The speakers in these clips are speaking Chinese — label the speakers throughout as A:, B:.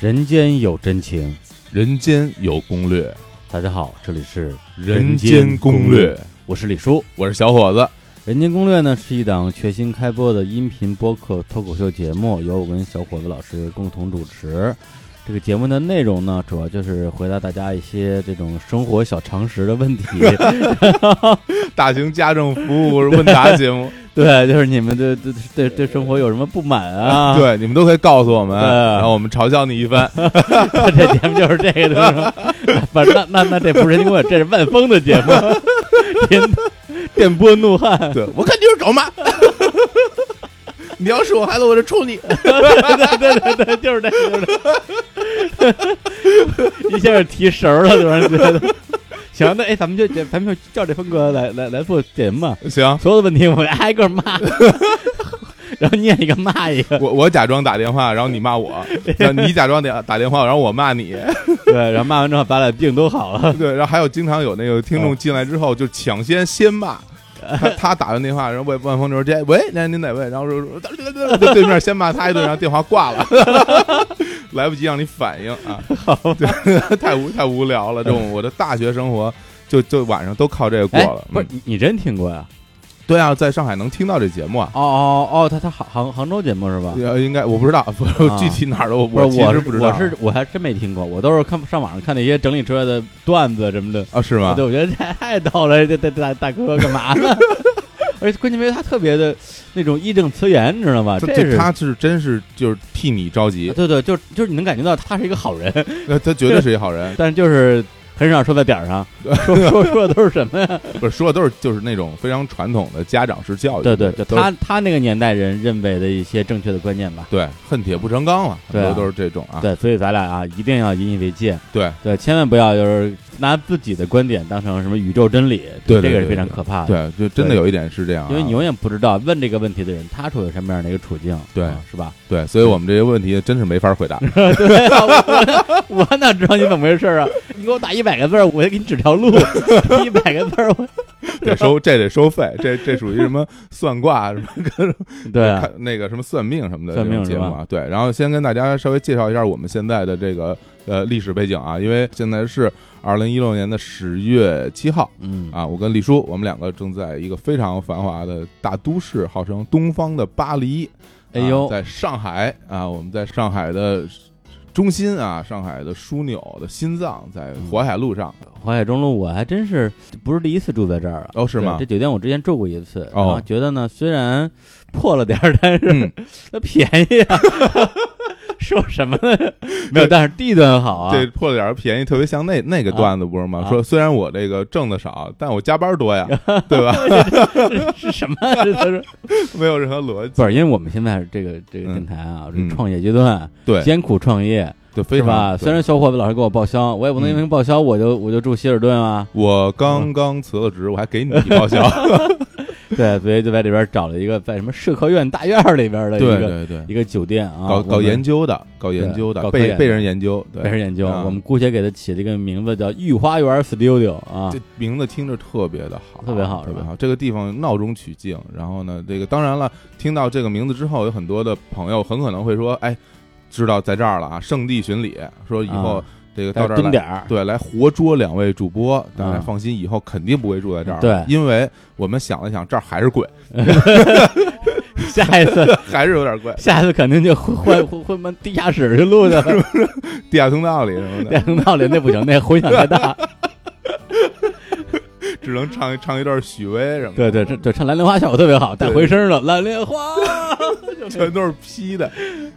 A: 人间有真情。
B: 人间有攻略，
A: 大家好，这里是
B: 人间攻略，
A: 我是李叔。
B: 我是小伙子。
A: 人间攻略呢是一档全新开播的音频播客脱口秀节目，由我跟小伙子老师共同主持。这个节目的内容呢，主要就是回答大家一些这种生活小常识的 问题。
B: 大型家政服务问答节目，
A: 对，就是你们对对对对生活有什么不满啊？
B: 对，你们都可以告诉我们，
A: 对
B: 然后我们嘲笑你一番。
A: 这节目就是这个的， 不是那那那这不是人工，这是万峰的 节目，电电波怒汉，
B: 对我看就是狗妈， 你要是我孩子，我就抽你。
A: 对对对对，就是这个，就是这个，一下就提神儿了，突然觉得。行，那哎，咱们就咱们就照这风格来来来做节目嘛，
B: 行，
A: 所有的问题我们挨个骂，然后念一个骂一个，
B: 我我假装打电话，然后你骂我，然后你假装打打电话，然后我骂你。
A: 对，然后骂完之后咱俩病都好了，
B: 对，然后还有经常有那个听
A: 哦
B: 众进来之后就抢先 先骂。他他打完电话，然后万万峰就说：“这哎喂，那您哪位？”然后说：“ 对对面先骂他一顿，然后电话挂了，来不及让你反应啊！对， 太无太无聊了。这种我的大学生活，就就晚上都靠这个过
A: 哎
B: 了。，
A: 不是
B: 嗯
A: 你你真听过呀？
B: 对啊，在上海能听到这节目啊？
A: 哦哦哦，他他杭杭杭州节目是吧？
B: 呃应该我不知道， 不
A: 哦啊
B: 具体哪儿的我
A: 不是
B: 其
A: 我
B: 实
A: 是
B: 不知道啊。
A: 我是我还真没听过，我都是看上网上看那些整理出来的段子什么的。
B: 啊，是吗
A: 对，？我觉得太太逗了，这这大大哥干嘛呢？ 而且关键没有他特别的那种义正辞严，你知道吗？
B: 他
A: 这
B: 这
A: 是
B: 他是真是就是替你着急，
A: 对对，就就是你能感觉到他是一个好人，
B: 那他绝对是一好人。
A: 但是就是很少说在点儿 上，说说说的都是什么呀？
B: 不是说的都是就是那种非常传统的家长式教育，
A: 对对对，
B: 都是
A: 他他那个年代人认为的一些正确的观念吧。
B: 对恨铁不成钢嘛，很
A: 对啊
B: 多都是这种啊，
A: 对，所以咱俩啊，一定要引以为戒。
B: 对
A: 对，千万不要就是拿自己的观点当成什么宇宙真理，
B: 对对
A: 这个是
B: 对
A: 非常
B: 对
A: 可怕的。
B: 对，就真的
A: 对
B: 有一点是这样啊，
A: 因为你永远不知道问这个问题的人他处于什么样的一个处境，
B: 对
A: 啊是吧？
B: 对，所以我们这些问题真是没法 回答。
A: 对啊，我我我哪知道你怎么回事啊？你给我打一百个字儿，我就给你指条路；一百个字儿，我
B: 得收这得收费，这这属于什么算卦什么
A: 对啊，
B: 看那个什么算命什么的
A: 算
B: 这种
A: 命是
B: 节目啊。对，然后先跟大家稍微介绍一下我们现在的这个呃历史背景啊，因为现在是二零一六年的十月七号
A: 嗯，
B: 啊，我跟李叔我们两个正在一个非常繁华的大都市，号称东方的巴黎。
A: 哎
B: 啊
A: 呦，
B: 在上海啊，我们在上海的中心啊，上海的枢纽的心脏，在
A: 嗯
B: 淮海路上。
A: 淮海中路，我还真是不是第一次住在这儿啊。
B: 哦是吗
A: 对这酒店我之前住过一次，
B: 哦
A: 然后觉得呢，虽然破了点儿，但是
B: 嗯
A: 它便宜啊。 说什么呢？没有，但是地段好啊。
B: 这破了点儿便宜，特别像那那个段子不是吗？
A: 啊
B: 说虽然我这个挣的少，但我加班 多呀，对吧？
A: 是什么？ 这都是
B: 没有任何逻辑，
A: 不是？因为我们现在这个这个
B: 嗯
A: 电台啊，
B: 嗯
A: 这创业阶段，
B: 对
A: 艰苦创业，
B: 对，非
A: 是
B: 常
A: 吧？
B: 对
A: 虽然小伙子老是给我报销，我也不能因为报销我就我就住希尔顿啊。
B: 我刚刚辞了职，我还给你报销，
A: 对，所以就在这边找了一个在什么社科院大院儿里 边的一
B: 对
A: 个
B: 对对，
A: 一个酒店啊，
B: 搞搞研
A: 究，
B: 究的，搞研究
A: 搞
B: 的，
A: 科研
B: 被
A: 的
B: 被人研究，对
A: 没人研究，
B: 啊
A: 我们姑且给它起了一个名字叫御花园 Studio 啊
B: 这。名字听着特别的好，
A: 特别好
B: 特别
A: 是吧
B: 好。这个地方闹中取静，然后呢，这个当然了，听到这个名字之后，有很多的朋友很可能会说，哎，知道在这儿了啊，圣地巡礼，说以后
A: 啊
B: 这个
A: 但
B: 到
A: 是
B: 这儿
A: 蹲
B: 来。
A: 点儿，
B: 对，来活捉两位主播，大家
A: 啊
B: 放心，以后肯定不会住在这儿了，啊
A: 对
B: 因为我们想了想，这儿还是贵，
A: 下一次
B: 还是有点贵，
A: 下一次肯定就换换换换换地下室去录去了，
B: 地下通道里什么的，
A: 电灯道里那不行，那回响太大。
B: 只能唱一唱一段许巍什么的，
A: 对对，这这唱《蓝莲花》效果特别好，带
B: 对
A: 回声了，《蓝莲花》
B: 全都是 P 的。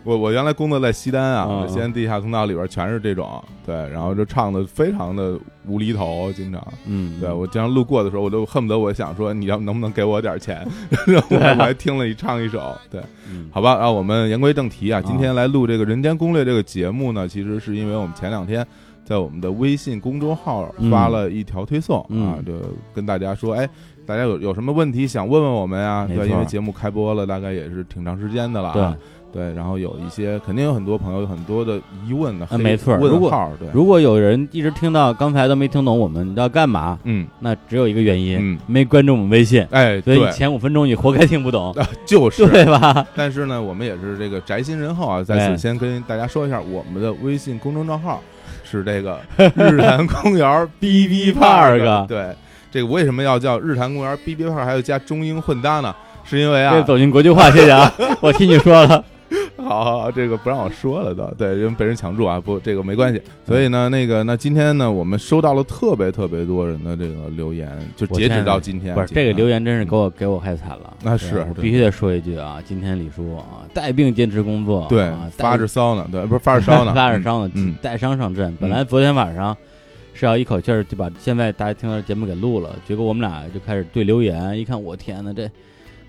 B: 我我原来工作在西单啊，
A: 嗯
B: 西安地下通道里边全是这种，对，然后就唱的非常的无厘头，经常。
A: 嗯，
B: 对我经常路过的时候，我都恨不得我想说，你要能不能给我点钱？ 然后我还听了你唱一首，对，
A: 嗯
B: 好吧。然后我们言归正题啊，
A: 啊
B: 今天来录这个《人间攻略》这个节目呢，其实是因为我们前两天在我们的微信公众号发了一条推送啊，
A: 嗯
B: 就跟大家说，哎，大家有有什么问题想问问我们啊？
A: 没
B: 对，
A: 错
B: 因为节目开播了，大概也是挺长时间的了
A: 对
B: 啊。对，然后有一些肯定有很多朋友有很多的疑问的，
A: 嗯没错如
B: 问
A: 果
B: 号对，
A: 如果有人一直听到刚才都没听懂我们要干嘛，
B: 嗯
A: 那只有一个原因，
B: 嗯
A: 没关注我们微信，
B: 哎
A: 所以你
B: 对，啊
A: 前五分钟你活该听不懂，
B: 就是。
A: 对吧？
B: 但是呢，我们也是这个宅心仁厚啊，在
A: 对
B: 此先跟大家说一下，我们的微信公众账号是这 个日坛公园
A: 哔哔
B: Park。
A: park，
B: 对，这个为什么要叫日坛公园 B B Park，还要加中英混搭呢？是因为啊
A: 这，走进国际化，谢谢 啊！我听你说了，
B: 好好，好，这个不让我说了都，对，人被人抢注啊，不，这个没关系。
A: 嗯
B: 所以呢，那个，那今天呢，我们收到了特别特别多人的这个留言，就
A: 我
B: 截止
A: 天
B: 到今天，
A: 不是这个留
B: 言，
A: 言真是给我给我害惨了，
B: 嗯那是
A: 对我
B: 对
A: 必须得说一句啊，今天李叔啊带病坚持工作，
B: 对
A: 啊，带
B: 发着烧呢，对，不是发着 烧呢，
A: 拉着伤了
B: 嗯，
A: 带伤上阵。本来昨天晚上是要一口气儿就把现在大家听到的节目给录了，结果我们俩就开始对留言，一看我天呐，这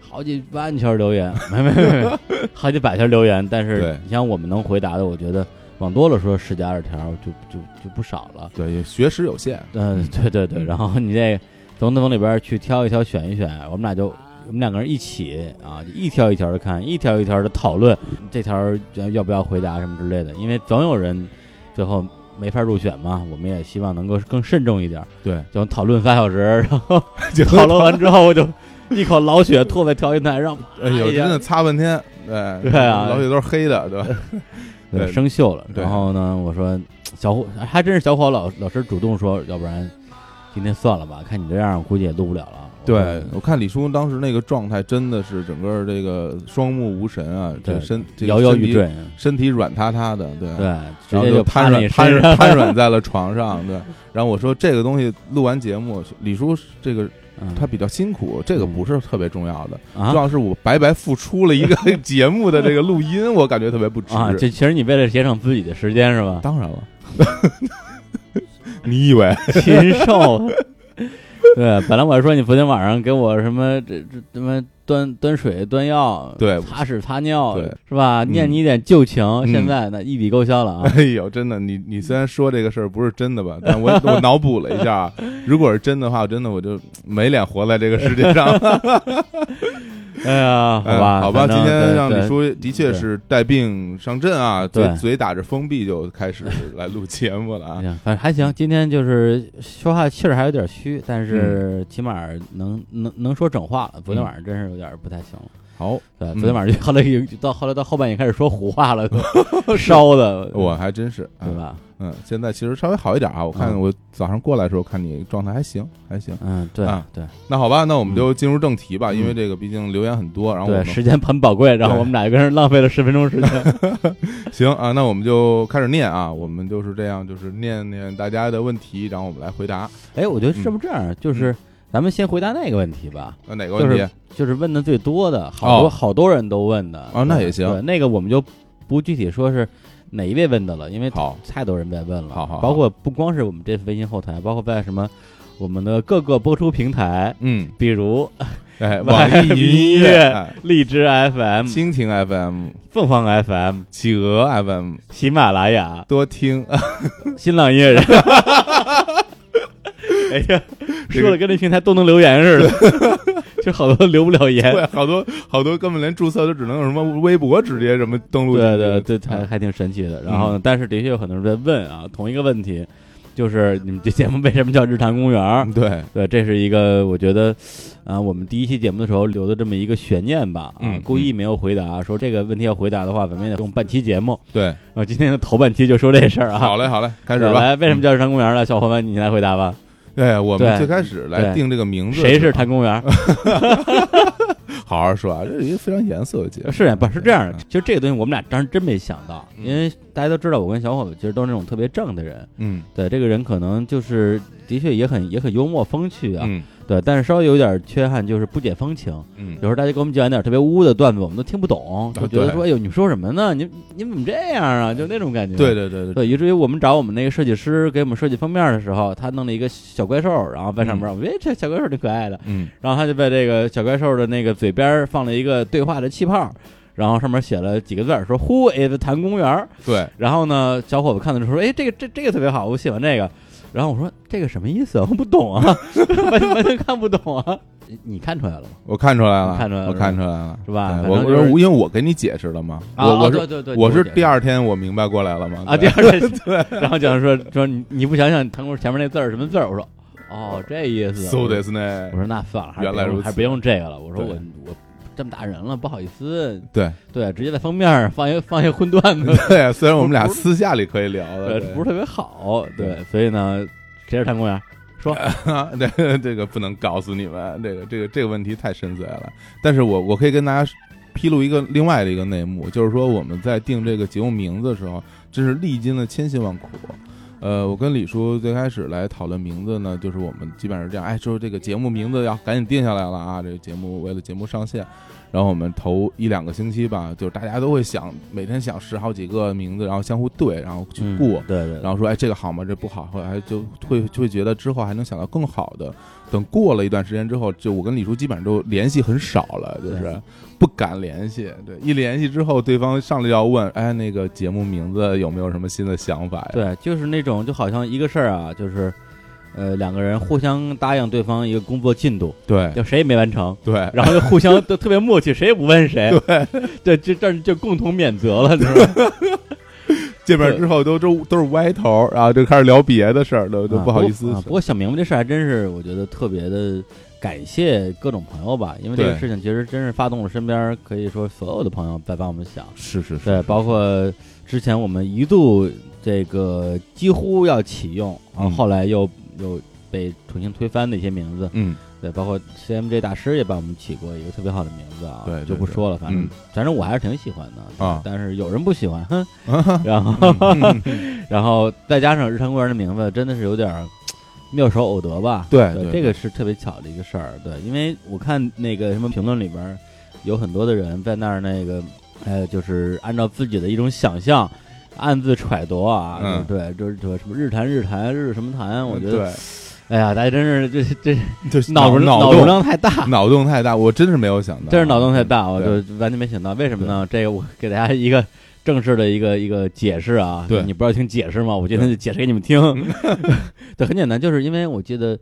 A: 好几万条留 言，没没没没，好几百条留言。但是
B: 对
A: 你像我们能回答的，我觉得往多了说十几二十条就就就不少了。
B: 对，也学识有限，
A: 嗯， 对对对。然后你这从从里边去挑一挑选一选，我们俩就。我们两个人一起啊，一条一条的看，一条一条的讨论，这条要不要回答什么之类的，因为总有人最后没法入选嘛。我们也希望能够更慎重一点，
B: 对，
A: 就讨论仨小时， 然后
B: 就
A: 讨论完之后，我就一口老血吐在调音台上，
B: 哎呦，
A: 哎呀
B: 真的擦半天，对，
A: 对啊
B: 老铁都是黑的，对吧？
A: 对
B: 对
A: 生锈了。
B: 对
A: 然后呢，我说小伙，还真是小伙老老师主动说，要不然今天算了吧，看你这样，我估计也录不了了。我说嗯
B: 对，我看李叔当时那个状态，真的是整个这个双目无神啊，这
A: 对
B: 身这个
A: 摇摇
B: 身体
A: 欲坠，
B: 身体软塌塌的，对，
A: 对，直
B: 然后
A: 接就趴
B: 瘫
A: 你
B: 软瘫
A: 身
B: 软
A: 上，
B: 瘫软在了床上，对。然后我说这个东西录完节目，李叔这个
A: 嗯
B: 他比较辛苦，这个不是特别重要的，重
A: 啊
B: 要是我白白付出了一个 节目的这个录音，我感觉特别不值。
A: 啊！这其实你为了节省自己的时间是 吧？
B: 当然了，你以为？
A: 禽兽。对，本来我还说你昨天晚上给我什么这这什么端端水端药，
B: 对
A: 擦屎擦尿，
B: 对
A: 是吧？
B: 嗯
A: 念你一点旧情，
B: 嗯
A: 现在那一笔勾销了 啊！
B: 哎呦，真的，你你虽然说这个事儿不是真的吧，但我我脑补了一 下啊，如果是真的话，真的我就没脸活在这个世界 上。
A: 哎呀，
B: 嗯
A: 吧，
B: 好
A: 好
B: 吧，今天让李
A: 说，
B: 叔的确是带病上阵啊，
A: 对
B: 嘴嘴打着封闭就开始来录节目了
A: 哎
B: 啊。
A: 呀反正还行。今天就是说话气儿还有点虚，但
B: 嗯
A: 是起码能能能说整话了。昨天晚上真是有点不太行了。
B: 好，
A: 对，
B: 嗯
A: 昨天晚上就后来有到后来到后半夜开始说胡话 了，都烧的，
B: 我还真是，啊
A: 对？吧？
B: 嗯，现在其实稍微好一点啊。我看
A: 嗯
B: 我早上过来的时候，看你状态还行，还行。
A: 嗯，对
B: 啊
A: 对
B: 那好吧，那我们就进入正题吧，
A: 嗯
B: 因为这个毕竟留言很多，然后我
A: 对，
B: 们
A: 时间很宝贵，然后
B: 对
A: 我们俩一个人浪费了十分钟时 间。
B: 行啊，那我们就开始念啊，我们就是这样，就是念念大家的问题，然后我们来回答。
A: 哎，我觉得
B: 嗯
A: 是不是这样？就是咱们先回答那个问题吧，
B: 那哪个
A: 就
B: 问题啊
A: 是？就是问的最多的，好多好多人都问的
B: 哦那也行
A: 对，那个我们就不具体说是哪一位问的了，因为
B: 好，
A: 太多人在问了，
B: 好好好
A: 包括不光是我们这微信后台，包括在什么我们的各个播出平台，
B: 嗯，
A: 比如
B: 哎，网
A: 网
B: 易
A: 易
B: 云
A: 云
B: 音
A: 音
B: 乐
A: 乐、
B: 哎
A: 荔枝 FM、
B: 蜻蜓 FM、
A: 凤凰 FM、
B: 企鹅 FM、
A: 喜马拉雅、
B: 多听
A: 哎新浪音乐人。 哎呀，
B: 这个
A: 说的跟这平台都能留言似的， 就好多留不了言。
B: 对，好多好多根本连注册都只能用什么微博直接什么登录进去。
A: 对对对，还还挺神奇的。然
B: 嗯
A: 后呢，但是的确有很多人在问啊，同一个问题，就是你们这节目为什么叫日坛公园儿？
B: 嗯对，
A: 对，这是一个我觉得，啊，我们第一期节目的时候留的这么一个悬念吧，啊
B: 嗯，
A: 故意没有回答，说这个问题要回答的话，咱们也得用半期节目。
B: 对，
A: 啊， 今天的头半期就说这事儿啊。
B: 好嘞好嘞，开
A: 对，
B: 始吧。
A: 来，为什么叫日坛公园儿呢？小伙伴，你来回答吧。
B: 对，我们
A: 对
B: 最开始来
A: 对
B: 定这个名字，
A: 谁是坛公园 儿？
B: 好好说啊，这是一个非常严肃的节目。
A: 是不是这样的
B: 嗯？
A: 其实这个东西我们俩当时真没想到，
B: 嗯
A: 因为大家都知道我跟小伙子其实都是那种特别正的人，
B: 嗯
A: 对这个人可能就是的确也很也很幽默风趣啊，
B: 嗯
A: 对，但是稍微有点缺憾就是不解风情。
B: 嗯，啊
A: 有时候大家给我们讲一点特别污的段子，我们都听不懂，就觉得
B: 对
A: 说哎呦你们说什么呢？你你们怎么这样啊？就那种感觉。
B: 对对对对，
A: 对，以至于我们找我们那个设计师给我们设计封面的时候，他弄了一个小怪兽，然后在上面，我觉得这小怪兽挺可爱的，
B: 嗯
A: 然后他就在这个小怪兽的那个嘴边儿放了一个对话的气泡，然后上面写了几个字儿，说 “Who is 谭公园儿
B: 对”。
A: 然后呢，小伙子看的时候说：“哎，这个这这个特别好，我喜欢这个。”然后我说这个什么意思啊？我不懂啊， 完全完全看不懂啊。你 你看出来了吗？
B: 我看出来了，
A: 你看出来了
B: 我看出来了，
A: 是吧
B: 对
A: 反
B: 我
A: 正
B: 我
A: 就是
B: 是因为我给你解释了嘛，
A: 啊
B: 我我
A: 啊
B: 是
A: 对对对
B: 我是
A: 解释
B: 第二天我明白过来了嘛
A: 啊，第
B: 对
A: 二天对，然后讲说说你你不想想他跟我说前面那字儿什么字儿？我说哦，这意思。
B: ，so
A: 我
B: this 呢
A: 我，说那算了，还是
B: 原来
A: 别用
B: 如此
A: 还是别用这个了。我说
B: 对
A: 我我这么大人了，不好意思，
B: 对
A: 对，啊直接在封面上放一放一荤段子，
B: 对，虽然我们俩
A: 不
B: 私下里可以聊的，
A: 呃
B: 对
A: 不是特别好，
B: 对
A: 对，所以呢，谁是探公园？说
B: 啊， 这这个不能告诉你们，这个这个这个问题太深邃了。但是我我可以跟大家披露一个另外的一个内幕，就是说我们在定这个节目名字的时候，真是历经了千辛万苦。呃，我跟李叔最开始来讨论名字呢，就是我们基本上是这样，哎，说这个节目名字要赶紧定下来了啊，这个节目为了节目上线，然后我们头一两个星期吧，就是大家都会想每天想十好几个名字，然后相互对，然后去
A: 嗯
B: 过。
A: 对对，
B: 然后说哎这个好吗？这不好，后来就会就会觉得之后还能想到更好的。等过了一段时间之后，就我跟李叔基本上都联系很少了，就是
A: 对
B: 不敢联系。对，一联系之后，对方上来要问，哎，那个节目名字有没有什么新的想法呀？
A: 对，就是那种就好像一个事儿啊，就是呃两个人互相答应对方一个工作进度，
B: 对
A: 就谁也没完成，
B: 对
A: 然后就互相 都特别默契，谁也不问谁， 对，这这就共同免责了，你知道吗？
B: 见面之后都都都是歪头，然后就开始聊别的事儿，都都
A: 啊
B: 不好意思
A: 过啊。不过想明白这事儿还真是，我觉得特别的感谢各种朋友吧，因为这个
B: 对
A: 事情其实真是发动了身边可以说所有的朋友在帮我们想，
B: 是是是，
A: 对，包括之前我们一度这个几乎要启用，啊，
B: 嗯
A: 后来又又被重新推翻的一些名字，
B: 嗯，
A: 对，包括 CMJ 大师也帮我们起过一个特别好的名字啊，
B: 对对
A: 就不
B: 对
A: 说了，反正、
B: 嗯
A: 反正我还是挺喜欢的
B: 啊
A: 但是有人不喜 欢，哼，然后
B: 嗯
A: 然后再加上日坛公园的名字真的是有点儿妙手偶得吧？
B: 对对
A: 这个是特别巧的一个事儿，对，因为我看那个什么评论里边儿有很多的人在那儿那个，呃，就是按照自己的一种想象。暗自揣度啊，
B: 嗯
A: 对，就是就是什么日坛日坛日什么坛，我觉得，
B: 对
A: 哎呀，大家真是这这
B: 就是
A: 脑容
B: 脑
A: 脑容量太大，
B: 脑洞太大，我真是没有想到，啊
A: 真是脑洞太大，我就
B: 对
A: 完全没想到，为什么呢？这个我给大家一个正式的一个一个解释啊，
B: 对
A: 你不要听解释嘛，我今天就解释给你们 听。对，很简单，就是因为我记得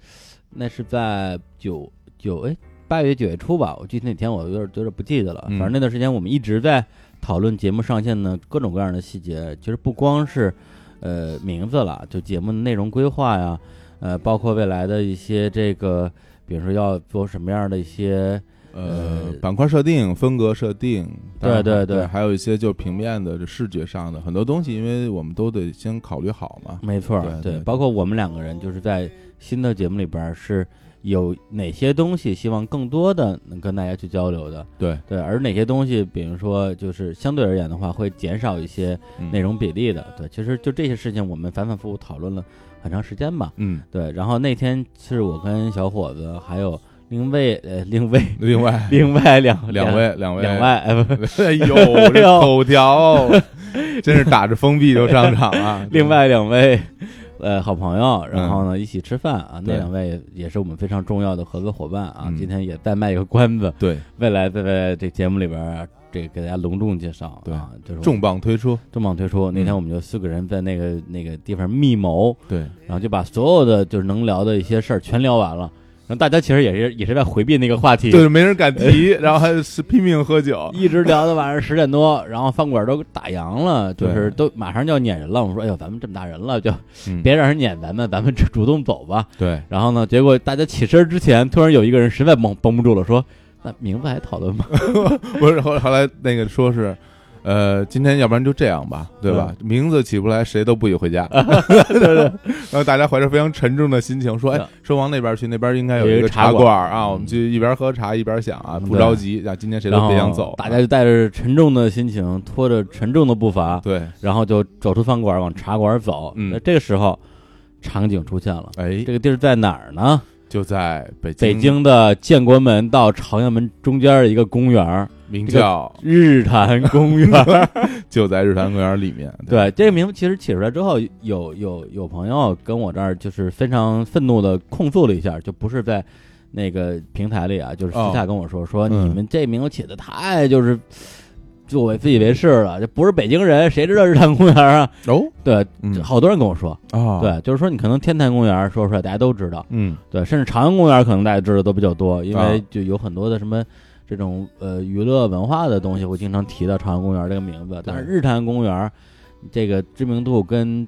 A: 那是在九九哎八月九月初吧，我具体哪天我有点有点不记得了，
B: 嗯
A: 反正那段时间我们一直在讨论节目上线的各种各样的细节，其实不光是呃名字了，就节目的内容规划呀，呃，包括未来的一些这个。比如说要做什么样的一些
B: 呃
A: 呃，
B: 板块设定、风格设定，
A: 对
B: 当然
A: 对
B: 对
A: 对
B: 还有一些就是平面的、就视觉上的很多东西，因为我们都得先考虑好嘛。
A: 没错儿，
B: 对对对
A: 包括我们两个人就是在新的节目里边儿是有哪些东西希望更多的能跟大家去交流的，
B: 对，
A: 对，而哪些东西，比如说就是相对而言的话，会减少一些
B: 嗯
A: 内容比例的，对，其实就这些事情我们反反复复讨论了很长时间吧，
B: 嗯，
A: 对，然后那天是我跟小伙子还有另外呃另外
B: 另外
A: 另外两
B: 两位两位
A: 两，外呃不
B: 哎呦，这口 条真是打着封闭就上场 啊！
A: 另外两位呃好朋友，然后呢、一起吃饭啊，那
B: 嗯对
A: 两位也是我们非常重要的合作伙伴啊，
B: 嗯
A: 今天也再卖一个关子，
B: 对
A: 未来再在这节目里边儿这个给大家隆重介绍，
B: 对
A: 啊，就是我
B: 重嗯磅推出，
A: 重磅推出。那天我们就四个人在那个那个地方密谋，
B: 对
A: 然后就把所有的就是能聊的一些事儿全聊完了，然后大家其实也是也是在回避那个话题，
B: 就是没人敢提，然后还是拼命喝酒。
A: 一直聊到晚上十点多，然后饭馆都打烊了，就是
B: 对
A: 都马上就要撵人了。我们说，哎呦，咱们这么大人了，就
B: 嗯
A: 别让人撵咱们，咱们主动走吧。
B: 对，
A: 然后呢，结果大家起身之前，突然有一个人实在绷绷不住了，说：“那名字还讨论 吗
B: 不是后后来那个说是。呃，今天要不然就这样吧，对吧？
A: 嗯
B: 名字起不来，谁都不许 回家。对对。然后大家怀着非常沉重的心情说：“哎
A: 啊，
B: 说往那边去，那边应该有
A: 有一
B: 一
A: 个
B: 个
A: 茶
B: 茶
A: 馆
B: 馆儿啊，我们去一边喝茶一边想啊，
A: 嗯
B: 不着急啊，今天？”谁
A: 然
B: 都
A: 后
B: 别想走。
A: 大家就带着沉重的心情，拖着沉重的步伐，
B: 对，
A: 然后就走出饭馆，往茶馆走。
B: 嗯
A: 那这个时候，场景出现了。
B: 哎
A: 这，个地儿在哪儿呢？
B: 就在北京，
A: 北京的建国门到朝阳门中间的一个公园儿
B: 名
A: 这个
B: 叫
A: ——日坛公园。
B: 就在日坛公园里面。
A: 对，这个名字其实起出来之后，有有有朋友跟我这儿就是非常愤怒的控诉了一下，就不是在那个平台里啊，就是私
B: 哦
A: 下跟我说、说
B: 嗯
A: 你们这名字起的太就是就我自以为是了，就不是北京人，谁知道是太空公园啊？
B: 哦
A: 对，
B: 嗯
A: 好多人跟我说，
B: 啊，，
A: 对，就是说你可能天坛公园说出来大家都知道，
B: 嗯
A: 对，甚至朝阳公园可能大家知道都比较多，因
B: 啊
A: 为就有很多的什么这种呃娱乐文化的东西会经常提到朝阳公园这个名字，但是日坛公园这个知名度跟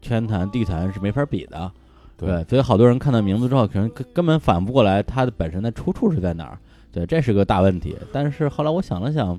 A: 天坛、地坛是没法比的。
B: 对
A: 对，所以好多人看到名字之后，可能根根本反不过来它的本身的出处是在哪儿。对，这是个大问题。但是后来我想了想，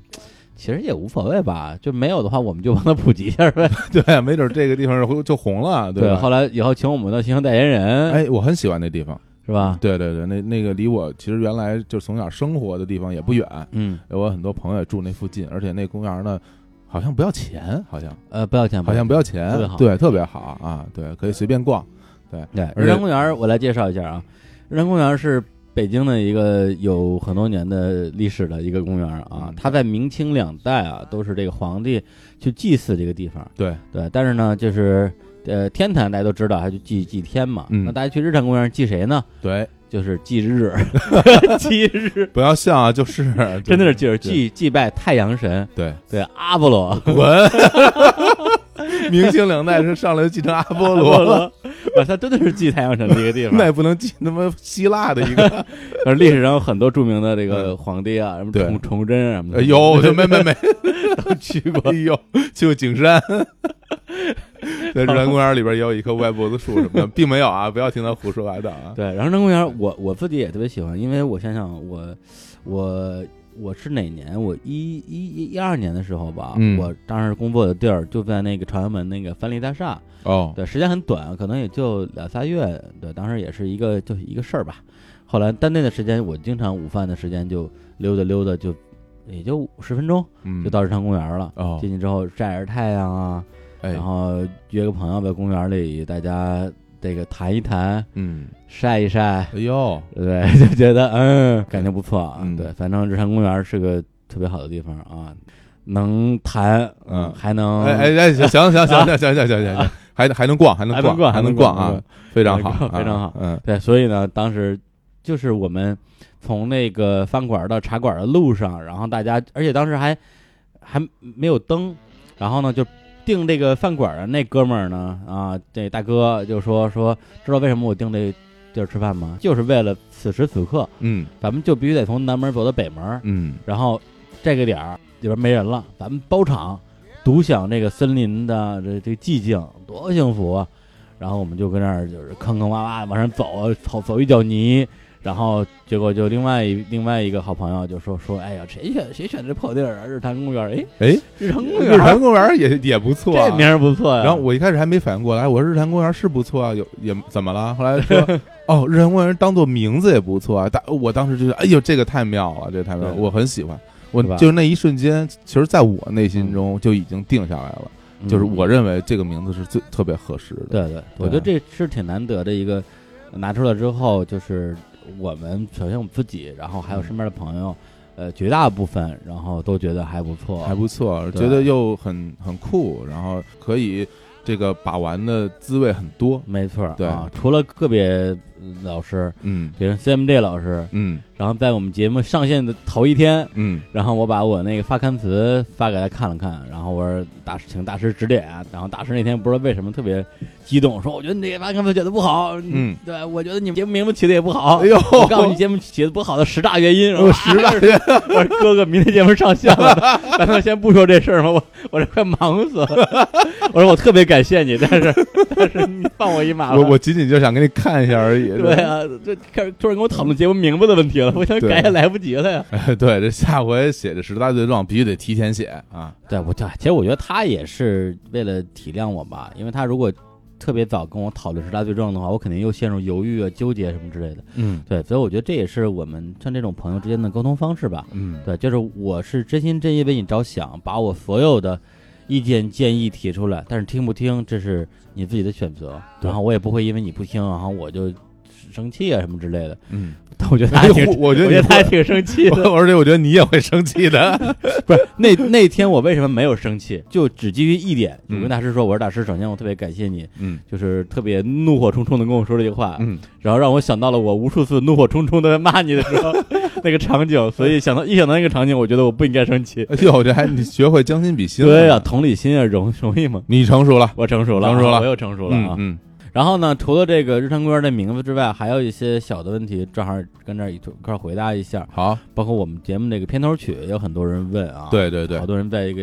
A: 其实也无所谓吧，就没有的话，我们就帮他普及一下 呗。
B: 对，没准这个地方就就红了，
A: 对，
B: 吧？
A: 后来以后请我们的形象代言人，
B: 哎，我很喜欢那地方，
A: 是吧？
B: 对对对，那那个离我其实原来就从小生活的地方也不远，
A: 嗯，
B: 我很多朋友也住那附近，而且那公园呢，好像不要钱，好像
A: 呃，不要钱，
B: 好像不要钱
A: 特别好，
B: 对，特别好啊，对，可以随便逛，
A: 对，
B: 而
A: 日坛
B: 且
A: 公园我来介绍一下啊，日坛公园是北京的一个有很多年的历史的一个公园啊
B: 嗯，
A: 它在明清两代啊都是这个皇帝去祭祀这个地方，
B: 对，
A: 对，但是呢就是呃天坛大家都知道，还去祭祭天嘛，
B: 嗯
A: 那大家去日坛公园祭谁呢？
B: 对，
A: 就是祭 日，祭日。
B: 不要像啊，就是
A: 真的是就是
B: 对
A: 祭祭拜太阳神，
B: 对，
A: 对阿波罗，
B: 滚！明星两代是上来就继承阿波
A: 阿
B: 罗
A: 波
B: 了，
A: 罗，啊，他真的是祭太阳神的一个地方。
B: 那也不能继他妈希腊的一个，
A: 而历史上有很多著名的这个皇帝啊，什么
B: 对
A: 崇崇祯啊什么的，
B: 哎呦，没没没，
A: 都去过
B: 哎。呦，去过景 山，在日坛公园里边也有一棵歪脖子树什 么的，并没有啊，不要听他胡说八道啊，
A: 对，然后人工园，我我自己也特别喜欢，因为我想想我，我我是哪年？我一一一一二年的时候吧，
B: 嗯
A: 我当时工作的地儿就在那个朝阳门那个帆立大厦，
B: 哦，
A: 对，时间很短，可能也就两仨月，对，当时也是一个就是一个事儿吧。后来，但那段时间我经常午饭的时间就溜达溜达就，也就十分钟
B: 嗯
A: 就，到日常公园了。
B: 哦，
A: 进去之后晒晒太阳啊，
B: 哎
A: 然，后约个朋友在公园里，大家这个谈一谈，
B: 嗯，
A: 晒一晒，
B: 哎呦，
A: 对， 就觉得嗯，感觉不错啊。
B: 嗯
A: 对，反正日坛公园是个特别好的地方啊，能谈，
B: 嗯
A: 还能
B: 哎哎哎，行行行行行行行行 行，还还能逛，还能
A: 还能
B: 逛，
A: 逛
B: 还
A: 还
B: 能
A: 能
B: 逛
A: 逛
B: 啊，非常好
A: 还能，逛
B: 啊
A: 非常好
B: 嗯，
A: 对，所以呢，当时就是我们从那个饭馆到茶馆的路上，然后大家，而且当时还还没有灯，然后呢就。订这个饭馆的那哥们儿呢，啊，这大哥就说说，知道为什么我订这地儿吃饭吗？就是为了此时此刻，
B: 嗯
A: 咱们就必须得从南门走到北门，
B: 嗯，
A: 然后这个点儿里边没人了，咱们包场独享这个森林的这这寂静，多幸福啊！然后我们就跟那儿就是坑坑洼洼地往上走，走走一脚泥，然后结果就另外一 另外一个好朋友就说说，哎呀，谁选谁选这破地儿啊？日坛公园，哎，
B: 哎，
A: 日坛公
B: 日坛
A: 园，
B: 公园也也不错啊，
A: 这名儿不错呀、
B: 然后我一开始还没反应过来，我说日坛公园是不错啊，有也怎么了？后来说 哦，日坛公园当做名字也不错啊。当我当时就觉得，哎呦，这个太妙了，这个太妙了，
A: 对
B: 我很喜欢。我
A: 是吧
B: 就是那一瞬间，其实在我内心中就已经定下来了，
A: 嗯
B: 就是我认为这个名字是最特别合适的。啊
A: 对对，我觉得这是挺难得的一个，拿出来之后，就是我们首先我们自己，然后还
B: 嗯
A: 有身边的朋友，呃，绝大部分然后都觉得还不错，
B: 还不错，
A: 对
B: 觉得又很很酷，然后可以这个把玩的滋味很多。
A: 没错儿，
B: 对
A: 啊，除了个别老师，
B: 嗯
A: 比如 CMJ 老师，
B: 嗯
A: 然后在我们节目上线的头一天，
B: 嗯，
A: 然后我把我那个发刊词发给他看了看，然后我说大师，请大师指点啊。然后大师那天不知道为什么特别激动，说我觉得你这个发刊词写的不好，
B: 嗯，
A: 对我觉得你们节目名字起的也不好。
B: 哎呦，
A: 我告诉你，节目写的不好的十大原因，然后
B: 哦十 大
A: 原因。我说哥哥，明天节目上线了， 咱们先不说这事儿嘛，我我这快忙死了。我说我特别感谢你，但是 但是你放我一马吧。
B: 我我仅仅就想给你看一下而已。是吧
A: 啊对啊，这开始突然跟我讨论节目名字的问题了，我想
B: 对
A: 改也来不及了呀。
B: 对，这下回写这十大罪状必须得提前写啊。
A: 对，我对，其实我觉得他也是为了体谅我吧，因为他如果特别早跟我讨论十大罪状的话，我肯定又陷入犹豫啊、纠结什么之类的。
B: 嗯
A: 对，所以我觉得这也是我们像这种朋友之间的沟通方式吧。
B: 嗯，
A: 对，就是我是真心真意为你着想，把我所有的意见建议提出来，但是听不听这是你自己的选择。
B: 对
A: 然后我也不会因为你不听，然后我就生气啊什么之类的。
C: 嗯，
A: 但我觉得他还挺，
C: 我
A: 我
C: 觉得你
A: 他还挺生气的。
C: 而且我觉得你也会生气 的。
A: 不是 那那天我为什么没有生气，就只基于一点，我
C: 嗯
A: 跟大师说，我说大师，首先我特别感谢你，
C: 嗯
A: 就是特别怒火冲冲的跟我说这句话，
C: 嗯，
A: 然后让我想到了我无数次怒火冲冲的骂你的时候 那个场景，所以想到一想到那个场景，我觉得我不应该生气。
C: 哎呦，这还你学会将心比心了。嗯
A: 对呀、同理心啊，容容易 吗？
C: 你成熟了，
A: 我成熟了啊，
C: 成熟了
A: 我又成熟了啊
C: 嗯！嗯，
A: 然后呢，除了这个日坛公园的名字之外，还有一些小的问题，正好跟这儿一块儿回答一下。
C: 好，
A: 包括我们节目这个片头曲，也有很多人问啊，，
C: 对对对
A: 好，多人在一个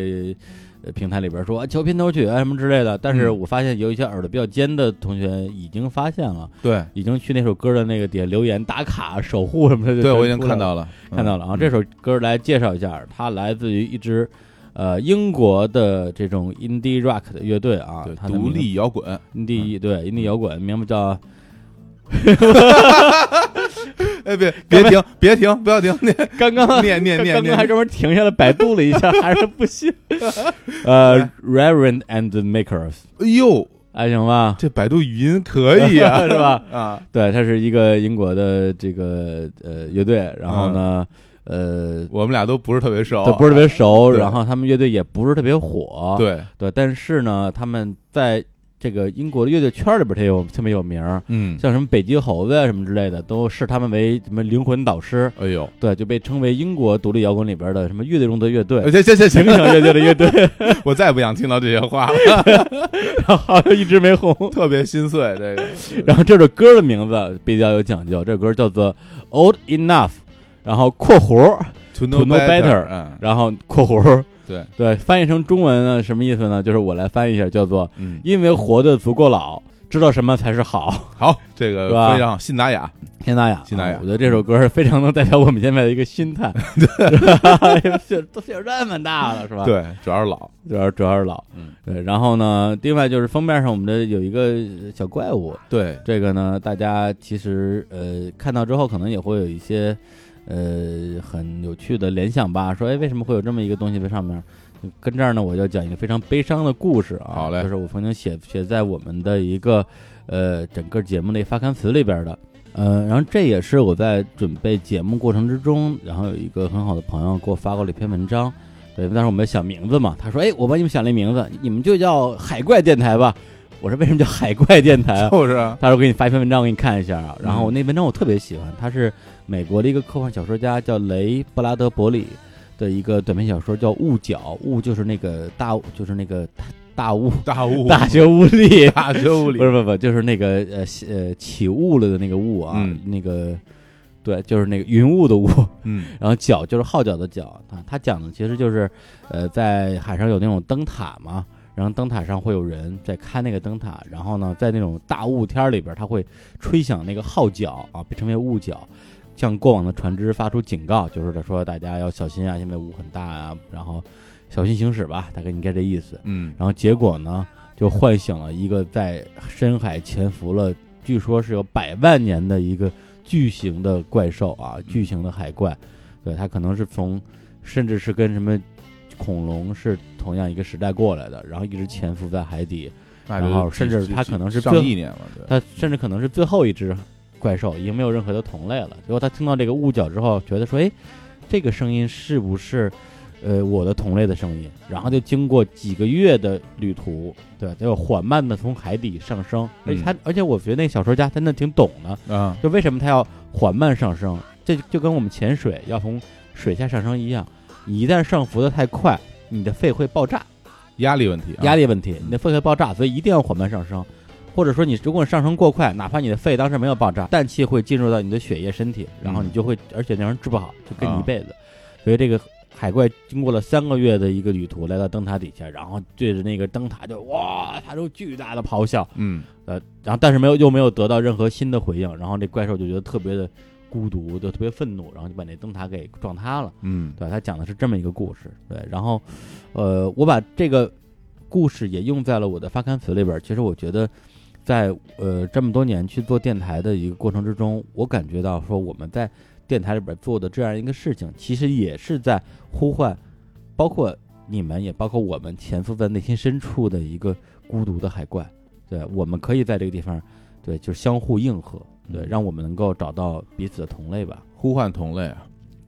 A: 呃平台里边说啊求片头曲啊什么之类的。但是
C: 嗯
A: 我发现有一些耳朵比较尖的同学已经发现了，
C: 对
A: 已经去那首歌的那个底下留言打卡、守护什么的。就
C: 对，
A: 全
C: 我已经
A: 出来
C: 看
A: 了。
C: 到了，
A: 看到了啊！
C: 嗯
A: 这首歌来介绍一下，它来自于一支呃英国的这种 indie rock 的乐队啊
C: 对，
A: 它的
C: 独
A: 名
C: 立摇 嗯滚。
A: indie 对 indie 摇滚，名字叫
C: 哎，别别停，别停，不要停，念
A: 刚刚
C: 念念念
A: 刚刚还
C: 念。
A: 专门停下来百度了一 下，还是不信。呃，Reverend and the Makers，
C: 哎呦，
A: 还行吧？
C: 这百度语音可以啊，
A: 是吧？
C: 啊，
A: 对，它是一个英国的这个呃乐队，然后呢，呃，
C: 我们俩都不是特别熟，
A: 都不是特别熟，
C: 哦对
A: 然后他们乐队也不是特别火，
C: 对，
A: 对，但是呢，他们在这个英国的乐队圈里边，他有特别有名儿，
C: 嗯，
A: 像什么北极猴子啊什么之类的，都视他们为什么灵魂导师，
C: 哎呦，
A: 对，就被称为英国独立摇滚里边的什么乐队中的乐队。
C: 哎行行行
A: 形
C: 行，
A: 象乐队的乐队，
C: 我再也不想听到这些话了，
A: 然后哎 一直没红。
C: 特别心碎。这个，
A: 然后这首歌的名字比较有讲究，这首歌叫做《Old Enough》，然后括弧，
C: To
A: To know better
C: 嗯，
A: 然后括弧，
C: 对，
A: 对，翻译成中文呢，什么意思呢？就是我来翻译一下，叫做
C: 嗯，
A: “因为活得足够老，知道什么才是好”。
C: 好，这个
A: 是吧
C: 非常好信达雅，
A: 新达雅，
C: 新达雅
A: 啊我觉得这首歌是非常能代表我们现在的一个 心态，对，岁都岁数这么大了，是吧？，
C: 对，主要是老，
A: 主要主要是老，
C: 嗯，
A: 对。然后呢，另外就是封面上我们的有一个小怪物，
C: 对，
A: 这个呢，大家其实呃看到之后可能也会有一些呃很有趣的联想吧，说哎为什么会有这么一个东西在上面？跟这儿呢，我要讲一个非常悲伤的故事啊，
C: 好嘞
A: 就是我曾经写写在我们的一个呃整个节目的发刊词里边的。呃，然后这也是我在准备节目过程之中，然后有一个很好的朋友给我发过了一篇文章，对，当时我们想名字嘛，他说：“哎，我帮你们想了一名字，你们就叫海怪电台吧。”我说：“为什么叫海怪电台啊？”
C: 就是啊，
A: 到时候给你发一篇文章，我给你看一下啊。然后
C: 嗯
A: 我那文章我特别喜欢，它是美国的一个科幻小说家叫雷布拉德伯里的一个短篇小说，叫《雾角》。雾就是那个大，就是那个大大雾，
C: 大雾，
A: 大学雾里，
C: 大学物理
A: 不，是不是不是，就是那个呃呃起雾了的那个雾啊，
C: 嗯
A: 那个对，就是那个云雾的雾。
C: 嗯
A: 然后角就是号角的角啊，他讲的其实就是，呃，在海上有那种灯塔嘛，然后灯塔上会有人在看那个灯塔，然后呢，在那种大雾天儿里边儿，他会吹响那个号角啊，被称为雾角，向过往的船只发出警告，就是说大家要小心啊，现在雾很大啊，然后小心行驶吧，大概应该这意思。
C: 嗯，
A: 然后结果呢，就唤醒了一个在深海潜伏了，据说是有百万年的一个巨型的怪兽啊，巨型的海怪，对，它可能是从，甚至是跟什么恐龙是同样一个时代过来的，然后一直潜伏在海底，
C: 那
A: 然后
C: 就
A: 甚至
C: 几
A: 他
C: 几
A: 可能是
C: 上
A: 最
C: 亿年了，对，
A: 它甚至可能是最后一只怪兽，已经没有任何的同类了。结果他听到这个雾角之后，觉得说，哎，这个声音是不是呃我的同类的声音？然后就经过几个月的旅途，对，就缓慢的从海底上升。而且他，而且我觉得那个小说家真的挺懂的，
C: 啊，
A: 就为什么他要缓慢上升？这就跟我们潜水要从水下上升一样，你一旦上浮的太快，你的肺会爆炸。
C: 压力问题啊，
A: 压
C: 力
A: 力问题，你的肺会爆炸，所以一定要缓慢上升。或者说你如果上升过快，哪怕你的肺当时没有爆炸，氮气会进入到你的血液、身体，然后你就会，而且那人治不好，就跟你一辈子。所以这个海怪经过了三个月的一个旅途，来到灯塔底下，然后对着那个灯塔就哇发出巨大的咆哮，
C: 嗯，
A: 呃，然后但是没有又没有得到任何新的回应，然后这怪兽就觉得特别的孤独，就特别愤怒，然后就把那灯塔给撞塌了。
C: 嗯
A: 对，他讲的是这么一个故事，对，然后，呃，我把这个故事也用在了我的发刊词里边儿。其实我觉得在，呃这么多年去做电台的一个过程之中，我感觉到说我们在电台里边儿做的这样一个事情，其实也是在呼唤，包括你们，也包括我们潜伏在内心深处的一个孤独的海怪。对，我们可以在这个地方。对，就是相互应和，对，
B: 嗯
A: 让我们能够找到彼此的同类吧。
B: 呼唤同类啊，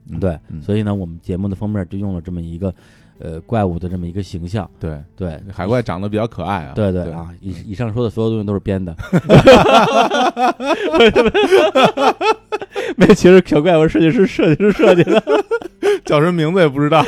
B: 嗯
A: 对，
B: 嗯
A: 所以呢，我们节目的封面就用了这么一个呃怪物的这么一个形象。
B: 对，
A: 对，
B: 海怪长得比较可爱啊，
A: 对
B: 对
A: 对，啊，以以上说的所有东西都是编的。没，其实小怪物设计师设计师设计的。
C: 叫什么名字也不知 道。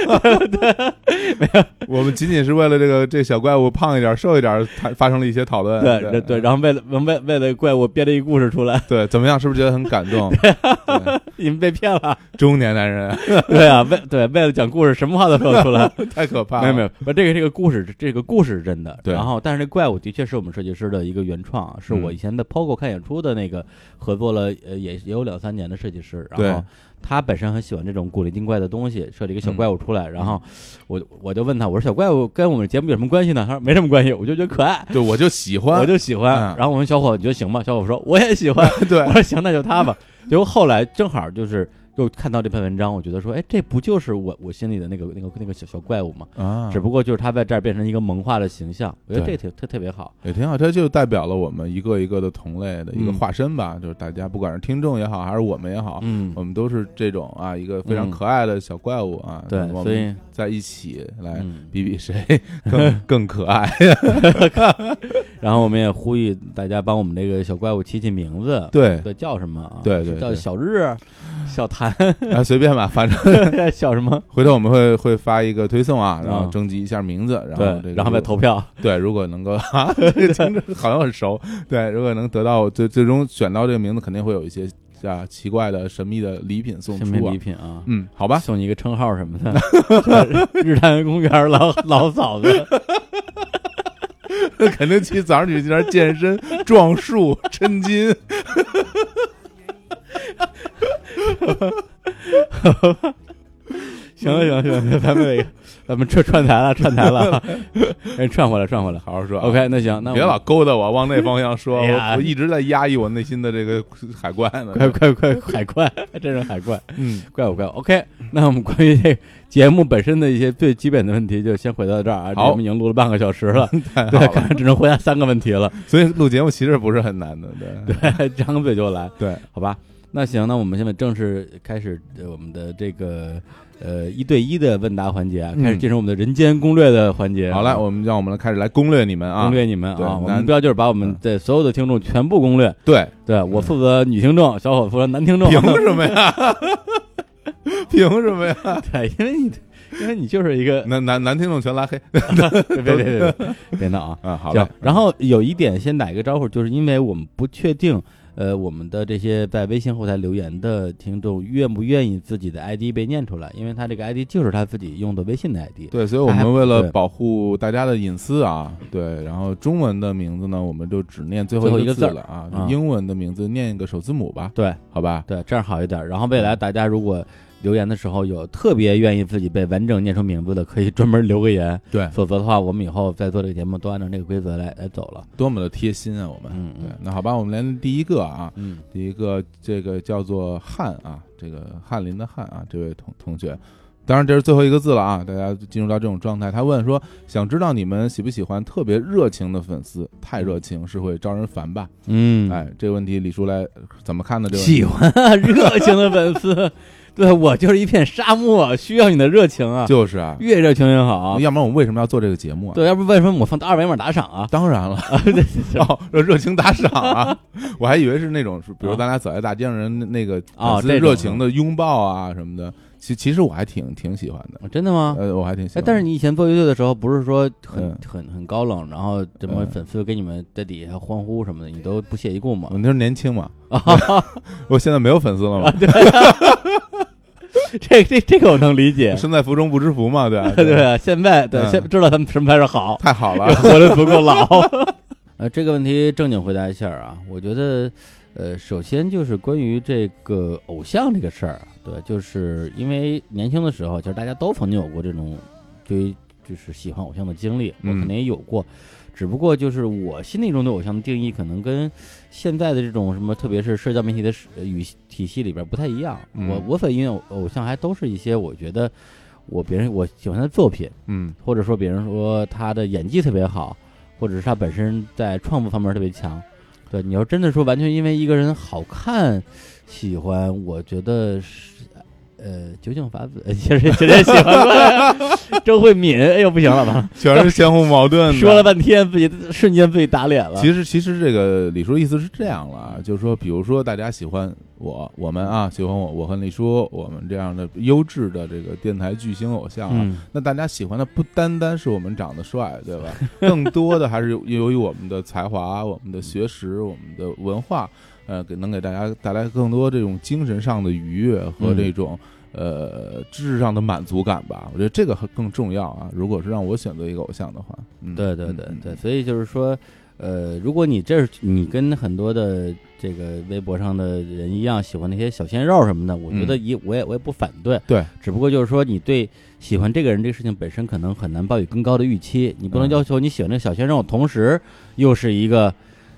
C: 我们仅仅是为了这个这小怪物胖一点、瘦一点，才发生了一些讨
B: 嗯
C: 论。
A: 对
C: 对
A: 对对，然后为了为为了怪物编了一故事出来，
C: 对怎么样？是不是觉得很感 动？对
A: 你们被骗了。
C: 中年男人
A: 对啊，为对为了讲故事，什么话都说出来。
C: 太可怕了。
A: 没有 没有，不，这个这个故事，这个故事是真的。
B: 对
A: 然后，但是这怪物的确是我们设计师的一个原创啊，是我
B: 嗯
A: 以前在 POGO 看演出的那个合作了，呃，也也有两三年的设计师。
B: 对
A: 然后他本身很喜欢这种古灵精怪的东西，设计一个小
B: 嗯
A: 怪物出来。然后我我就问他，我说小怪物跟我们节目有什么关系呢？他说没什么关系，我就觉得可爱。
B: 对，我就喜欢，
A: 我就喜欢，
B: 嗯
A: 然后我问小伙，你觉得行吗？小伙说我也喜 欢，
C: 对
A: 我说行，那就他吧。结果后来正好就是又看到这篇文章，我觉得说，哎，这不就是我我心里的那个那个那个小小怪物吗？
B: 啊，
A: 只不过就是他在这儿变成一个萌化的形象，我觉得
B: 对
A: 这特特特别好。
B: 也挺好，它就代表了我们一个一个的同类的一
A: 嗯
B: 个化身吧，就是大家不管是听众也好，还是我们也好，
A: 嗯，
B: 我们都是这种啊，一个非常
A: 嗯
B: 可爱的小怪物啊，
A: 对
B: 那，
A: 所
B: 我们哎
A: 以
B: 在一起来
A: 嗯，
B: 比比谁更更可爱，
A: 然后我们也呼吁大家帮我们这个小怪物起起名字，
B: 对，
A: 对，叫什么啊？
B: 对对
A: 是叫
B: 对
A: 小日、小 谭、
B: 啊，随便吧，反正
A: 小什么？
B: 回头我们会会发一个推送啊，然后
A: 嗯
B: 征集一下名字，然后这
A: 对，
B: 个
A: 然后再
B: 如
A: 投票。
B: 对，如果能够 啊，这个听着好像很熟，对，如果能得到最最终选到这个名字，肯定会有一些啊奇怪的神秘的礼品送
A: 什
B: 出
A: 么
B: 啊
A: 礼，品啊？
B: 嗯，好吧，
A: 送你一个称号什么的， 日坛公园老老嫂子，
B: 肯定去早上起来健身、撞树、抻 筋。
A: 行了行了行了，咱们得咱们串串台了串台 了，哎串回来串回来。
B: 好好说啊
A: OK，那行，那我
C: 别老勾搭我，往那方向说，
A: 哎呀
C: 我我一直在压抑我内心的这个海怪呢。
A: 快快快 海怪，真是海怪，
B: 嗯，
A: 怪我怪我。OK，那我 们关于这个节目本身的一些最基本的问题就先回到这儿啊，
B: 好
A: 我们已经录了半个小时了，
B: 太好
A: 对，
B: 了。
A: 看来只能回答三个问题了，
B: 所以录节目其实不是很难的，对
A: 对，张嘴就来，
B: 对，
A: 好吧。那行，那我们现在正式开始呃我们的这个呃一对一的问答环节啊，
B: 嗯
A: 开始进入我们的人间攻略的环节。啊
B: 好了，我们让我们开始来攻略你们啊
A: 攻，略你们
B: 对嗯
A: 啊，我
B: 男
A: 们目标就是把我们的所有的听众全部攻略。
B: 对，
A: 对我负责女听众，小伙负责男听众。
B: 凭什么呀？ 凭什么呀？
A: 对，因为你因为你就是一个
B: 男男男听众全拉黑
A: 别别别别 别别闹啊！
B: 啊！好
A: 行
B: 了，，
A: 然后有一点先打一个招呼，就是因为我们不确定，呃，我们的这些在微信后台留言的听众愿不愿意自己的 ID 被念出来，因为他这个 ID 就是他自己用的微信的 ID。
B: 对，所以我
A: 还
B: 们为了
A: 哎对
B: 保护大家的隐私啊，对，然后中文的名字呢，我们就只念最
A: 最后
B: 后
A: 一个
B: 字
A: 字儿
B: 了啊，
A: 啊
B: 英文的名字念一个首字母吧，
A: 对
B: 好吧？
A: 对，这样好一点。然后未来大家如果留言的时候有特别愿意自己被完整念出名字的，可以专门留个 言。
B: 对，
A: 否则的话，我们以后再做这个节目都按照这个规则来来走了。
B: 多么的贴心啊，我们。
A: 嗯
B: 对
A: 嗯，
B: 那好吧，我们来第一个啊，
A: 嗯，
B: 第一个这个叫做翰啊，这个翰林的翰啊，这位同同学，当然这是最后一个字了啊，大家进入到这种状态。他问说，想知道你们喜不喜欢特别热情的粉丝？太热情是会招人烦吧？
A: 嗯，
B: 哎，这个问题李叔来怎么看呢？这个问题
A: 喜欢啊，热情的粉丝， 对我就是一片沙漠，需要你的热情啊，
B: 就是啊，
A: 越热情越好。
B: 要不然我们为什么要做这个节目啊？，
A: 对，要不为什么我放二维码打赏啊？
B: 当然了，
A: 啊，对对对
B: 哦，热情打赏啊！ 我还以为是那种，是比如咱俩走在大街上，人那个
A: 啊哦
B: 粉丝
A: 这种
B: 热情的拥抱啊什么的，其其实我还挺挺喜欢的，
A: 啊真的吗？
B: 呃，我还挺喜
A: 哎
B: 欢，的。
A: 但是你以前做乐队的时候，不是说很
B: 嗯
A: 很很高冷，然后怎么
B: 嗯
A: 粉丝给你们在底下欢呼什么的，你都不屑一顾吗
B: 我？那时候年轻嘛，
A: 啊
B: 我现在没有粉丝了嘛，
A: 这这这个我能理解，
B: 身在福中不知福嘛，对吧
A: 对啊，现在对
B: 嗯
A: 现知道他们什么才是好，
B: 太好 了，
A: 活得足够老。 呃，这个问题正经回答一下啊，我觉得，呃，首先就是关于这个偶像这个事儿啊，对，就是因为年轻的时候，其实大家都曾经有过这种对于就是喜欢偶像的经历，我
B: 嗯
A: 肯定也有过，只不过就是我心里中对偶像的定义，可能跟现在的这种什么，特别是社交媒体的时呃语体系里边不太一样。
B: 嗯
A: 我我所因为偶偶像还都是一些我觉得我别人我喜欢他的作品，
B: 嗯
A: 或者说别人说他的演技特别好，或者是他本身在创作方面特别强。对，你要真的说完全因为一个人好看喜欢，我觉得是呃酒井法子 呃其实直接喜欢过来 周慧敏，哎呦不行了 吧？
C: 全是相互矛盾的。
A: 说了半天自己瞬间被打脸了。
B: 其实，其实这个李叔意思是这样了
A: 嗯
B: 啊，就是说，比如说大家喜欢我，我们啊喜欢我，我和李叔，我们这样的优质的这个电台巨星偶像啊，
A: 嗯，
B: 那大家喜欢的不单单是我们长得帅，对 吧？更多的还是由由于我们的才华、我们的学识、我们的文化，呃，给能给大家带来更多这种精神上的愉悦和
A: 嗯
B: 这种、呃知识上的满足感吧。我觉得这个很更重要啊。如果是让我选择一个偶像的话，嗯，
A: 对对对
B: 嗯
A: 对，，所以就是说，呃，如果你这是你跟很多的这个微博上的人一样喜欢那些小鲜肉什么的，我觉得也我也我也不反对，
B: 嗯对，
A: 只不过就是说你对喜欢这个人这个事情本身可能很难抱有更高的预期，你不能
B: 嗯
A: 要求你喜欢这个小鲜肉，同时又是一个。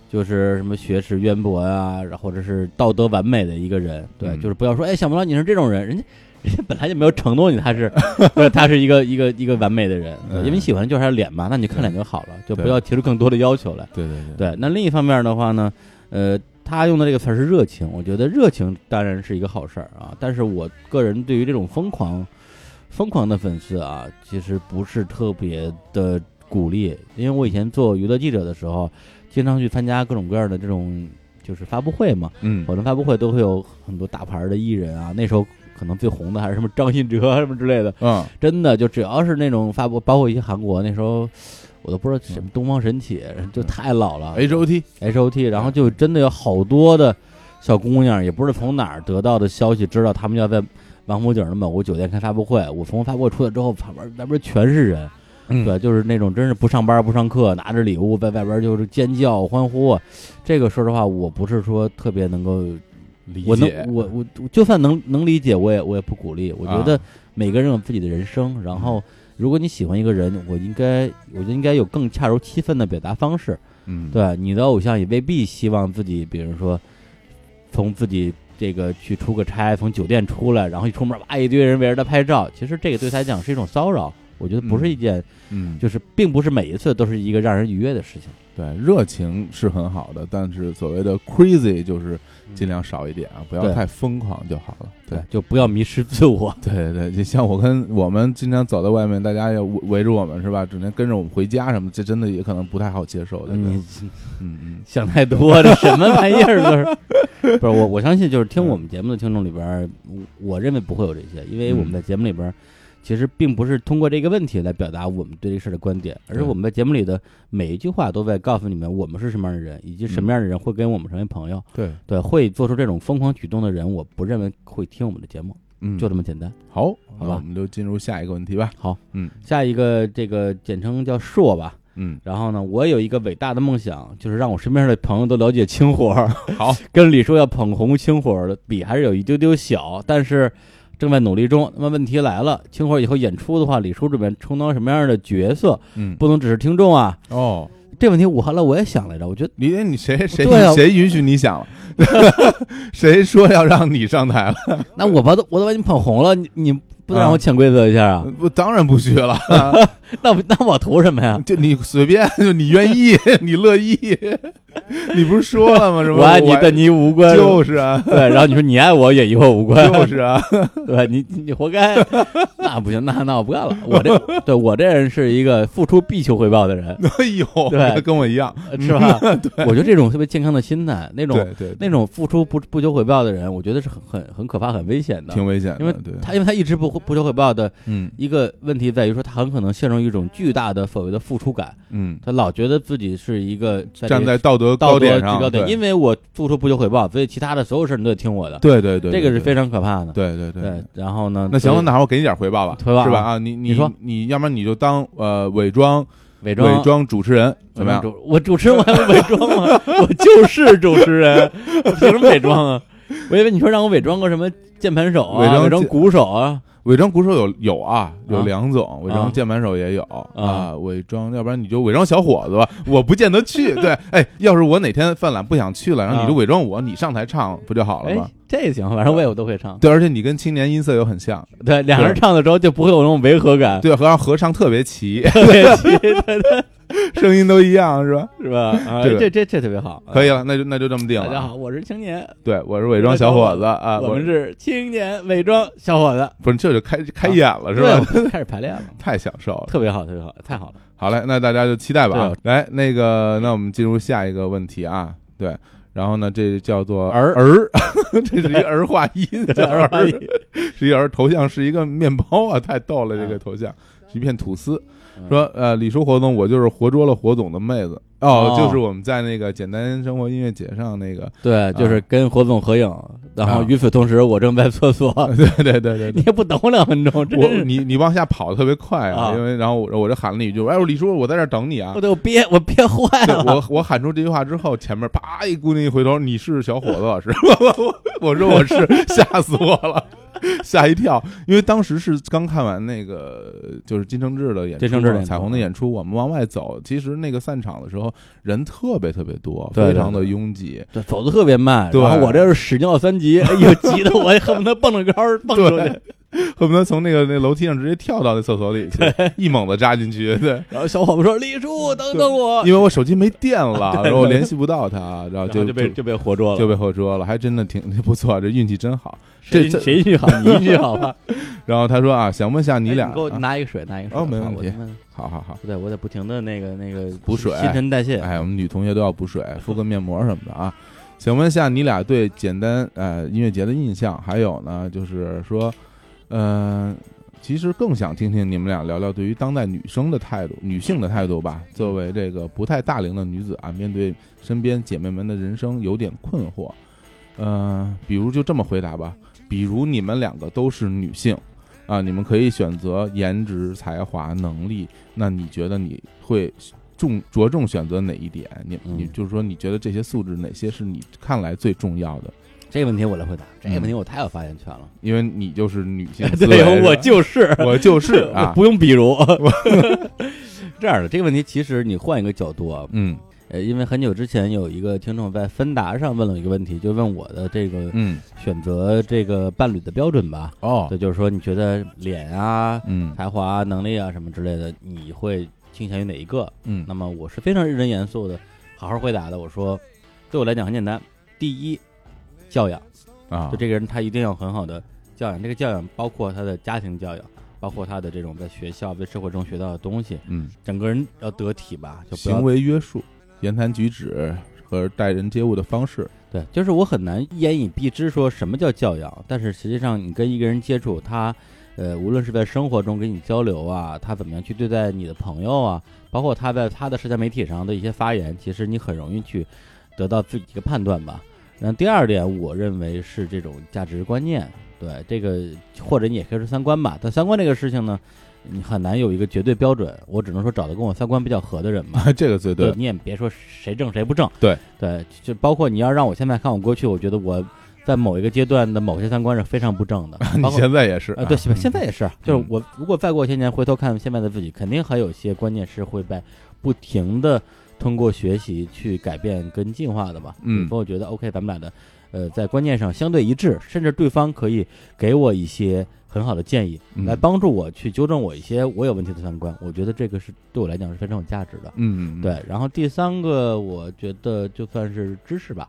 A: 就是什么学识渊博啊，然后或者是道德完美的一个人，对，
B: 嗯
A: 就是不要说，哎，想不到你是这种人，人家人家本来就没有承诺你他是 不是他是一个一个一个完美的人，对
B: 嗯
A: 因为你喜欢就是他的脸嘛，那你就看脸就好了，就不
B: 对
A: 要提出更多的要求来。
B: 对对对。
A: 对，那另一方面的话呢，呃，他用的这个词儿是热情，我觉得热情当然是一个好事儿啊，但是我个人对于这种疯狂、疯狂的粉丝啊，其实不是特别的鼓励，因为我以前做娱乐记者的时候，经常去参加各种各样的这种就是发布会嘛，
B: 嗯
A: 我的发布会都会有很多大牌儿的艺人啊，那时候可能最红的还是什么张信哲啊什么之类的，
B: 嗯，
A: 真的就只要是那种发布，包括一些韩国那时候。我都不知道什么东方神起，就太老了。
B: H O T，
A: H O T，然后就真的有好多的小姑娘，也不是从哪儿得到的消息，知道他们要在王府井的某个酒店开发布会。我从发布会出来之后，旁边那边全是人，
B: 嗯
A: 对，就是那种真是不上班不上课，拿着礼物在外边就是尖叫欢呼。这个说实话，我不是说特别能够，
B: 理
A: 我能
B: 解，
A: 我我我就算能能理解，我也我也不鼓励。我觉
B: 啊
A: 得每个人有自己的人生，然
B: 嗯
A: 后如果你喜欢一个人，我应该我就应该有更恰如其分的表达方式。
B: 嗯，
A: 对，你的偶像也未必希望自己，比如说从自己这个去出个差，从酒店出来，然后一出门，哇，一堆人围着他拍照。其实这个对他来讲是一种骚扰，我觉得不是一件，
B: 嗯，
A: 就是并不是每一次都是一个让人愉悦的事情。
B: 对，热情是很好的，但是所谓的 crazy 就是尽量少一点啊，不要
A: 嗯对
B: 太疯狂就好了。对，
A: 就不要迷失自我。
B: 对对，就像我跟我们经常走在外面，大家也围围着我们是吧？整天跟着我们回家什么，这真的也可能不太好接受的。对
A: 你
B: 嗯嗯，
A: 想太多，这什么玩意儿都是。不是我，我相信就是听我们节目的听众里边儿，我我认为不会有这些，因为我
B: 嗯
A: 们在节目里边儿，其实并不是通过这个问题来表达我们对这事儿的观点，而是
B: 对
A: 我们在节目里的每一句话都在告诉你们我们是什么样的人，以及什么样的
B: 嗯
A: 人会跟我们成为朋友。
B: 对，
A: 对，会做出这种疯狂举动的人，我不认为会听我们的节目，
B: 嗯，
A: 就这么简单。
B: 好，
A: 好
B: 那
A: 吧
B: 我们就进入下一个问题吧。
A: 好，
B: 嗯
A: 下一个这个简称叫硕吧，
B: 嗯，
A: 然后呢，我有一个伟大的梦想，就是让我身边的朋友都了解清火。
B: 好，
A: 跟李叔要捧红清火的比还是有一丢丢小，但是正在努力中。那么问题来了，清火以后演出的话，李叔准备充当什么样的角色？
B: 嗯，
A: 不能只是听众啊！
B: 哦，
A: 这问题我后来我也想来着，我觉得
B: 你哎你谁谁
A: 对啊
B: 谁允许你想了？ 谁说要让你上台了？
A: 那我把我都把你捧红了，你你不能让我潜规则一下啊？
B: 我当然不去 了，
A: 那我那我图什么呀？
B: 就你随便，就你愿意， 你 乐意，你不是说了吗？是吧？
A: 我爱你跟你无关，
B: 嗯就是啊，
A: 对。然后你说你爱我也与我无关，
B: 就是啊，
A: 对你，你你活该。 那不行，那那我不干了。我这对我这人是一个付出必求回报的人，
B: 哎呦，
A: 对
B: 跟我一样，
A: 是吧？我 觉得这种特别健康的心态，那
B: 对
A: 种
B: 对，对
A: 那种付出不不求回报的人，我觉得是很很很可怕、很危险的。
B: 挺危险的，
A: 因为
B: 对，
A: 他因为他一直不不求回报的
B: 嗯
A: 一个问题在于说，他很可能陷入一种巨大的所谓的付出感，
B: 嗯，
A: 他老觉得自己是一个在这
B: 站
A: 个
B: 在道德
A: 道德
B: 高点
A: 制
B: 上，
A: 高点，因
B: 为
A: 为我付出不求回报，所以其他的所有事儿你都得听我的。
B: 对对对，
A: 这个是
B: 对
A: 非常可怕的。
B: 对对
A: 对，然后呢？
B: 那行了，
A: 所以
B: 那好我给你点回报吧，
A: 回报啊
B: 是吧？啊，你你
A: 你说
B: 你要不然你就当呃伪装
A: 伪装
B: 伪装主持人怎么样？
A: 主我主持人我还伪装吗？ 我就是主持人，我凭什么伪装啊？我以为你说让我伪装个什么键盘手啊，
B: 伪
A: 伪
B: 装键
A: 鼓手啊，
B: 伪装鼓手有有啊，有
A: 啊
B: 两种，伪装
A: 啊
B: 键盘手也有啊，伪装，要不然你就伪装小伙子吧， 我不见得 去。对，哎，要是我哪天犯懒不想去了，然后你
A: 啊
B: 就伪装我，你上台唱不就好了
A: 哎
B: 吗？，
A: 这行，反正我也我都会唱。
B: 对，而且你跟青年音色又很像，
A: 对，两个人唱的时候就不会有那种违和感。
B: 对，和合唱特别齐，
A: 对，对对对
B: 声音都一样是吧？
A: 是吧？啊，
B: 这个
A: 这这这特别好，
B: 可以了，那就那就这么定
A: 啊大家
B: 了。
A: 好，我是青年，
B: 对，我是伪装小伙子啊，
A: 我们是青年伪装小伙子，
B: 不是这就开开眼了是
A: 对
B: 吧？
A: 我们开始排练 了，
B: 太享受了。
A: 特别好，特别好，太 好了。
B: 好嘞，那大家就期待吧啊。
A: 对
B: 来，那个，那我们进入下一个问题啊。对，然后呢，这叫做儿儿， 这是一儿化音， 叫儿
A: 而已，
B: 是一儿头像是一个面包啊，太逗了，这个
A: 啊
B: 头像是一片吐司。
A: 嗯
B: 说呃，李叔活动，我就是活捉了火总的妹子哦
A: 哦，
B: 就是我们在那个简单生活音乐节上那个，
A: 对，
B: 啊
A: 就是跟火总合影，然后与此同时，我正在厕所，
B: 对对对 对
A: 你
B: 对。
A: 也不等我两分 钟，真
B: 我
A: 是
B: 你你往下跑得特别快啊，
A: 啊
B: 因为然后我我就喊了你一句，哎，我李叔，我在这儿等你啊
A: 我。都憋，我憋坏
B: 对
A: 了。
B: 我我喊出这句话之后，前面啪一姑娘一回头，你是小伙子老师？我我 我说我是，吓死我了，吓一跳，因为当时是刚看完那个就是金承志的演出
A: 金
B: 嘛，
A: 承志的演出嗯
B: 彩虹的演出，我们往外走，其实那个散场的时候人特别特别多，
A: 对
B: 非
A: 对
B: 常的
A: 对
B: 拥挤，
A: 对，走的特别慢，
B: 对
A: 然后我这是屎尿三级， 哎呦，急得我恨不得蹦着高儿蹦出去
B: 对。恨不得从那个那楼梯上直接跳到那厕所里去，一猛子扎进去，对。
A: 然后小伙伴说：“李叔，等等我。”
B: 因为我手机没电了，然后我联系不到他，然后
A: 哦然
B: 就
A: 后就被就被活捉了。
B: 就被后桌了，还真的挺不错，这运气真好。
A: 谁
B: 这
A: 谁运气好，你 运气好吧？
B: 然后他说啊，想问下你俩
A: 哎哎，给我
B: 啊
A: 拿一个水，拿一个水。
B: 哦没问
A: 啊我
B: 题
A: 他妈
B: 好好好，
A: 不对，我得不停的那个那个
B: 补水
A: 新陈代谢。
B: 哎，我们女同学都要补水，
A: 嗯
B: 敷个面膜什么的啊。想问下你俩对简单呃音乐节的印象，还有呢，就是说，嗯、其实更想听听你们俩聊聊对于当代女生的态度、女性的态度吧。
A: 嗯
B: 作为这个不太大龄的女子啊，面对身边姐妹们的人生有点困惑。嗯，比如就这么回答吧，比如你们两个都是女性，啊，你们可以选择颜值、才华、能力，那你觉得你会重着重选择哪一点？你
A: 嗯
B: 你就是说，你觉得这些素质哪些是你看来最重要的？
A: 这个问题我来回答，这个
B: 嗯
A: 问题我太有发言权了。
B: 因为你就是女性思 维，
A: 对，我
B: 是吧
A: 就是啊
B: 我就是
A: 我
B: 啊，
A: 不用比如。这样的这个问题，其实你换一个角度啊，
B: 嗯
A: 呃，因为很久之前有一个听众在芬达上问了一个问题，就问我的这个
B: 嗯
A: 选择这个伴侣的标准吧。
B: 哦
A: 对，就是说你觉得脸啊、
B: 嗯
A: 才华啊、能力啊什么之类的，你会倾向于哪一个？
B: 嗯
A: 那么我是非常认真严肃的，好好回答的。我说，对我来讲很简单，第一，教养，
B: 啊
A: 就这个人他一定要很好的教养，这个教养包括他的家庭教养，包括他的这种在学校、在社会中学到的东西，
B: 嗯
A: 整个人要得体吧，就不
B: 行
A: 要
B: 为约束、言谈举止和待人接物的方式，
A: 对，就是我很难一言以蔽之说什么叫教养，但是实际上你跟一个人接触，他，呃，无论是在生活中跟你交流啊，他怎么样去对待你的朋友啊，包括他在他的社交媒体上的一些发言，其实你很容易去得到自己一个判断吧。然后第二点，我认为是这种价值观念，对这个或者你也可以说三观吧，但三观这个事情呢，你很难有一个绝对标准，我只能说找到跟我三观比较合的人嘛。
B: 啊这个最对。
A: 你也别说谁正谁不正，
B: 对
A: 对，就包括你要让我现在看我过去，我觉得我在某一个阶段的某些三观是非常不正的，
B: 你
A: 包括
B: 现在也是
A: 啊、对，现
B: 嗯
A: 现在也是，就是我如果再过些年回头看现在的自己，肯定还有一些观念是会在不停的通过学习去改变跟进化的吧。
B: 嗯
A: 所以我觉得 OK，咱们俩的呃在观念上相对一致，甚至对方可以给我一些很好的建议，
B: 嗯
A: 来帮助我去纠正我一些我有问题的三观。我觉得这个是对我来讲是非常有价值的。
B: 嗯，嗯，
A: 对，然后第三个，我觉得就算是知识吧，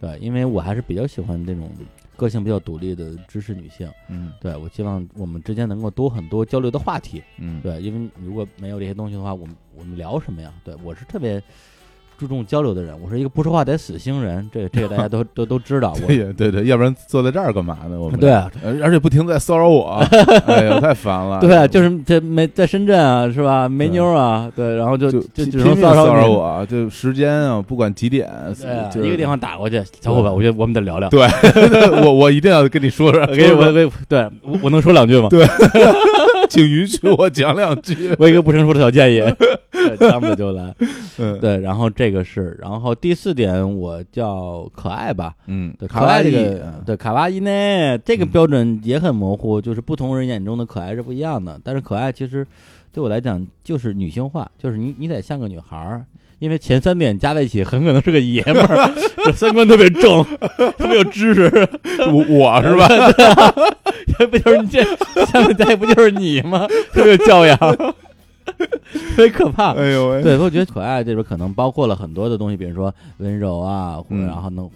A: 对，因为我还是比较喜欢这种个性比较独立的知识女性。
B: 嗯
A: 对我希望我们之间能够多很多交流的话题。
B: 嗯，
A: 对，因为如果没有这些东西的话，我们我们聊什么呀？对我是特别注重交流的人，我是一个不说话得死星人，这这个大家都都都知道。
B: 对
A: 我
B: 呀，对对，要不然坐在这儿干嘛呢？我们
A: 对啊，
B: 呃而且不停地在骚扰我， 哎呦，太烦了。
A: 对啊，就是这没在深圳啊，是吧？没妞啊，对，然后就
B: 就
A: 就
B: 拼
A: 只
B: 拼
A: 能
B: 命
A: 骚
B: 骚
A: 扰
B: 扰
A: 你。
B: 我，就时间啊，不管几点，
A: 对啊，
B: 就是
A: 一个电话打过去，小伙伴，我觉得我们得聊聊。
B: 对 我我一定要跟你说说，
A: 我 给我给对我我能说两句吗？
B: 请允许我讲 两句。
A: 我有一个不成熟的小建议，对张嘴就来。
B: 嗯
A: 对，然后这个是，然后第四点我叫可爱吧，
B: 嗯
A: 对，
B: 卡
A: 可爱这
B: 伊嗯
A: 个，啊对卡哇伊呢，这个标准也很模糊，就是不同人眼中的可爱是不一样的。但是可爱其实对我来讲就是女性化，就是你你得像个女孩儿。因为前三点加在一起，很可能是个爷们儿， 这三观特别正，特别有知识，
B: 我我是吧？
A: 不就是你这下面再不就是你吗？特别有教养，特别可怕。
C: 哎呦
B: 嗯
C: 喂，
A: 对，我觉得可爱这边可能包括了很多的东西，比如说温柔啊，或者
B: 嗯
A: 然后能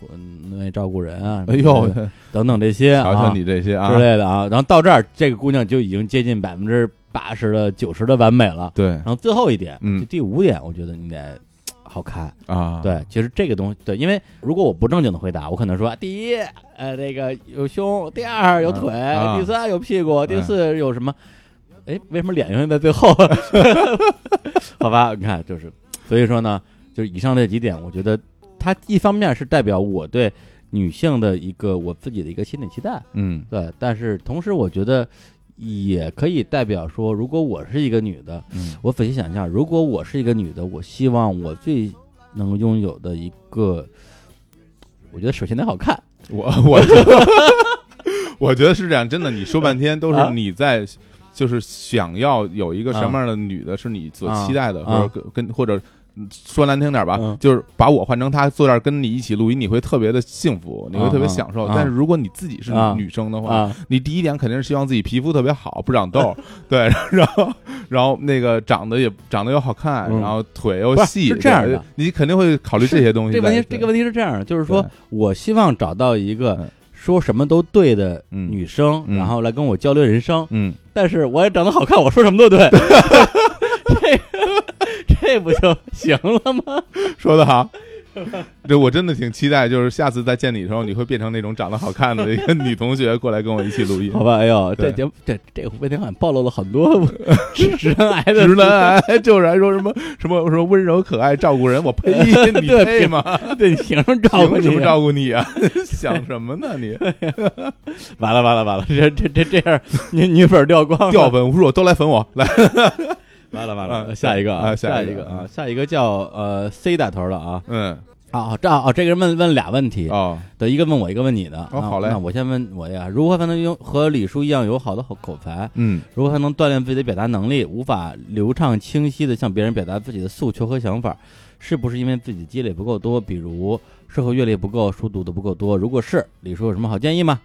A: 能照顾人啊，
B: 哎呦，
A: 等等这些
B: 瞧
A: 啊
B: 瞧你这些啊
A: 之，类的啊。然后到这儿，这个姑娘就已经接近百分之八十的、九十的完美了。
B: 对
A: 然后最后一点，
B: 嗯
A: 就第五点，我觉得你得好看。
B: 啊，
A: 对，其实这个东西，对，因为如果我不正经的回答，我可能说，第一，呃，这个有胸；第二，有腿；
B: 啊
A: 第三，有屁股；第
B: 哎
A: 四，有什么？哎，为什么脸永远在最后？啊 好吧，你看，就是，所以说呢，就是以上这几点，我觉得它一方面是代表我对女性的一个我自己的一个心理期待，
B: 嗯
A: 对，但是同时我觉得也可以代表说，如果我是一个女的，
B: 嗯
A: 我仔细想一下，如果我是一个女的，我希望我最能拥有的一个，我觉得首先得好看，
C: 我我觉得我觉得是这样，真的，你说半天都
A: 啊
C: 是你在，就是想要有一个什么样的女的，是你所期待的，
A: 啊
C: 或者跟跟或者。嗯说难听点吧，
A: 嗯
C: 就是把我换成她坐这儿跟你一起录音，你会特别的幸福，你会特别
A: 啊
C: 享受。
A: 啊
C: 但是如果你自己是女,、
A: 啊
C: 生的话，
A: 啊
C: 你第一点肯定是希望自己皮肤特别好，不长痘，对，然后然后那个长得也长得又好看，
A: 嗯
C: 然后腿又
A: 不是
C: 细，
A: 是这样的
C: 对你肯定会考虑这些东西在。
A: 这个问题，
C: 对
A: 这个问题是这样的，就是说
B: 对
A: 我希望找到一个
B: 嗯
A: 说什么都对的
B: 嗯
A: 女生，
B: 嗯
A: 然后来跟我交流人生，
B: 嗯，
A: 但是我也长得好看，我说什么都对。这这不就行了吗？
C: 说的好。这我真的挺期待，就是下次再见你的时候，你会变成那种长得好看的一个女同学过来跟我一起录 音。
A: 好吧，哎呦，这
C: 对
A: 节目这这个问题好像暴露了很多直直男癌的
C: 直男癌就是还说什么什么什么温柔可爱照顾人，我 呸！
B: 哎
C: 你
A: 对
C: 配吗？
A: 对你凭什么照顾
C: 凭
A: 你
C: 什么照顾你啊？ 想什么呢你？
A: 完了完了完了，这这这这样，女女粉儿掉光了，
C: 掉粉无数，都来粉我，来
A: 完了完
C: 啊
A: 了，下一个
C: 啊下
A: 下
C: 一个
A: 一个啊，下一个叫呃 C 打头的啊，
C: 嗯
A: 啊这啊这个人问问俩问题，
C: 哦，
A: 对，一个问我，一个问你的，
C: 哦
A: 那
C: 好嘞
A: 那我先问我呀，如何才能拥和李叔一样有好的口口才？
C: 嗯
A: 如何才能锻炼自己的表达能力？无法流畅清晰的向别人表达自己的诉求和想法，是不是因为自己积累不够多，比如社会阅历不够，书读的不够多？如果是，李叔有什么好建议吗？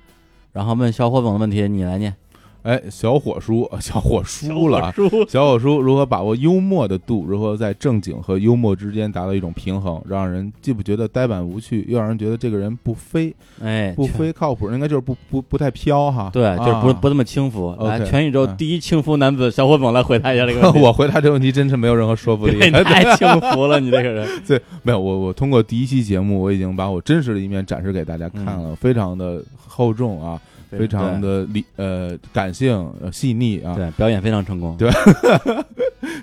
A: 然后问小伙总的问题，你来念。
C: 哎，小火叔， 小火叔了啊，
A: 叔，
C: 小火叔
B: 如何把握幽默的度？如何在正经和幽默之间达到一种平衡，让人既不觉得呆板无趣，又让人觉得这个人不飞
A: 哎，
B: 不
A: 全
B: 飞靠谱，应该就是不不不太飘哈。
A: 对，就是不、
B: 啊
A: 不这么轻浮。
B: OK，
A: 来，全宇宙
B: 嗯
A: 第一轻浮男子小伙总来回答一下这个问题。
B: 我回答这个问题真是没有任何说服力
A: 对，。你太轻浮了，你这个人。
B: 对， 没有我我通过第一期节目，我已经把我真实的一面展示给大家
A: 嗯
B: 看了，非常的厚重啊， 非常的理呃感性、呃细腻啊。
A: 对，表演非常成功。
B: 对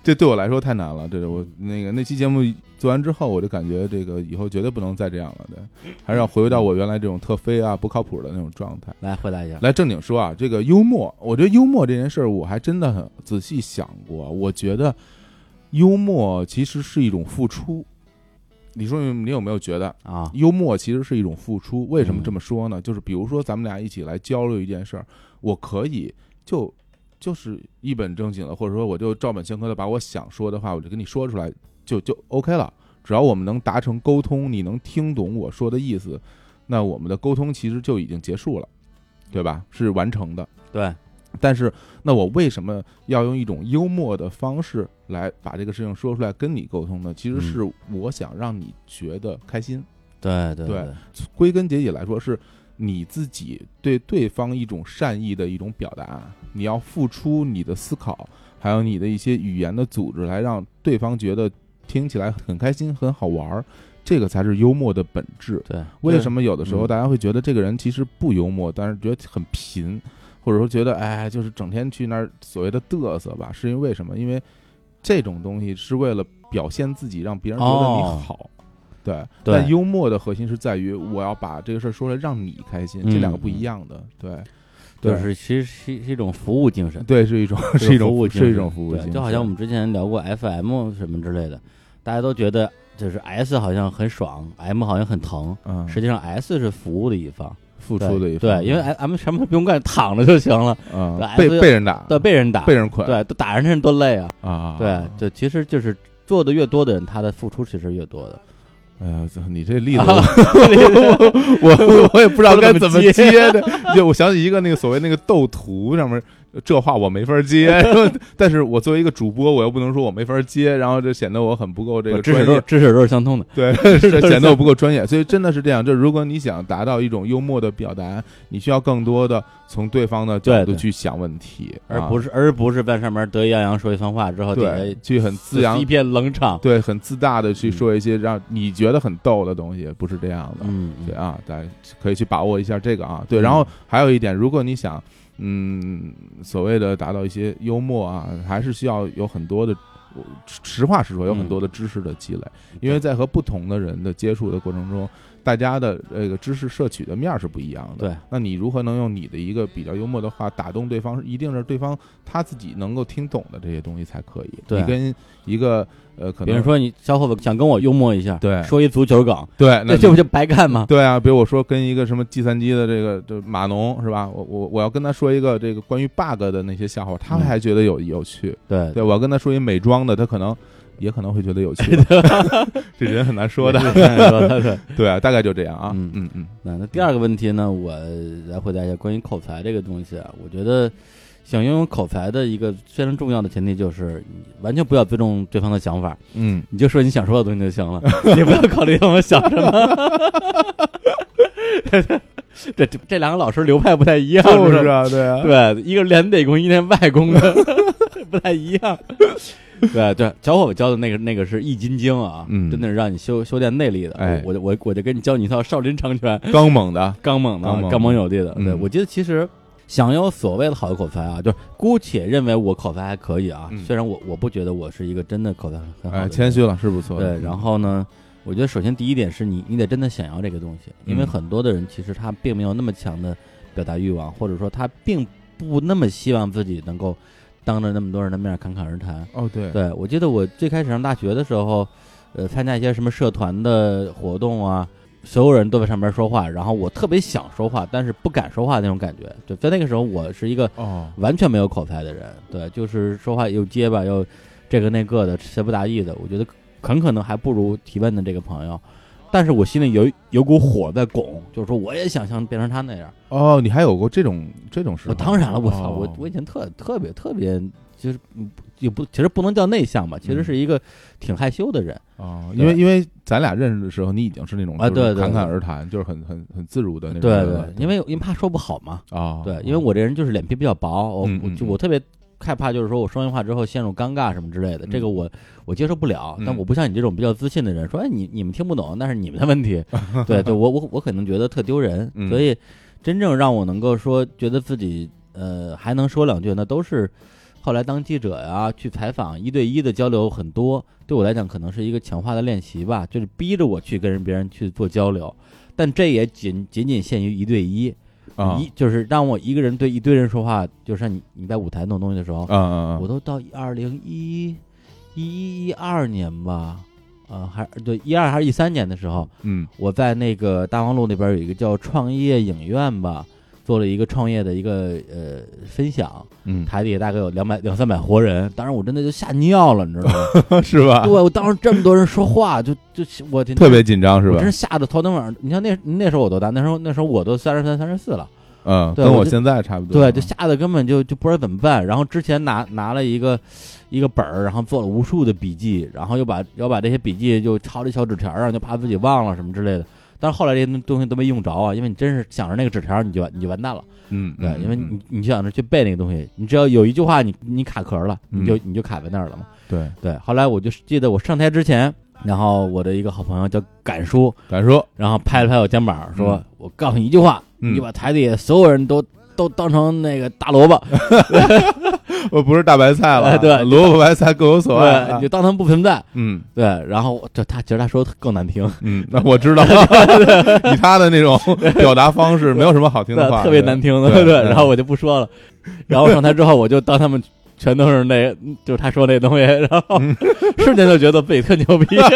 B: 这对我来说太难了，对我
A: 嗯
B: 那个那期节目做完之后，我就感觉这个以后绝对不能再这样了，对，还是要回归
A: 嗯
B: 到我原来这种特飞啊、不靠谱的那种状态。
A: 来回答一下。
B: 来正经说啊，这个幽默，我觉得幽默这件事儿，我还真的很仔细想过。我觉得幽默其实是一种付出。你说你有没有觉得
A: 啊，
B: 幽默其实是一种付出？为什么
A: 嗯
B: 这么说呢？就是比如说咱们俩一起来交流一件事儿，我可以就就是一本正经的，或者说我就照本宣科的把我想说的话，我就跟你说出来，就就 OK 了。只要我们能达成沟通，你能听懂我说的意思，那我们的沟通其实就已经结束了，对吧？是完成的。
A: 对，
B: 但是，那我为什么要用一种幽默的方式来把这个事情说出来跟你沟通呢？其实是我想让你觉得开心。
A: 对对
B: 对归根结底来说，是你自己对对方一种善意的一种表达。你要付出你的思考，还有你的一些语言的组织，来让对方觉得听起来很开心、很好玩儿。这个才是幽默的本质。
A: 对，
B: 为什么有的时
A: 嗯
B: 候大家会觉得这个人其实不幽默，但是觉得很贫，或者说觉得哎，就是整天去那儿所谓的嘚瑟吧？是因为什么？因为这种东西是为了表现自己，让别人觉得你
A: 哦
B: 好。对，
A: 对
B: 但幽默的核心是在于我要把这个事儿说出来让你开心，
A: 嗯
B: 这两个不一样的。对，对
A: 就是其实是是一种服务精神，
B: 对，是一种
A: 是
B: 是一
A: 服务精
B: 种
A: 神
B: 是一种服务
A: 对
B: 精神，
A: 就好像我们之前聊过 FM 什么之类的，大家都觉得就是 S 好像很爽，M 好像很疼，
B: 嗯
A: 实际上 S 是服务的一方，
B: 付
A: 对
B: 出的一
A: 对，因为哎 M 什么都不用干，躺着就行了。
B: 嗯
A: 对
C: 被
A: S-
C: 被人打，
A: 对，被人打，
C: 被人捆，
A: 对，都打人身多累啊！
B: 啊，
A: 对，就其实就是做的越多的人，他的付出其实越多的。
B: 哎呀，你这例子
A: 啊
B: 我我我我也不知道该怎么接的。
C: 就我想起一个那个所谓那个斗图上面，这话我没法接。 但是我作为一个主播，我又不能说我没法接，然后就显得我很不够这个
A: 知识
C: 专
A: 都是
C: 业，
A: 知识都是相通 的，
C: 对，
B: 这显得我不够专业，所以真的是这样。就如果你想达到一种幽默的表达，你需要更多的从对方的角
A: 对
B: 度
A: 对
B: 去想问题，
A: 而
B: 啊
A: 不是而不是在上面得意洋洋说一番话之后，底下
B: 对去很
A: 就
B: 自
A: 是
B: 扬
A: 一，片冷场。
B: 对，很自大的去
A: 嗯
B: 说一些让你觉得很逗的东西，不是这样的。
A: 嗯，
B: 对
A: 嗯
B: 啊，大家可以去把握一下这个啊。对，
A: 嗯
B: 然后还有一点，如果你想，嗯，所谓的达到一些幽默啊，还是需要有很多的，我实实话实说，有
A: 嗯
B: 很多的知识的积累，因为在和不同的人的接触的过程中，大家的这个知识摄取的面儿是不一样的。
A: 对，
B: 那你如何能用你的一个比较幽默的话打动对方？一定是对方他自己能够听懂的这些东西才可以。
A: 对
B: 你跟一个呃，可
A: 别
B: 能
A: 人说你小伙子想跟我幽默一下，
B: 对
A: 说一足球梗，
B: 对，那
A: 那 这不就白干吗？
B: 对啊，比如我说跟一个什么计算机的这个这码农是吧？我我我要跟他说一个这个关于 bug 的那些笑话，他
A: 嗯
B: 还觉得有有趣。
A: 对，
B: 对我要跟他说一美妆的，他可能也可能会觉得有 趣。 这人很难说的。
A: 说的 对。
B: 对啊，大概就这样啊。
A: 嗯
B: 嗯嗯，
A: 那那第二个问题呢，我来回答一下关于口才这个东西啊，我觉得想拥有口才的一个非常重要的前提就是，你完全不要尊重对方的想法，
B: 嗯
A: 你就说你想说的东西就行了，你不要考虑我想什么。 这这这两个老师流派不太一样，
C: 就是
A: 吧
C: 啊，对啊，
A: 对，一个是连北工，一个是外工的， 不太一样。对对，小伙子教的那个那个是易筋经啊，
B: 嗯
A: 真的是让你修修炼内力的。
B: 哎
A: 我我我我就给你教你一套少林长拳，
B: 刚猛的，
A: 刚猛的
B: 刚猛
A: 啊，
B: 的
A: 刚猛有力的。
B: 嗯
A: 对我觉得其实想要所谓的好的口才啊，就是姑且认为我口才还可以啊，
B: 嗯
A: 虽然我我不觉得我是一个真的口才很很好的
B: 哎，
A: 人，
B: 谦虚了是不错的。
A: 对，然后呢，我觉得首先第一点是你，你得真的想要这个东西，因为
B: 嗯
A: 很多的人其实他并没有那么强的表达欲望，或者说他并不那么希望自己能够当着那么多人的面侃侃而谈。
B: 哦对，
A: 对我记得我最开始上大学的时候，呃，参加一些什么社团的活动啊。所有人都在上面说话，然后我特别想说话，但是不敢说话那种感觉。就在那个时候，我是一个
B: 哦
A: 完全没有口才的人，对，就是说话又结巴又这个那个的，词不达意的，我觉得很可能还不如提问的这个朋友。但是我心里有有股火在拱，就是说我也想像变成他那样。
B: 哦，你还有过这种这种事？
A: 我当然了，我操，
B: 哦
A: 我我以前特特别特别，就是嗯也不其实不能叫内向吧，其实是一个挺害羞的人。
B: 哦，
A: 对
B: 因为因为咱俩认识的时候，你已经是那种
A: 啊
B: 就是
A: 对对
B: 侃侃
A: 对
B: 而谈，就是很很很自如的那种
A: 对
B: 人了。
A: 对，因为因为怕说不好嘛。
B: 哦，
A: 对，因为我这人就是脸皮比较薄，我
B: 嗯
A: 我就
B: 嗯
A: 我特别害怕，就是说我说完话之后陷入尴尬什么之类的，这个我我接受不了。但
B: 嗯
A: 我不像你这种比较自信的人，说哎你你们听不懂，那是你们的问题。对对，我我我可能觉得特丢人，
B: 嗯
A: 所以真正让我能够说觉得自己呃还能说两句，那都是。后来当记者呀、去采访一对一的交流很多，对我来讲可能是一个强化的练习吧，就是逼着我去跟别人去做交流，但这也仅仅仅限于一对一，
B: 啊
A: 一就是让我一个人对一堆人说话，就是像你你在舞台弄东西的时候，
B: 啊啊，
A: 我都到二零一一一二年吧，呃，还对一二还是一三年的时候，
B: 嗯
A: 我在那个大望路那边有一个叫创业影院吧，做了一个创业的一个呃分享，
B: 嗯，
A: 台底下大概有两百两三百活人，当时我真的就吓尿了，你知道 吗？
B: 是吧
A: 对，？我当时这么多人说话，就就我天
B: 特别紧张是
A: 我
B: 吧
A: 真？是吓得头疼耳。你像那那时候我多大？那时候那时候我都三十三、三十四了。
B: 嗯，
A: 对
B: 跟
A: 我
B: 我
A: 就
B: 现在差不多。
A: 对，就吓得根本就就不知道怎么办。然后之前拿拿了一个一个本儿，然后做了无数的笔记，然后又把要把这些笔记就抄在小纸条啊上，就怕自己忘了什么之类的。但是后来这些东西都没用着啊，因为你真是想着那个纸条，你就完你就完蛋了。
B: 嗯，
A: 对，
B: 嗯
A: 因为你你想着去背那个东西，你只要有一句话你你卡壳了，你
B: 嗯
A: 就你就卡在那儿了嘛。
B: 对，
A: 对，后来我就记得我上台之前，然后我的一个好朋友叫敢叔，
B: 敢说
A: 然后拍了拍我肩膀，说：“
B: 嗯
A: 我告诉你一句话，
B: 嗯
A: 你把台底下所有人都都当成那个大萝卜，
B: 我不是大白菜了啊，
A: 哎 对
B: 萝卜白菜各有所爱
A: 对，
B: 啊
A: 你就。当他们不存在。
B: 嗯
A: 对，然后我这他其实他说的更难听，
B: 嗯，那我知道， 以他的那 种表达方式，没有什么好听的
A: 对
B: 话，
A: 特别难听的，
B: 对
A: 对。
B: 对
A: 然后我就不说了。然后上台之后，我就当他们全都是那，就是他说那 东西，然后瞬间就觉得自己特牛逼，然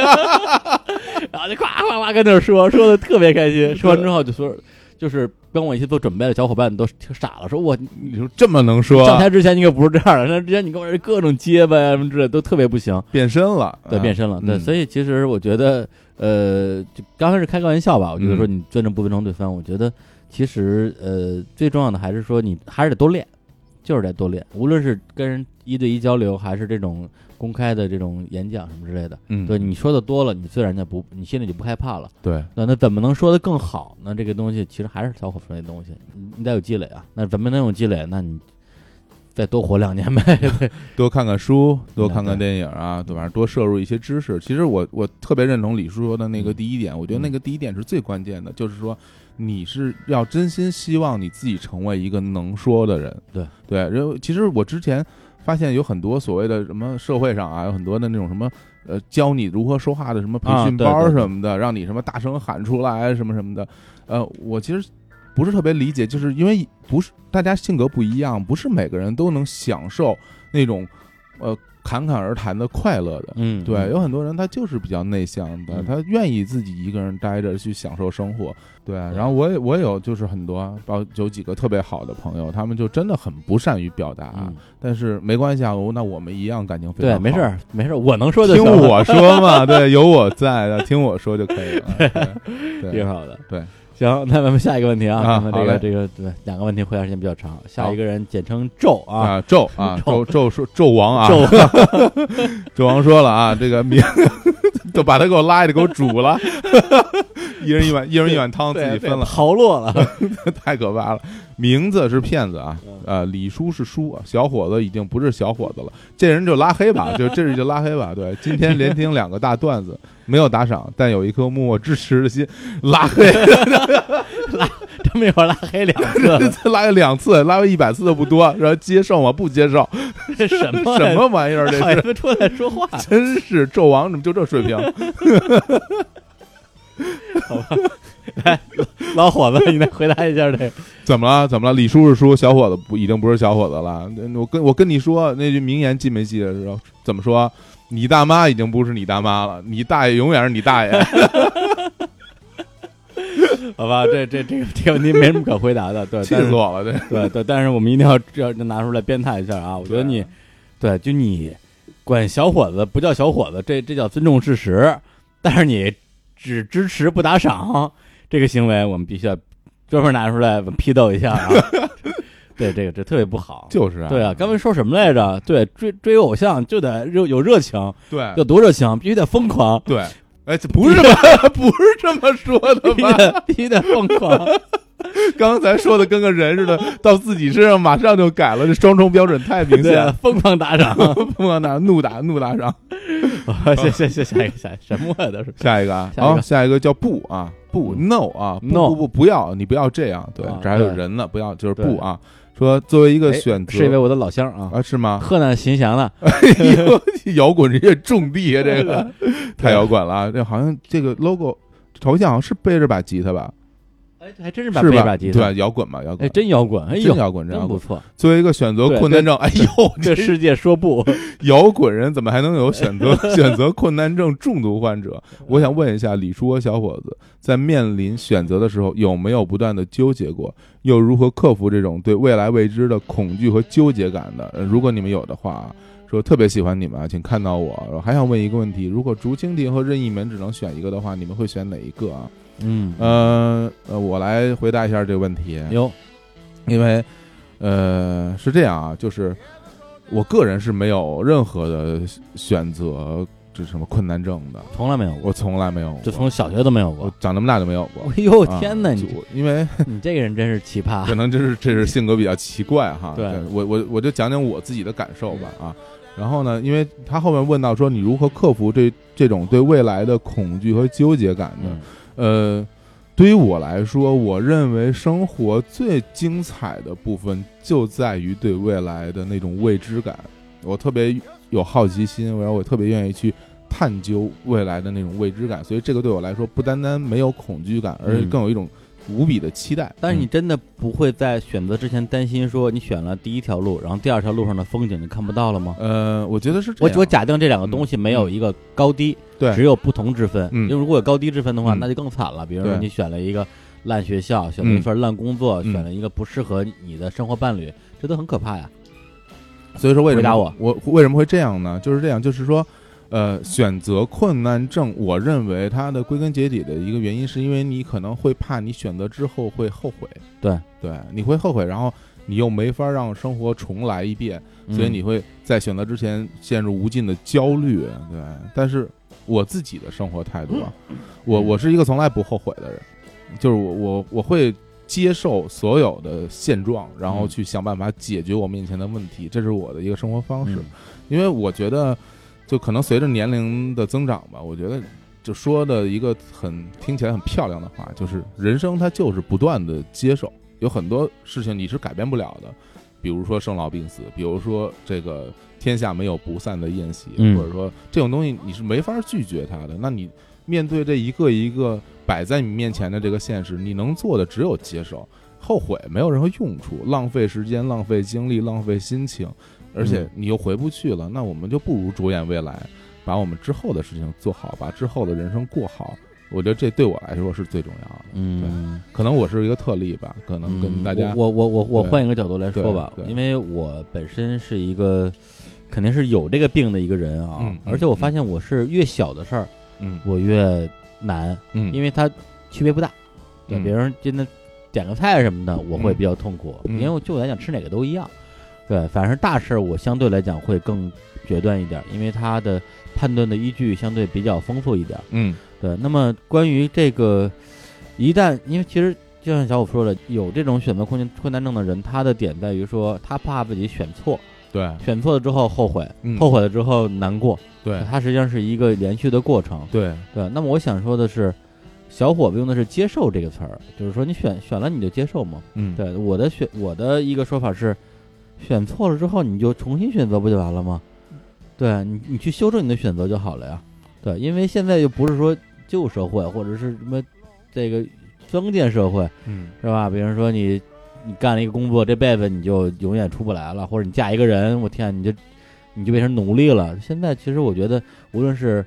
A: 后就夸夸夸跟那儿说，说的特别开心。说完之后就说，就是跟我一起做准备的小伙伴都傻了，说我
B: 对。你说这么能说，
A: 上台之前你可不是这样的，上台之前你跟我这各种结巴呀什么之类的都特别不行，
B: 变身了，
A: 对，
B: 啊
A: 变身了，对，
B: 嗯
A: 所以其实我觉得，呃，就刚开始开个玩笑吧，我
B: 嗯
A: 觉得说你尊重不尊重对方，我觉得其实呃最重要的还是说你还是得多练，就是在多练，无论是跟人一对一交流，还是这种公开的这种演讲什么之类的。
B: 嗯，
A: 对，你说的多了，你自然就不，你心里就不害怕了。
B: 对，
A: 那那怎么能说的更好呢？这个东西其实还是小伙说那东西，你你得有积累啊。那怎么能有积累？那你再多活两年呗。 对
B: 多看看书，多
A: 那
B: 看看
A: 嗯对
B: 电影啊，对吧？多摄入一些知识。其实我我特别认同李叔说的
A: 嗯
B: 那个第一点，我觉得那个第一点是最关键的，就是说你是要真心希望你自己成为一个能说的人。
A: 对
B: 对，然后其实我之前发现有很多所谓的什么社会上啊，有很多的那种什么。呃，教你如何说话的什么培
A: 啊
B: 训
A: 对
B: 班儿
A: 对对
B: 什么的，让你什么大声喊出来什么什么的，呃，我其实不是特别理解，就是因为不是大家性格不一样，不是每个人都能享受那种呃侃侃而谈的快乐的。
A: 嗯，
B: 对，有很多人他就是比较内向的，
A: 嗯
B: 他愿意自己一个人待着去享受生活。对，
A: 对
B: 然后我也我也有就是很多，包有几个特别好的朋友，他们就真的很不善于表达，
A: 嗯
B: 但是没关系啊，我那我们一样感情嗯非常
A: 对，
B: 好。
A: 没事，儿，没事儿，我能说就
B: 听
A: 行了。
B: 我说嘛， 对，有我在的，听我说就可以 了。对，对
A: 挺好的。
B: 对，
A: 行，那咱们下一个问题啊，
B: 啊
A: 咱们这
B: 好嘞
A: 个这个对两个问题回答时间比较长，下一个人简称咒啊，
B: 啊，纣啊，
A: 纣
B: 纣纣说纣王 啊，
A: 咒
B: 纣王说了啊，这个 明就把他给我拉下去给我煮了， 一人一碗，一人一碗汤自己分了，
A: 逃落了，
B: 太可怕了。名字是骗子啊，
A: 嗯
B: 呃，李叔是叔啊，小伙子已经不是小伙子了，这人就拉黑吧，就这人就拉黑吧。对，今天连听两个大段子，没有打赏，但有一颗默默支持的心，拉黑，
A: 这么一会儿拉黑两个 了，
B: 拉黑两次，拉黑一百次都不多，然后接受吗？不接受，
A: 这什么哎
B: 什么玩意儿？这
A: 好
B: 是
A: 意思出来说话？
B: 真是纣王怎么就这水平？
A: 老伙子，你来回答一下这个，
B: 怎么了？怎么了？李叔是叔，小伙子不已经不是小伙子了。那我跟我跟你说那句名言记没记得？是怎么说？你大妈已经不是你大妈了，你大爷永远是你大爷。
A: 好吧？这这这个这个问题没什么可回答的，对，
B: 气
A: 但
B: 死
A: 是
B: 我了！这
A: 对对，但是我们一定要这要拿出来鞭挞一下啊！我觉得你，对，就你管小伙子不叫小伙子，这这叫尊重事实。但是你只支持不打赏这个行为，我们必须要专门拿出来批斗一下啊！ 对，这个这特别不好。
B: 就是啊，
A: 对啊，刚才说什么来着？对，追追偶像就得热有热情，
B: 对
A: 有多热情，必须得疯狂，
B: 对，哎，这不是这么不是这么说的
A: 必须
B: 吧？
A: 得必须得疯 狂。
B: 刚才说的跟个人似的，到自己身上马上就改了，这双重标准太明显
A: 对啊
B: 了，。
A: 疯狂打赏。
B: 疯狂打怒打怒打赏。
A: 谢谢谢下一个下一个什么呀都是。
B: 下一个啊，
A: 下一个嗯
B: 好下一个叫不啊，不 no 啊不
A: No
B: 不不不要，你不要这样，对
A: 啊，
B: 这还有
A: 对
B: 人呢，不要就是
A: 对
B: 不啊。说作为一个
A: 哎
B: 选
A: 是因为
B: 择
A: 我的老乡 啊，
B: 啊，是吗？
A: 河南新乡的，
B: 摇滚音乐重地啊，这个太摇滚了啊。这好像这个 logo 头像好像是背着把吉他吧，
A: 哎，还真是把
B: 是
A: 背
B: 吧？
A: 把吉他，
B: 对，摇滚吧，摇
A: 哎，
B: 滚，
A: 真摇滚，哎
B: 真
A: 呦，
B: 摇滚，真摇
A: 真不
B: 滚。
A: 错，
B: 作为一个选择
A: 对
B: 困难症，哎呦，
A: 这世界说 不，
B: 摇滚人怎么还能有选择选择困难症重度患者？我想问一下李叔和小伙子，在面临选择的时候，有没有不断的纠结过？又如何克服这种对未来未知的恐惧和纠结感的？呃如果你们有的话啊，说特别喜欢你们啊，请看到我。我还想问一个问题：如果竹蜻蜓和任意门只能选一个的话，你们会选哪一个啊？
A: 嗯，
B: 呃呃，我来回答一下这个问题。
A: 有，
B: 因为，呃，是这样啊，就是我个人是没有任何的选择，这什么困难症的，
A: 从来没有过，
B: 我从来没有过，
A: 就从小学都没有
B: 我
A: 过。
B: 长这么大就没有 过。
A: 哎呦
B: 啊
A: 天哪，
B: 就
A: 你
B: 我因为
A: 你这个人真是奇葩
B: 可，能这是这是性格比较奇怪哈。
A: 对
B: 我我我就讲讲我自己的感受吧啊。然后呢，因为他后面问到说你如何克服这这种对未来的恐惧和纠结感呢？
A: 嗯
B: 呃，对于我来说，我认为生活最精彩的部分就在于对未来的那种未知感。我特别有好奇心，然后我特别愿意去探究未来的那种未知感，所以这个对我来说不单单没有恐惧感，而且
A: 嗯
B: 更有一种无比的期待。
A: 但是你真的不会在选择之前担心说你选了第一条路，然后第二条路上的风景你看不到了吗？
B: 嗯，呃，我觉得是这
A: 我
B: 样。
A: 我假定这嗯两个东西没有一个高低，
B: 对
A: 只有不同之分。
B: 嗯
A: 因为如果有高低之分的话，
B: 嗯
A: 那就更惨了。比如说
B: 对
A: 你选了一个烂学校，选了一份烂工作，
B: 嗯
A: 选了一个不适合你的生活伴侣，这都很可怕呀。
B: 所以说为什
A: 回
B: 么
A: 答我
B: 为什么会这样呢？就是这样，就是说，呃，选择困难症，我认为它的归根结底的一个原因，是因为你可能会怕你选择之后会后悔，
A: 对
B: 对，你会后悔，然后你又没法让生活重来一遍，嗯所以
A: 嗯
B: 你会在选择之前陷入无尽的焦虑。对，但是我自己的生活态度啊，
A: 嗯
B: 我我是一个从来不后悔的人，就是我我我会接受所有的现状，然后
A: 嗯
B: 去想办法解决我面前的问题，这是我的一个生活方式
A: 嗯。
B: 因为我觉得，就可能随着年龄的增长吧，我觉得就说的一个很听起来很漂亮的话，就是人生它就是不断的接受，有很多事情你是改变不了的，比如说生老病死，比如说这个天下没有不散的宴席，
A: 嗯
B: 或者说这种东西你是没法拒绝它的。那你面对这一个一个摆在你面前的这个现实，你能做的只有接受。后悔没有任何用处，浪费时间、浪费精力、浪费心情，而且
A: 嗯
B: 你又回不去了，那我们就不如着眼未来，把我们之后的事情做好，把之后的人生过好。我觉得这对我来说是最重要的。
A: 嗯，
B: 可能我是一个特例吧，可能跟大家
A: 我我我我我
B: 对
A: 换一个角度来说吧
B: 对，对
A: 因为我本身是一个肯定是有这个病的一个人啊，
B: 嗯嗯
A: 而且我发现我是越小的事儿
B: 嗯
A: 我越难，
B: 嗯，
A: 因为它区别不大。对，
B: 嗯
A: 别人真的点个菜什么的，我会
B: 嗯
A: 比较痛苦，
B: 嗯
A: 因为我就我来讲吃哪个都一样。对，反正大事儿我相对来讲会更决断一点，因为它的判断的依据相对比较丰富一点。
B: 嗯
A: 对，那么关于这个，一旦因为其实就像小五说的，有这种选择困难困难症的人，他的点在于说他怕自己选错，
B: 对
A: 选错了之后后悔，
B: 嗯
A: 后悔了之后难过，
B: 对
A: 它实际上是一个连续的过程。
B: 对
A: 对，那么我想说的是，小伙子用的是“接受”这个词儿，就是说你选选了你就接受嘛。
B: 嗯
A: 对，我的选我的一个说法是，选错了之后你就重新选择不就完了吗？对你，你去修正你的选择就好了呀。对，因为现在又不是说旧社会或者是什么这个封建社会
B: 嗯
A: 是吧？比如说你你干了一个工作，这辈子你就永远出不来了，或者你嫁一个人，我天，啊你就你就变成奴隶了。现在其实我觉得，无论是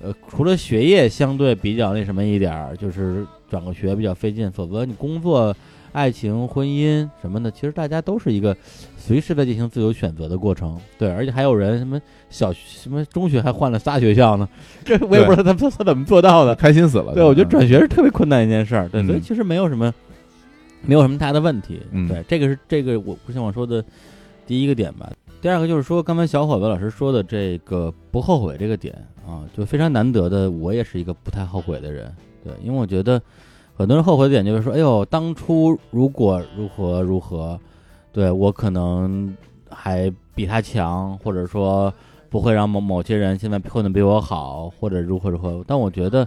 A: 呃，除了学业相对比较那什么一点儿，就是转个学比较费劲，否则你工作、爱情、婚姻什么的，其实大家都是一个随时在进行自由选择的过程。对，而且还有人什么小什么中学还换了仨学校呢， 这我也不知道他们他怎么做到的。
B: 开心死了。
A: 对，我觉得转学是特别困难一件事儿。对，
B: 嗯
A: 所以其实没有什么，没有什么太大的问题。
B: 嗯
A: 对，这个是这个我不像我说的第一个点吧。第二个就是说，刚才小伙子老师说的这个不后悔这个点啊，就非常难得的。我也是一个不太后悔的人，对，因为我觉得很多人后悔的点就是说，哎呦，当初如果如何如何，对我可能还比他强，或者说不会让某某些人现在混得比我好，或者如何如何。但我觉得，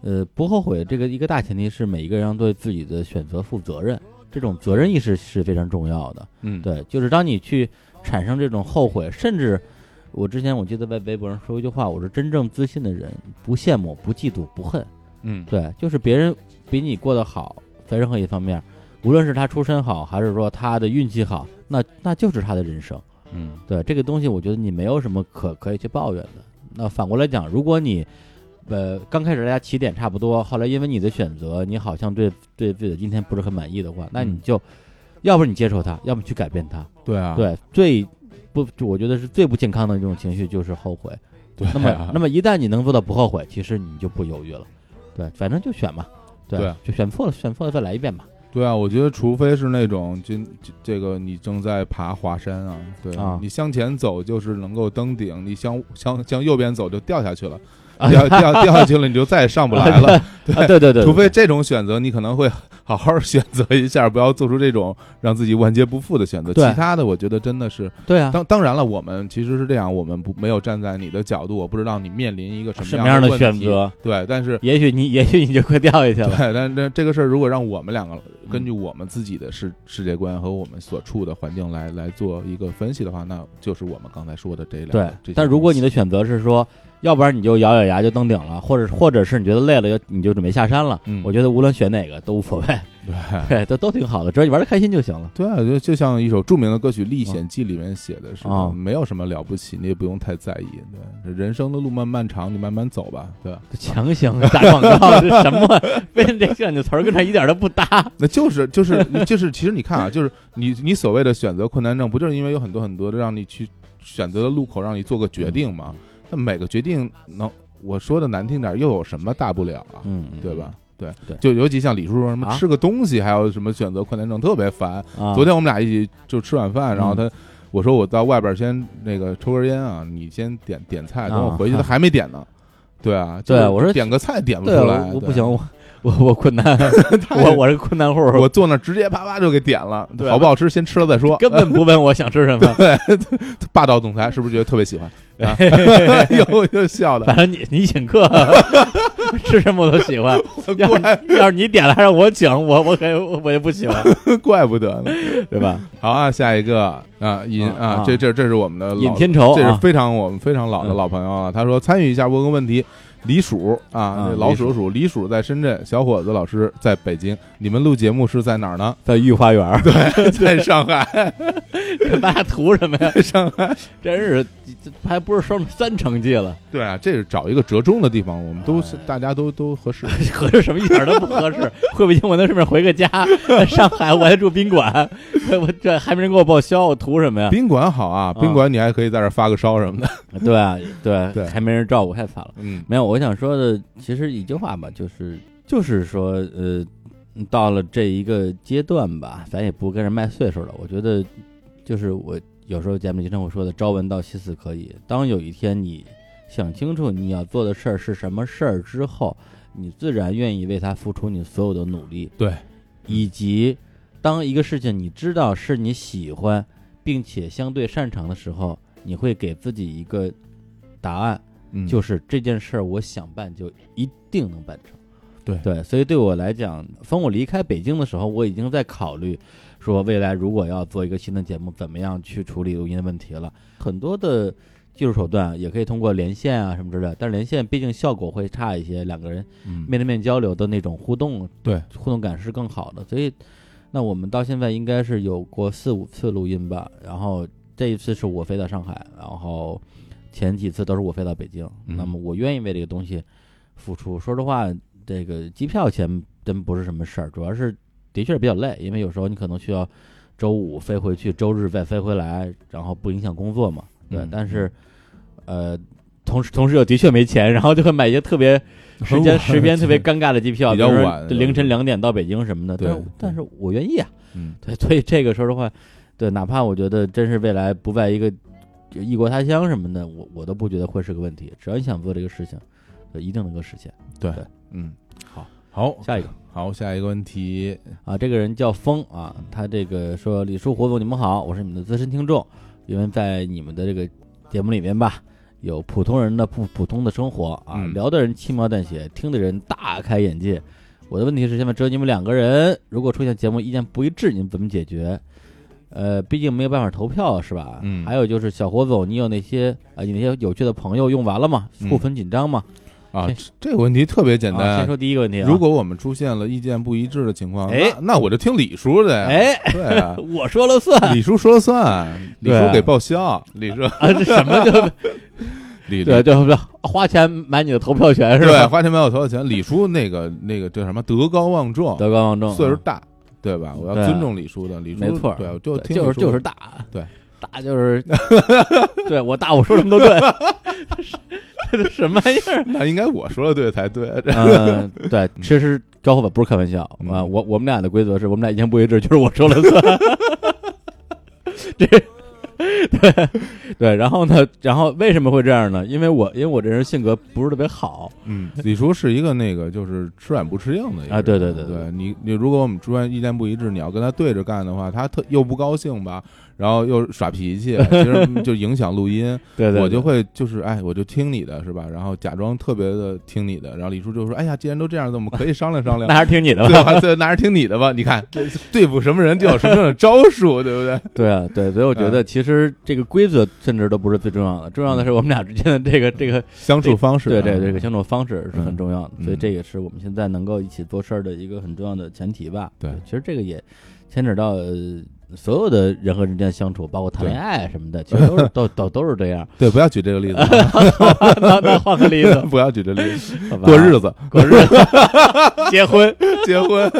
A: 呃，不后悔这个一个大前提是每一个人要对自己的选择负责任，这种责任意识是非常重要的。
B: 嗯
A: 对，就是当你去产生这种后悔，甚至我之前我记得在微博上说一句话，我是真正自信的人，不羡慕，不嫉妒，不恨。
B: 嗯
A: 对，就是别人比你过得好，在任何一方面，无论是他出身好，还是说他的运气好，那那就是他的人生。
B: 嗯
A: 对这个东西，我觉得你没有什么可可以去抱怨的。那反过来讲，如果你呃刚开始大家起点差不多，后来因为你的选择，你好像对对自己的今天不是很满意的话，那你
B: 嗯
A: 就、要不你接受它，要么去改变它。
B: 对啊
A: 对，最不我觉得是最不健康的一种情绪就是后悔。
B: 对啊，
A: 那么那么一旦你能做到不后悔，其实你就不犹豫了。对，反正就选嘛。对，
B: 对啊
A: 就选错了，选错了再来一遍吧。
B: 对啊，我觉得除非是那种今这这个你正在爬华山啊，对
A: 啊
B: 你向前走就是能够登顶，你向向向右边走就掉下去了，
A: 啊
B: 掉掉掉下去了你就再也上不来了。
A: 啊， 对对对，
B: 除非这种选择，你可能会好好选择一下， 不要做出这种让自己万劫不复的选择。其
A: 对
B: 他的，我觉得真的是
A: 对啊，
B: 当当然了，我们其实是这样，我们不没有站在你的角度，我不知道你面临一个
A: 什
B: 什
A: 么样
B: 的
A: 的
B: 问
A: 选
B: 题。
A: 择？
B: 对，但是
A: 也许你也许你就快掉下去了。
B: 对，但但这个事儿，如果让我们两个根据我们自己的世世界观和我们所处的环境来来做一个分析的话，那就是我们刚才说的这两
A: 对
B: 个。这些
A: 但如果你
B: 东
A: 的选择是说，要不然你就咬咬牙就登顶了，或者或者是你觉得累了就你就准备下山了，
B: 嗯
A: 我觉得无论选哪个都无所谓，
B: 西对。
A: 对，都都挺好的，只要你玩的开心就行了。
B: 对啊，就就像一首著名的歌曲
A: 嗯
B: 《历险记》里面写的是吧，
A: 啊
B: 没有什么了不起，你也不用太在意。对，人生的路漫漫长，你慢慢走吧。对吧，
A: 强 行打广告，这 什么？为什么这两句词儿跟他一点都不搭？
B: 那就是就是就是，其实你看啊，就是你你所谓的选择困难症，不就是因为有很多很多的让你去选择的路口，让你做个决定
A: 嗯
B: 吗？那每个决定能，我说的难听点儿，又有什么大不了啊？
A: 嗯，
B: 对吧？对
A: 对
B: 就尤其像李叔说什么
A: 啊
B: 吃个东西，还有什么选择困难症，特别烦。
A: 啊，
B: 昨天我们俩一起就吃晚饭，然后
A: 嗯
B: 他我说我到外边先那个抽根烟啊，你先点点菜，等我
A: 啊
B: 回去，他
A: 哈
B: 还没点呢。对啊，
A: 对
B: 就是
A: 我说
B: 点个菜点不出
A: 对啊
B: 来，
A: 我我不
B: 对
A: 行， 我我我困 难，我我是困难户，
B: 我坐那儿直接啪啪就给点了，
A: 对
B: 好不好吃先吃了再说。
A: 根本不问我想吃什 么，
B: 霸道总裁是不是觉得特别 喜欢？啊又又笑的
A: 反，正你你请客，吃什么我都喜 欢。 要
B: 怪
A: 要是你点了还让我请，我我肯我也不喜欢，
B: 怪不得呢。
A: 对吧？
B: 好啊，下一个啊，尹
A: 啊
B: 啊，这这这是我们的
A: 尹
B: 老，
A: 天仇
B: 这是
A: 啊，
B: 非常我们非常老的
A: 嗯
B: 老朋友了。他说参与一下问个问题，李鼠啊
A: 啊，
B: 这老
A: 李
B: 鼠鼠，李鼠在深圳，小伙子老师在北京，你们录节目是在哪 儿呢？
A: 在御花园，
B: 在上海，
A: 大家图什么呀？
B: 在上海。
A: 真是这还不是双三成绩了，
B: 对啊，这是找一个折中的地方，我们都是
A: 哎
B: 大家都都合 适。
A: 合着什么一点都不合适。会不会英文的顺便回个家？在上海我还住宾馆， 我我这还没人给我报销，我图什么呀？
B: 宾馆好啊，宾馆你还可以在这儿发个烧什么的。
A: 对啊对
B: 对
A: 还没人照顾，太惨了。
B: 嗯
A: 没有，我想说的其实一句话吧，就是就是说，呃，到了这一个阶段吧，咱也不跟人卖岁数了。我觉得，就是我有时候节目里经常会说的“朝闻道，夕死可矣”。当有一天你想清楚你要做的事儿是什么事儿之后，你自然愿意为它付出你所有的努力。
B: 对，
A: 以及当一个事情你知道是你喜欢并且相对擅长的时候，你会给自己一个答案。
B: 嗯，
A: 就是这件事儿，我想办就一定能办成。
B: 对
A: 对，所以对我来讲，从我离开北京的时候，我已经在考虑说，未来如果要做一个新的节目，怎么样去处理录音的问题了。很多的技术手段也可以通过连线啊什么之类的，但是连线毕竟效果会差一些，两个人
B: 嗯
A: 面对面交流的那种互动，
B: 对
A: 互动感是更好的。所以，那我们到现在应该是有过四五次录音吧，然后这一次是我飞到上海，然后前几次都是我飞到北京。
B: 嗯
A: 那么我愿意为这个东西付出。说实话，这个机票钱真不是什么事儿，主要是的确是比较累，因为有时候你可能需要周五飞回去，周日再飞回来，然后不影响工作嘛。对，
B: 嗯
A: 但是呃。同时，同时又的确没钱，然后就会买一些特别时间时间特 别尴尬的机票，
B: 比较
A: 比如说
B: 晚
A: 凌晨两点到北京什么的。
B: 对
A: 但是
B: 对
A: 但是我愿意啊，
B: 嗯
A: 对，所以这个说实话，对，哪怕我觉得真是未来不在一个异国他乡什么的，我我都不觉得会是个问题。只要你想做这个事情，对一定能够实现。
B: 嗯，
A: 好，
B: 好，
A: 下一个
B: 好，下一个问题，
A: 啊，这个人叫风啊，他这个说李叔、胡总，你们好，我是你们的资深听众，因为在你们的这个节目里面吧，有普通人的普普通的生活啊，
B: 嗯
A: 聊的人轻描淡写，听的人大开眼界。我的问题是，现在只有你们两个人，如果出现节目意见不一致，你们怎么解决？呃，毕竟没有办法投票，是吧？
B: 嗯
A: 还有就是，小火总，你有那些啊、你那些有趣的朋友用完了吗？
B: 嗯
A: 库存紧张吗？
B: 啊
A: 这，
B: 这个问题特别简
A: 啊先
B: 单。
A: 说第一个问题啊。
B: 如果我们出现了意见不一致的情况，
A: 哎
B: 那那我就听李叔的呀。
A: 哎，，
B: 对啊
A: 我说了 算
B: 李叔说了算，李
A: 对
B: 叔
A: 啊
B: 给报销， 李叔
A: 啊，这什么就
B: 李
A: 对
B: 李
A: 对对，花钱买你的投票权是
B: 对
A: 吧？
B: 花钱买我投票权，李叔那个那个叫什么德高望重，
A: 德高望重，
B: 岁数大，对吧？我要
A: 对啊
B: 尊重李叔的，李叔
A: 没错，
B: 对，我就
A: 对
B: 听
A: 就
B: 李
A: 是
B: 叔
A: 就是大，
B: 对
A: 大就是， 对我大我说什么都对，这是什么玩意儿？
B: 那应该我说的对才对。啊
A: 嗯，对，其实高老板不是开玩笑
B: 嗯
A: 啊，我我们俩的规则是我们俩意见不一致，就是我说了算。 这对对，然后呢，然后为什么会这样呢？因为我因为我这人性格不是特别好，
B: 嗯，李叔是一个那个就是吃软不吃硬的一个人
A: 啊对对对对
B: 对你你如果我们出现意见不一致，你要跟他对着干的话，他特又不高兴吧，然后又耍脾 气，其实就影响录音。
A: 对对，
B: 我
A: 对
B: 就会就是哎，我就听你的是吧？然后假装特别的听你的，然后李叔就说：“哎呀，既然都这样，那我们可以商量商量
A: 那，还是听你的吧
B: 对。吧？对，拿着听你 的吧。你看，这对付什么人就有什么样的招数，对 不对？
A: 对啊，对，所以我觉
B: 嗯
A: 得其实这个规则甚至都不是最重要的，重要的是我们俩之间的 这个这个
B: 相处方式，啊
A: 对对这个相处方式是很重要的，
B: 嗯
A: 所以这也是我们现在能够一起做事儿的一个很重要的前提吧。
B: 对
A: 其实这个也牵扯到、呃所有的人和人之间的相处，包括谈恋爱什么的，其实 都是都都都是这样。
B: 对，不要举这个例子啊，
A: 那那换个例 子，
B: 不要举这例子，
A: 好吧
B: 过日子，
A: 过日子， 结婚。
B: 结婚，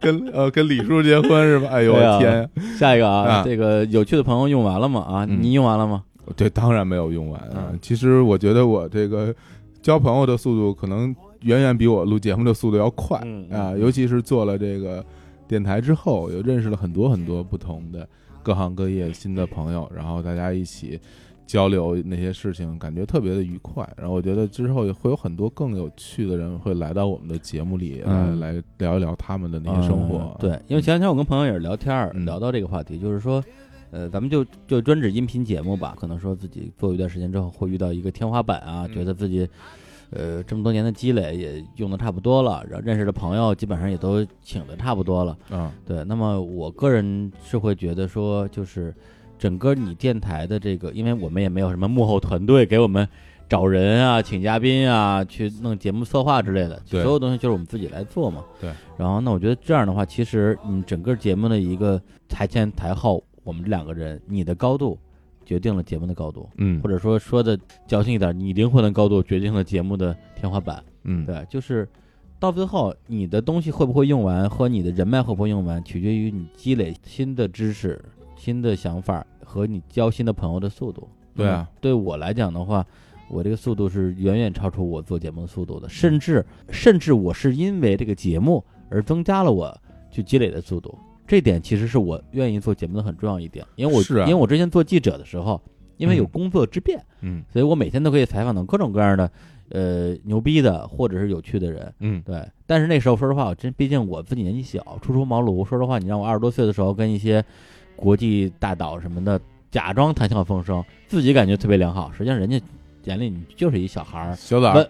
B: 跟呃跟李叔结婚是吧？哎呦
A: 对啊
B: 我天呀，
A: 下一个啊，
B: 啊
A: 这个有趣的朋友用完了吗？啊，
B: 嗯
A: 你用完了吗？
B: 这当然没有用完啊
A: 嗯。
B: 其实我觉得我这个交朋友的速度可能远远比我录节目的速度要快
A: 嗯
B: 啊，尤其是做了这个电台之后，又认识了很多很多不同的各行各业新的朋友，然后大家一起交流那些事情，感觉特别的愉快。然后我觉得之后也会有很多更有趣的人会来到我们的节目里，
A: 嗯
B: 来来聊一聊他们的那些生活。
A: 嗯对，因为前两天我跟朋友也是聊天儿，
B: 嗯
A: 聊到这个话题，就是说，呃，咱们就就专指音频节目吧。可能说自己做一段时间之后会遇到一个天花板啊，
C: 嗯
A: 觉得自己，呃，这么多年的积累也用的差不多了，然后认识的朋友基本上也都请的差不多了。
B: 啊，
A: 对，那么我个人是会觉得说，就是整个你电台的这个，因为我们也没有什么幕后团队给我们找人啊、请嘉宾啊、去弄节目策划之类的，
B: 对
A: 所有东西就是我们自己来做嘛。
B: 对。
A: 然后，那我觉得这样的话，其实你整个节目的一个台前台后，我们这两个人，你的高度决定了节目的高度，
B: 嗯
A: 或者说说的矫情一点，你灵魂的高度决定了节目的天花板。
B: 嗯，
A: 对，就是到最后，你的东西会不会用完和你的人脉会不会用完，取决于你积累新的知识、新的想法和你交新的朋友的速度。嗯
B: 对啊，
A: 对我来讲的话，我这个速度是远远超出我做节目的速度的，甚至甚至我是因为这个节目而增加了我去积累的速度。这点其实是我愿意做节目的很重要一点，因为我、
B: 是啊
A: 因为我之前做记者的时候，因为有
B: 嗯
A: 工作之便，
B: 嗯
A: 所以我每天都可以采访到各种各样的，呃，牛逼的或者是有趣的人。
B: 嗯
A: 对，但是那时候说实话，我真毕竟我自己年纪小，初出茅庐。说实话，你让我二十多岁的时候跟一些国际大导什么的假装谈笑风生，自己感觉特别良好，实际上人家眼里你就是一小孩儿。
B: 小崽
A: 问
B: 儿，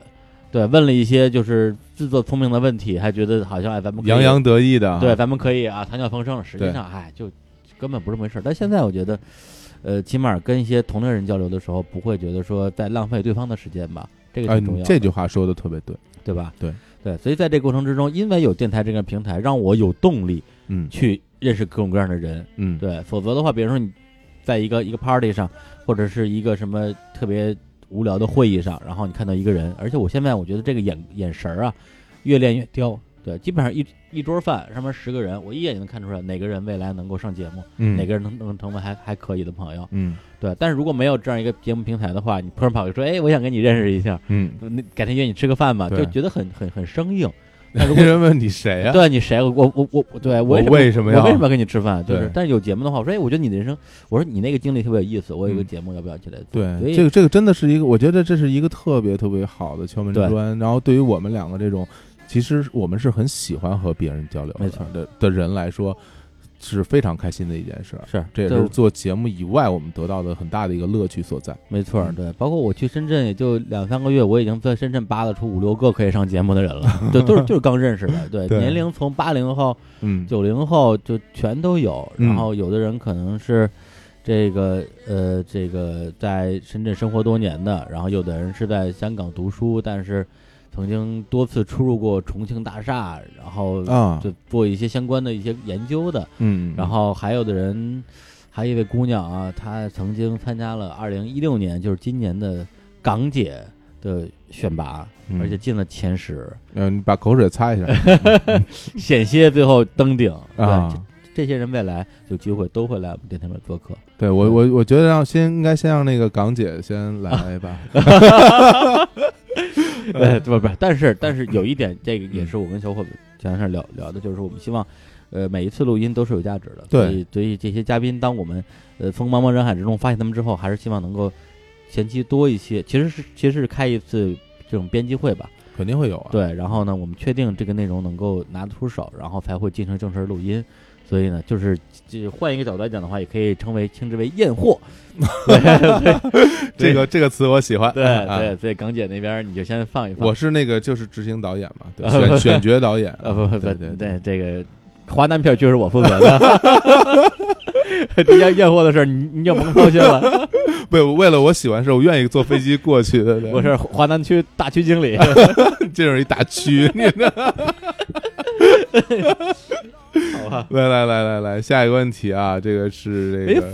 A: 对，问了一些就是自作聪明的问题，还觉得好像哎咱们可以
B: 洋洋得意的，
A: 对，，咱们可以啊谈笑风生了。实际上哎就根本不是回事儿。但现在我觉得，呃，起码跟一些同龄人交流的时候，不会觉得说在浪费对方的时间吧，这个
B: 哎，
A: 挺重要
B: 你
A: 的。
B: 这句话说的特别对，
A: 对吧？
B: 对
A: 对，所以在这个过程之中，因为有电台这个平台，让我有动力
B: 嗯
A: 去认识各种各样的人。
B: 嗯，
A: 对，否则的话，比如说你在一个一个 party 上，或者是一个什么特别无聊的会议上，然后你看到一个人，而且我现在我觉得这个眼眼神儿啊，越练越刁。对，基本上一一桌饭上面十个人，我一眼就能看出来哪个人未来能够上节目，
B: 嗯，
A: 哪个人能能成为还还可以的朋友。
B: 嗯
A: 对，但是如果没有这样一个节目平台的话，你突然跑过去说，哎，我想跟你认识一下，
B: 嗯，
A: 那改天约你吃个饭吧，就
B: 对
A: 觉得很很很生硬。
B: 那 人问你谁啊呀？
A: 对你谁？我我我我，对我
B: 我
A: 为
B: 为什么要
A: 我为什么要跟你吃饭？就是
B: 对，
A: 但是有节目的话，我说哎，我觉得你的人生，我说你那个经历特别有意思，我有个
B: 嗯
A: 节目要不要起来做？所
B: 对，
A: 以
B: 这个这个真的是一个，我觉得这是一个特别特别好的敲门
A: 对
B: 砖。然后对于我们两个这种，其实我们是很喜欢和别人交流的，
A: 没错
B: 的的人来说，是非常开心的一件事儿。
A: 是
B: 这也
A: 就是
B: 做节目以外我们得到的很大的一个乐趣所在。
A: 没错儿，对，包括我去深圳也就两三个月，我已经在深圳扒拉出五六个可以上节目的人 了，对，都是就是刚认识的，对，
B: 对
A: 年龄从八零后、
B: 嗯，
A: 九零后就全都有，
B: 嗯
A: 然后有的人可能是。这个呃，这个在深圳生活多年的，然后有的人是在香港读书，但是曾经多次出入过重庆大厦，然后
B: 啊，
A: 就做一些相关的一些研究的。
B: 嗯，
A: 然后还有的人，还有一位姑娘啊，她曾经参加了二零一六年，就是今年的港姐的选拔，
B: 嗯
A: 而且进了前十，
B: 嗯，你把口水擦一下
A: 险些最后登顶。 对，
B: 啊。
A: 这这些人未来有机会都会来我们电台里面做客。
B: 对我我我觉得让先应该先让那个港姐先
A: 啊
B: 来吧，
A: 呃，不不，但是但是有一点，这个也是我跟小伙子前两天聊聊的，就是我们希望，呃，每一次录音都是有价值的。
B: 对
A: 所以所以这些嘉宾，当我们呃从茫茫人海之中发现他们之后，还是希望能够呃前期多一些，其实是其实是开一次这种编辑会吧。
B: 肯定会有啊。
A: 对，然后呢，我们确定这个内容能够拿得出手，然后才会进行正式录音。所以呢，就是这换一个角度来讲的话，也可以称为称之为验 货。 对对
B: 这个这个词我喜欢。
A: 对
B: 啊
A: 对，所以港姐那边你就先放一放。
B: 我是那个就是执行导演嘛，对 选选角导演。
A: 呃，啊不不不，
B: 对对
A: 对这个华南片就是我负责的。 要验货的事儿，你你就甭操心 了。
B: 不，为了我喜欢的事，我愿意坐飞机过去的。对
A: 我是华南区大区经
B: 啊
A: 理。
B: 这是一 大区，你知道？
A: 好吧，哎
B: 来来来来来，下一个问题啊，这个是这个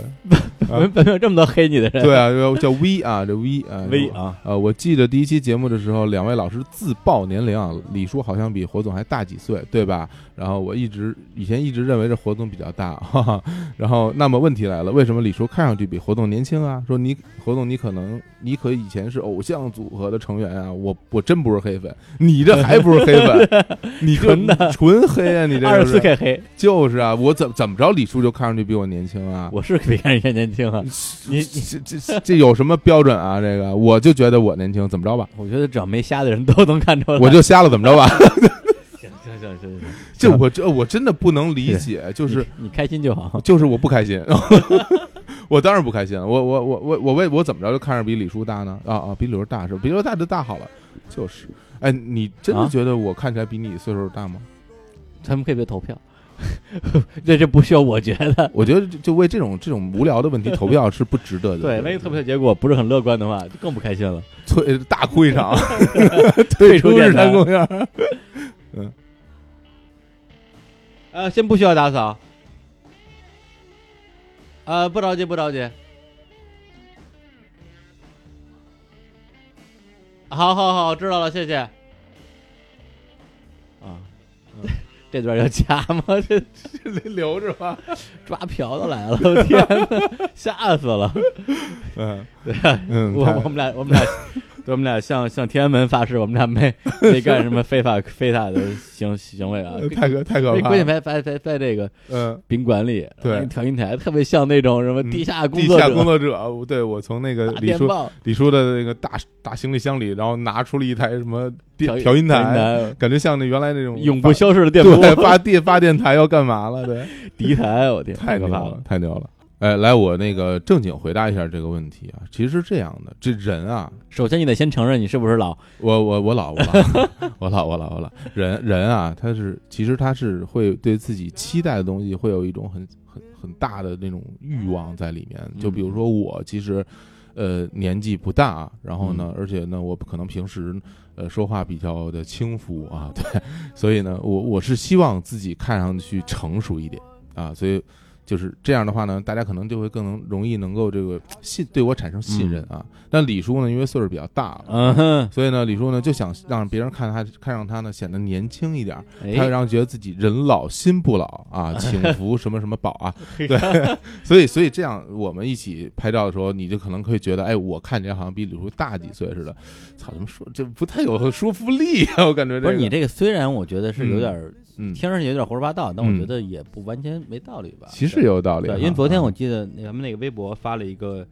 A: 我 们本没有这么多黑你的人。
B: 对啊，叫叫 V 啊，这 V 啊
A: V
B: 啊，呃，我记得第一期节目的时候，两位老师自报年龄啊，李叔好像比火总还大几岁，对吧？然后我一直以前一直认为这火总比较大，哈哈。然后那么问题来了，为什么李叔看上去比火总年轻啊？说你火总，你可能你可以前是偶像组合的成员啊，我我真不是黑粉，你这还不是黑粉， 你这
A: 纯的
B: 纯黑啊，你这
A: 二十
B: 就是
A: 四 K 黑，
B: 就是啊，我怎怎么着，李叔就看上去比我年轻啊？
A: 我是比看人年轻啊。你你
B: 这这这这有什么标准啊？这个我就觉得我年轻，怎么着吧？
A: 我觉得只要没瞎的人都能看出 来。
B: 我就瞎了，怎么 着吧？
A: 行行行行行，
B: 这我这我真的不能理解，就是
A: 你你开心就好。
B: 就是我不开心， 我当然不开心了。我我我我我为我怎么着就看着比李叔大呢？啊啊，比李叔大是吧比李叔大就大好了，就是。哎，你真的
A: 啊
B: 觉得我看起来比你岁数大吗？
A: 他们可以别投票， 这这不需要我觉得。
B: 我觉得就就为这种这种无聊的问题投票是不值得的。
A: 对，万一投票结果不是很乐观的话，就更不开心了。
B: 退大哭一场，
A: 退出
B: 出
A: 电
B: 日
A: 台
B: 坛公园。
A: 啊，先不需要打扫。啊，不着急，不着急。好好好，知道了，谢谢。啊， 这段要加吗？这
B: 留着 吧。
A: 抓嫖的 来了，我天哪，吓死了！
B: 嗯
A: 对啊，
B: 嗯，
A: 我
B: 太
A: 我们俩我们俩对我们俩向向天安门发誓，我们俩没没干什么非法非法的行行为啊。
B: 呃 太可太可怕
A: 关键
B: 了。
A: 在在在在这个
B: 嗯，
A: 宾馆里，
B: 对
A: 然后那调音台特别像那种什么
B: 嗯
A: 地下工
B: 地
A: 作
B: 下
A: 者
B: 工作者，我对我从那个
A: 打
B: 李
A: 电
B: 叔
A: 报
B: 李叔的那个大大行李箱里，然后拿出了一台什么电
A: 调
B: 调音
A: 音
B: 台，
A: 台，
B: 感觉像那原来那种
A: 永
B: 发
A: 不消逝的电
B: 对
A: 波
B: 发电发电台要干嘛 了？对，
A: 敌台，我天，
B: 太
A: 可
B: 牛
A: 怕
B: 了，！太牛了。哎，来，我那个正经回答一下这个问题啊。其实是这样的，这人啊，
A: 首先你得先承认你是不是老，
B: 我我我老我老我老我老我老人人啊，他是其实他是会对自己期待的东西会有一种很很很大的那种欲望在里面。就比如说我其实，呃，年纪不大，然后呢，而且呢，我可能平时呃说话比较的轻浮啊， 对，所以呢，我我是希望自己看上去成熟一点啊，所以。就是这样的话呢，大家可能就会更能容易能够这个信对我产生信任啊。但李叔呢，因为岁数比较大了，
A: 嗯哼，
B: 所以呢，李叔呢就想让别人看他，看上他呢显得年轻一点儿，他
A: 哎
B: 要，让觉得自己人老心不老 啊，请服什么什么宝啊，对， 所以所以这样我们一起拍照的时候，你就可能会觉得，哎，我看起来好像比李叔大几岁似的，操，怎么说这不太有说服力啊？我感觉这
A: 不
B: 个
A: 是你这个，虽然我觉得是有点儿
B: 嗯，
A: 听上去有点胡说八道，但我
B: 嗯
A: 觉得也不完全没道理吧。
B: 其实有道理啊，
A: 对，因为昨天
B: 啊
A: 我记得那咱们那个微博发了一个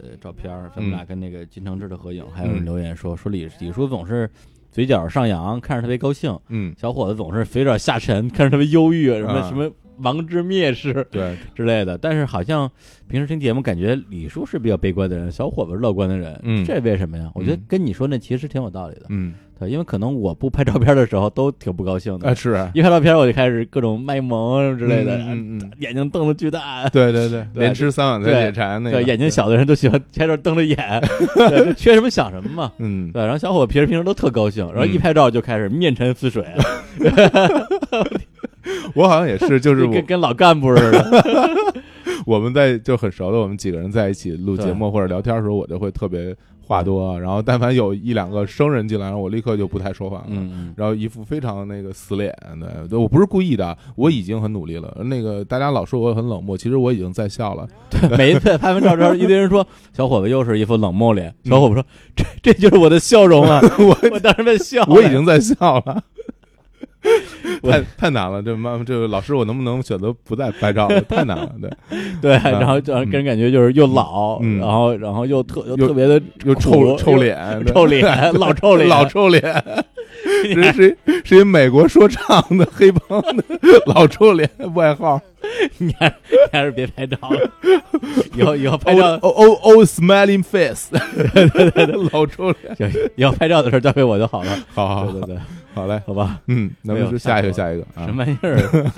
A: 呃照片儿，
B: 嗯
A: 咱们俩跟那个金承志的合影，还有人留言说说李李叔总是嘴角上扬，看着特别高兴；
B: 嗯，
A: 小伙子总是嘴角下沉，看着特别忧郁，什么、
B: 啊
A: 什么王之蔑视
B: 对，
A: 之类的。但是好像平时听节目，感觉李叔是比较悲观的人，小伙子是乐观的人，
B: 嗯
A: 这为什么呀？我觉得跟你说那其实挺有道理的，
B: 嗯，
A: 对，因为可能我不拍照片的时候都挺不高兴的，
B: 啊是啊
A: 一拍照片我就开始各种卖萌什么之嗯类的。
B: 嗯嗯嗯，
A: 眼睛瞪得巨大，
B: 对对对，
A: 对
B: 连吃三碗菜
A: 对
B: 解馋那个，
A: 对，眼睛，小的人都喜欢开头瞪着 眼，对，就缺什么想什么嘛。
B: 嗯，
A: 对，然后小伙子平时平时都特高兴，然后一
B: 嗯
A: 拍照就开始面沉似水，啊
B: 我好像也是，就是 我
A: 跟跟老干部似的。
B: 我们在就很熟的，我们几个人在一起录
A: 对
B: 节目或者聊天的时候，我就会特别话多，啊然后但凡有一两个生人进来，然后我立刻就不太说话了。
A: 嗯，
B: 然后一副非常那个死脸，对对，我不是故意的，我已经很努力了。那个大家老说我很冷漠，其实我已经在笑 了。
A: 每一次拍完照之后，一堆人说小伙子又是一副冷漠脸，
B: 嗯
A: 小伙子说这这就是我的笑容啊！
B: 我
A: 我当时被笑，
B: 我已经在笑了。
A: 我
B: 太太难了，这妈这个老师，我能不能选择不再 拍照了？太难了，对，
A: 对，然后就让人感觉就是又老，
B: 嗯
A: 然后然后又特又
B: 又
A: 特别的
B: 又
A: 苦
B: 臭臭。脸，
A: 又
B: 对
A: 臭脸，老臭脸，
B: 老臭脸，这是一是一美国说唱的黑帮的老臭脸外号，
A: 你还你还是别拍照 了。以后以后拍
B: o
A: 照
B: o o o smiling face，老臭脸。
A: 就以后拍照的时候交给我就好了。
B: 好好
A: 对
B: 好
A: 对对，
B: 好嘞，
A: 好吧，
B: 嗯，那
A: 没
B: 么
A: 有
B: 是下一个
A: 下
B: 下一个啊
A: 什，么玩意儿？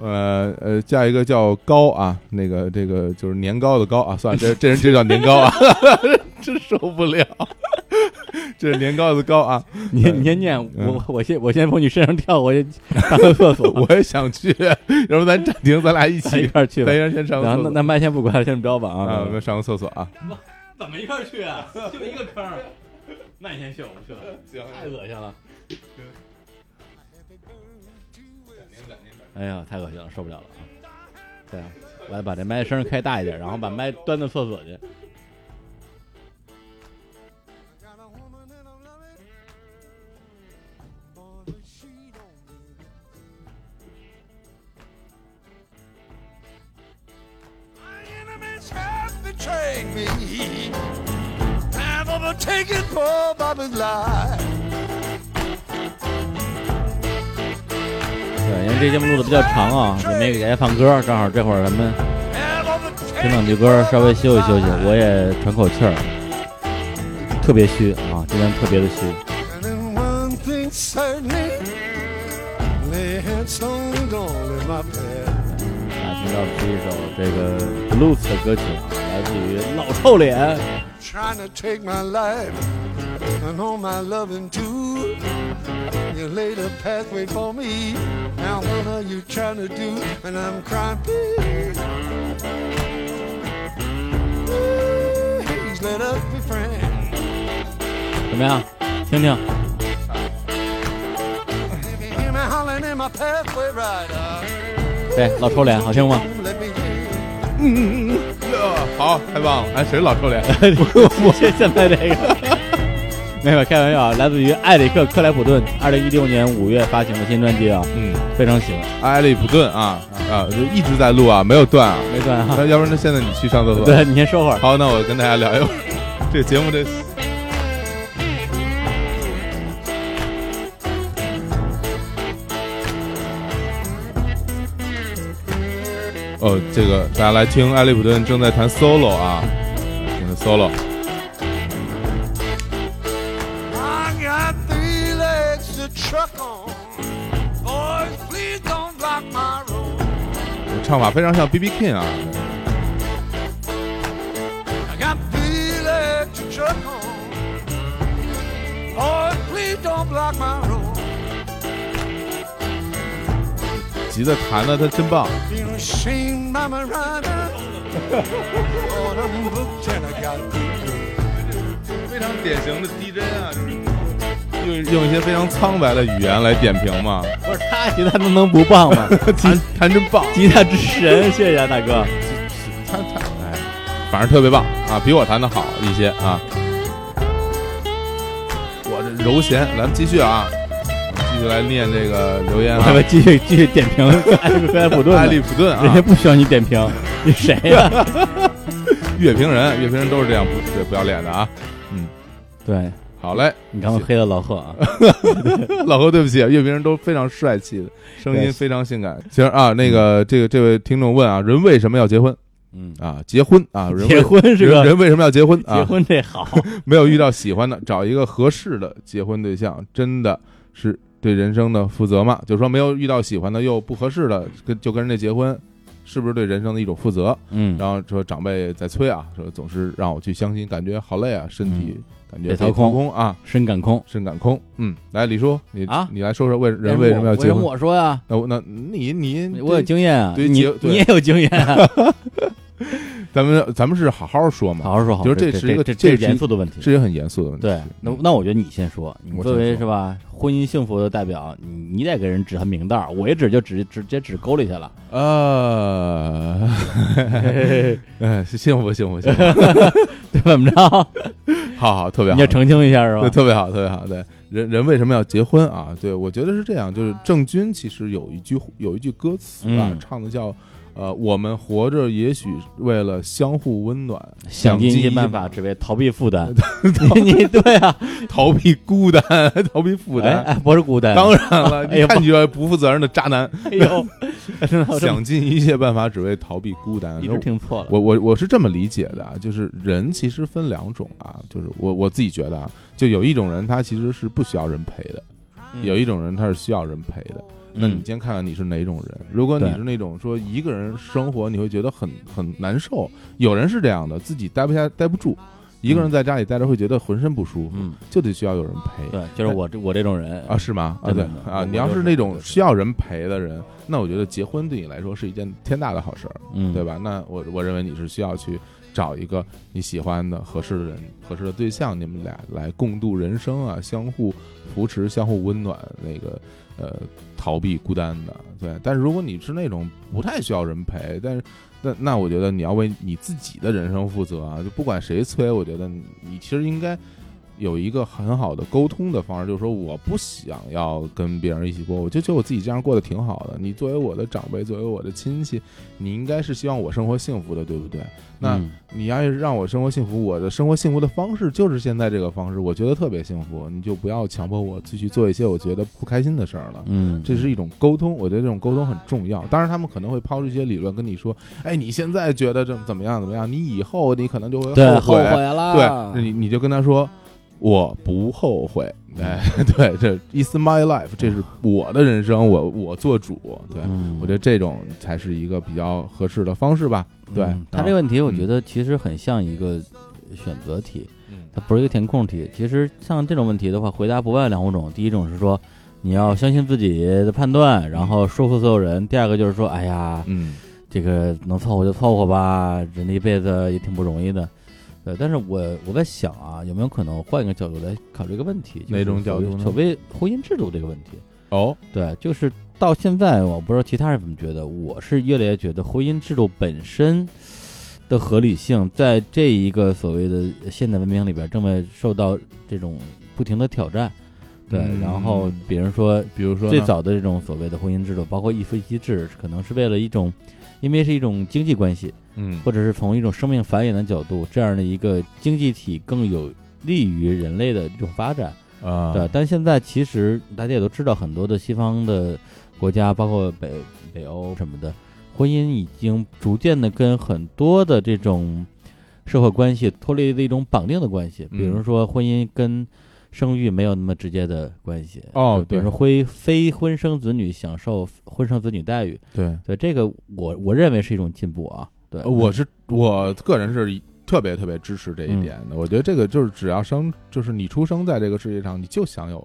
B: 呃呃，下一个叫高啊，那个这个就是 年糕的糕啊，算了，这这人就叫年糕啊，真受不了。 这是年糕的糕啊！
A: 你你先念，我我先我先从你身上跳，我先上个厕所，
B: 嗯 我也想去，要不咱暂停，咱俩一
A: 咱一
B: 起，
A: 块儿去吧
B: 咱一。人先上个
A: 然
B: 厕
A: 后那
B: 所
A: 那麦先不管了，先不标榜
B: 啊，
A: 啊
B: 我。们上个厕所啊。
A: 怎么一块儿去啊？ 就一个坑儿。那你先去，我不去了，
B: 行
A: 太恶心了。哎呀，太恶心了，受不了了啊！对啊，来把这麦声开大一点，然后把麦端到厕所去。
D: Got a woman and I'm loving her. Boy, but she don't give it. My enemies have betrayed me. I've overtaken poor Bobby's life.
A: 对，因为这节目录的比较长啊，也没给大家放歌，正好这会儿咱们
D: Have overtaken
A: 听两句歌，稍微休息休息
D: poor，
A: 我也喘口气儿，特别虚啊，今天特别的虚。
D: And then one thing certainly lay headstone gone in my bed.
A: 大家听到的是一首这个 blues 的歌曲啊，来自于老臭脸。
D: Trying to take my life and all my loving too. You laid a pathway for me. Now what are you trying to do? And I'm crying, please. Please let us be friends.
A: 怎么样？听听，
D: If you hear me hollering in my pathway right up,
A: 对，哎老臭脸好听 吗？
D: don't let me in.
B: 呃好，太棒了！哎，谁老臭脸？
A: 我现现在这个，没有开玩笑啊，来自于艾里克·克莱普顿二零一六年五月发行的新专辑啊，
B: 嗯，
A: 非常喜欢。
B: 埃利普顿啊啊，就一直在录啊，没有断啊。
A: 没断哈
B: 那，要不然那现在你去上厕所。
A: 对你先说会儿。
B: 好，那我跟大家聊 一会儿这节目这。哦，这个大家来听艾利普顿正在弹 solo 啊，听他 solo，
D: I got three legs to truck on. Boys, please don't block my road.
B: 唱法非常像 B B King 啊，
D: I got three legs to truck on. Boy, please don't block my road.
B: 吉他弹的他真棒，
D: Been ashamed by my rider. Lord, I'm booked and I got good.
B: 非常典型的 DJ 啊，就是用用一些非常苍白的语言来点评嘛，
A: 不是他吉他都能不棒吗？
B: 弹弹真棒，
A: 吉他之神，谢谢啊，大哥。
B: 他他哎，反正特别棒啊，比我弹的好一些啊。我这柔弦，咱们继续啊，继续来念这个留言
A: 我
B: 啊
A: 们，继续继续点评艾里克·克莱普顿吧。
B: 艾利普顿
A: 人家
B: 啊，
A: 不需要你点评，你谁啊呀？
B: 乐评人，乐评人都是这样不对不要脸的啊。
A: 对
B: 好嘞，
A: 你刚刚黑了老贺啊。
B: 老何，对不起，乐评人都非常帅气的，声
A: 对
B: 音非常 性感。其实啊，那个这个这位听众问啊，人为什么要结婚
A: 嗯，
B: 啊？结婚啊，人为
A: 结婚是
B: 人
A: 个
B: 人为什么要结婚啊？
A: 结婚这好，
B: 没有遇到喜欢的，找一个合适的结婚对象，真的是对人生的负责吗？就是说，没有遇到喜欢的又不合适的，跟就跟人家结婚，是不是对人生的一种负责？
A: 嗯，
B: 然后说长辈在催啊，说总是让我去相亲，感觉好累啊，身体感觉
A: 被
B: 被
A: 掏
B: 掏
A: 空
B: 空啊，
A: 深感空。
B: 深感空。嗯，来，李叔，你
A: 啊
B: 你来说说为人为什么要结
A: 为什
B: 婚？
A: 我说呀？
B: 那我那你你
A: 我有经验啊，
B: 对
A: 你
B: 结对
A: 你也有经验啊，
B: 咱们咱们是好好说嘛，
A: 好好说好，
B: 就是
A: 这
B: 这是一个
A: 这
B: 这
A: 这
B: 是
A: 严肃的问题。
B: 是一个很严肃的问题。
A: 对，那那我觉得你先说，你
B: 我
A: 作为
B: 先
A: 是
B: 说
A: 吧婚姻幸福的代表，你你得给人指他明道儿，我一指就指直接指沟里去 了。
B: 呃， 哎，幸福幸福幸福，
A: 对，怎么着？
B: 好好，特别
A: 你
B: 好
A: 要，澄清一下是
B: 对，
A: 吧？
B: 特别好，特别好。对，人人为什么要结婚啊？对我觉得是这样，就是郑钧其实有一句有一句歌词啊，
A: 嗯
B: 唱的叫呃，我们活着也许为了相互温暖，
A: 想尽一
B: 尽
A: 切
B: 一
A: 办
B: 切
A: 法，只为逃避负 担。你你对啊，
B: 逃避孤单， 逃避负
A: 哎
B: 担。
A: 哎，不是孤单，
B: 当然了，
A: 哎呀
B: 一看你就是不负责任的渣男，
A: 哎呦，真的 我这么
B: 想尽一切办法只为逃避孤单。
A: 一直听错了。
B: 我我我是这么理解的啊，就是人其实分两种啊，就是我我自己觉得啊，就有一种人他其实是不需要人陪的，
A: 嗯
B: 有一种人他是需要人陪的。那你先看看你是哪种人。如果你
A: 对
B: 是那种说一个人生活你会觉得很很难受，有人是这样的，自己待不下待不住。一个人在家里待着会觉得浑身不舒服，
A: 嗯，
B: 就得需要有人陪。
A: 对，就是我这我这种人
B: 啊，，是吗？啊，
A: 真的
B: 对
A: 真的
B: 啊，
A: 我
B: 你要
A: 就是是
B: 那种
A: 就是
B: 需要人陪的人，那我觉得结婚对你来说是一件天大的好事儿，
A: 嗯，
B: 对？吧？那我我认为你是需要去找一个你喜欢的、合适的人、合适的对象，你们俩来共度人生啊，相互扶持、相互温暖，那个呃，逃避孤单的。对，但是如果你是那种不太需要人陪，但是那那我觉得你要为你自己的人生负责啊，就不管谁催，我觉得你你其实应该。有一个很好的沟通的方式，就是说我不想要跟别人一起过，我就觉得我自己这样过得挺好的。你作为我的长辈，作为我的亲戚，你应该是希望我生活幸福的，对不对？那、
A: 嗯
B: 你要是让我生活幸福，我的生活幸福的方式就是现在这个方式，我觉得特别幸福。你就不要强迫我继续做一些我觉得不开心的事儿了。
A: 嗯，
B: 这是一种沟通，我觉得这种沟通很重要。当然，他们可能会抛出一些理论跟你说：“哎，你现在觉得怎么怎么样怎么样，你以后你可能就会
A: 对啊
B: 后悔。
A: 了
B: 对，那你你就跟他说，我不后悔。哎， 对，这 is my life，这是我的人生，我我做主。对，
A: 嗯
B: 我觉得这种才是一个比较合适的方式吧。对，啊
A: 嗯他这个
B: 个，
A: 问题，我觉得其实很像一个选择题，
B: 嗯
A: 它不是一个填空题。其实像这种问题的话，回答不外两种，第一种是说你要相信自己的判断，然后说服所有人；第二个就是说，哎呀，
B: 嗯
A: 这个能凑合就凑合吧，人这一辈子也挺不容易的。对，但是我我在想啊，有没有可能换一个角度来考虑一个问题？就是
B: 哪种角度呢
A: 所谓婚姻制度这个问题，
B: 哦，
A: 对，就是到现在，我不知道其他人怎么觉得，我是越来越觉得婚姻制度本身的合理性，在这一个所谓的现代文明里边，正在受到这种不停的挑战。对，
B: 嗯
A: 然后比如说
B: 比如说呢
A: 最早的这种所谓的婚姻制度，包括一夫一妻制，可能是为了一种，因为是一种经济关系，
B: 嗯
A: 或者是从一种生命繁衍的角度，这样的一个经济体更有利于人类的这种发展。
B: 啊，
A: 对，但现在其实大家也都知道，很多的西方的国家，包括北北欧什么的，婚姻已经逐渐的跟很多的这种社会关系脱离了一种绑定的关系，比如
B: 嗯
A: 说婚姻跟生育没有那么直接的关系。
B: 哦
A: 就比如
B: 对
A: 说非非婚生子女享受婚生子女待遇，
B: 对，
A: 对这个我我认为是一种进步啊。对，
B: 呃我是我个人是特别特别支持这
A: 嗯
B: 一点的。我觉得这个就是只要生，就是你出生在这个世界上，你就享有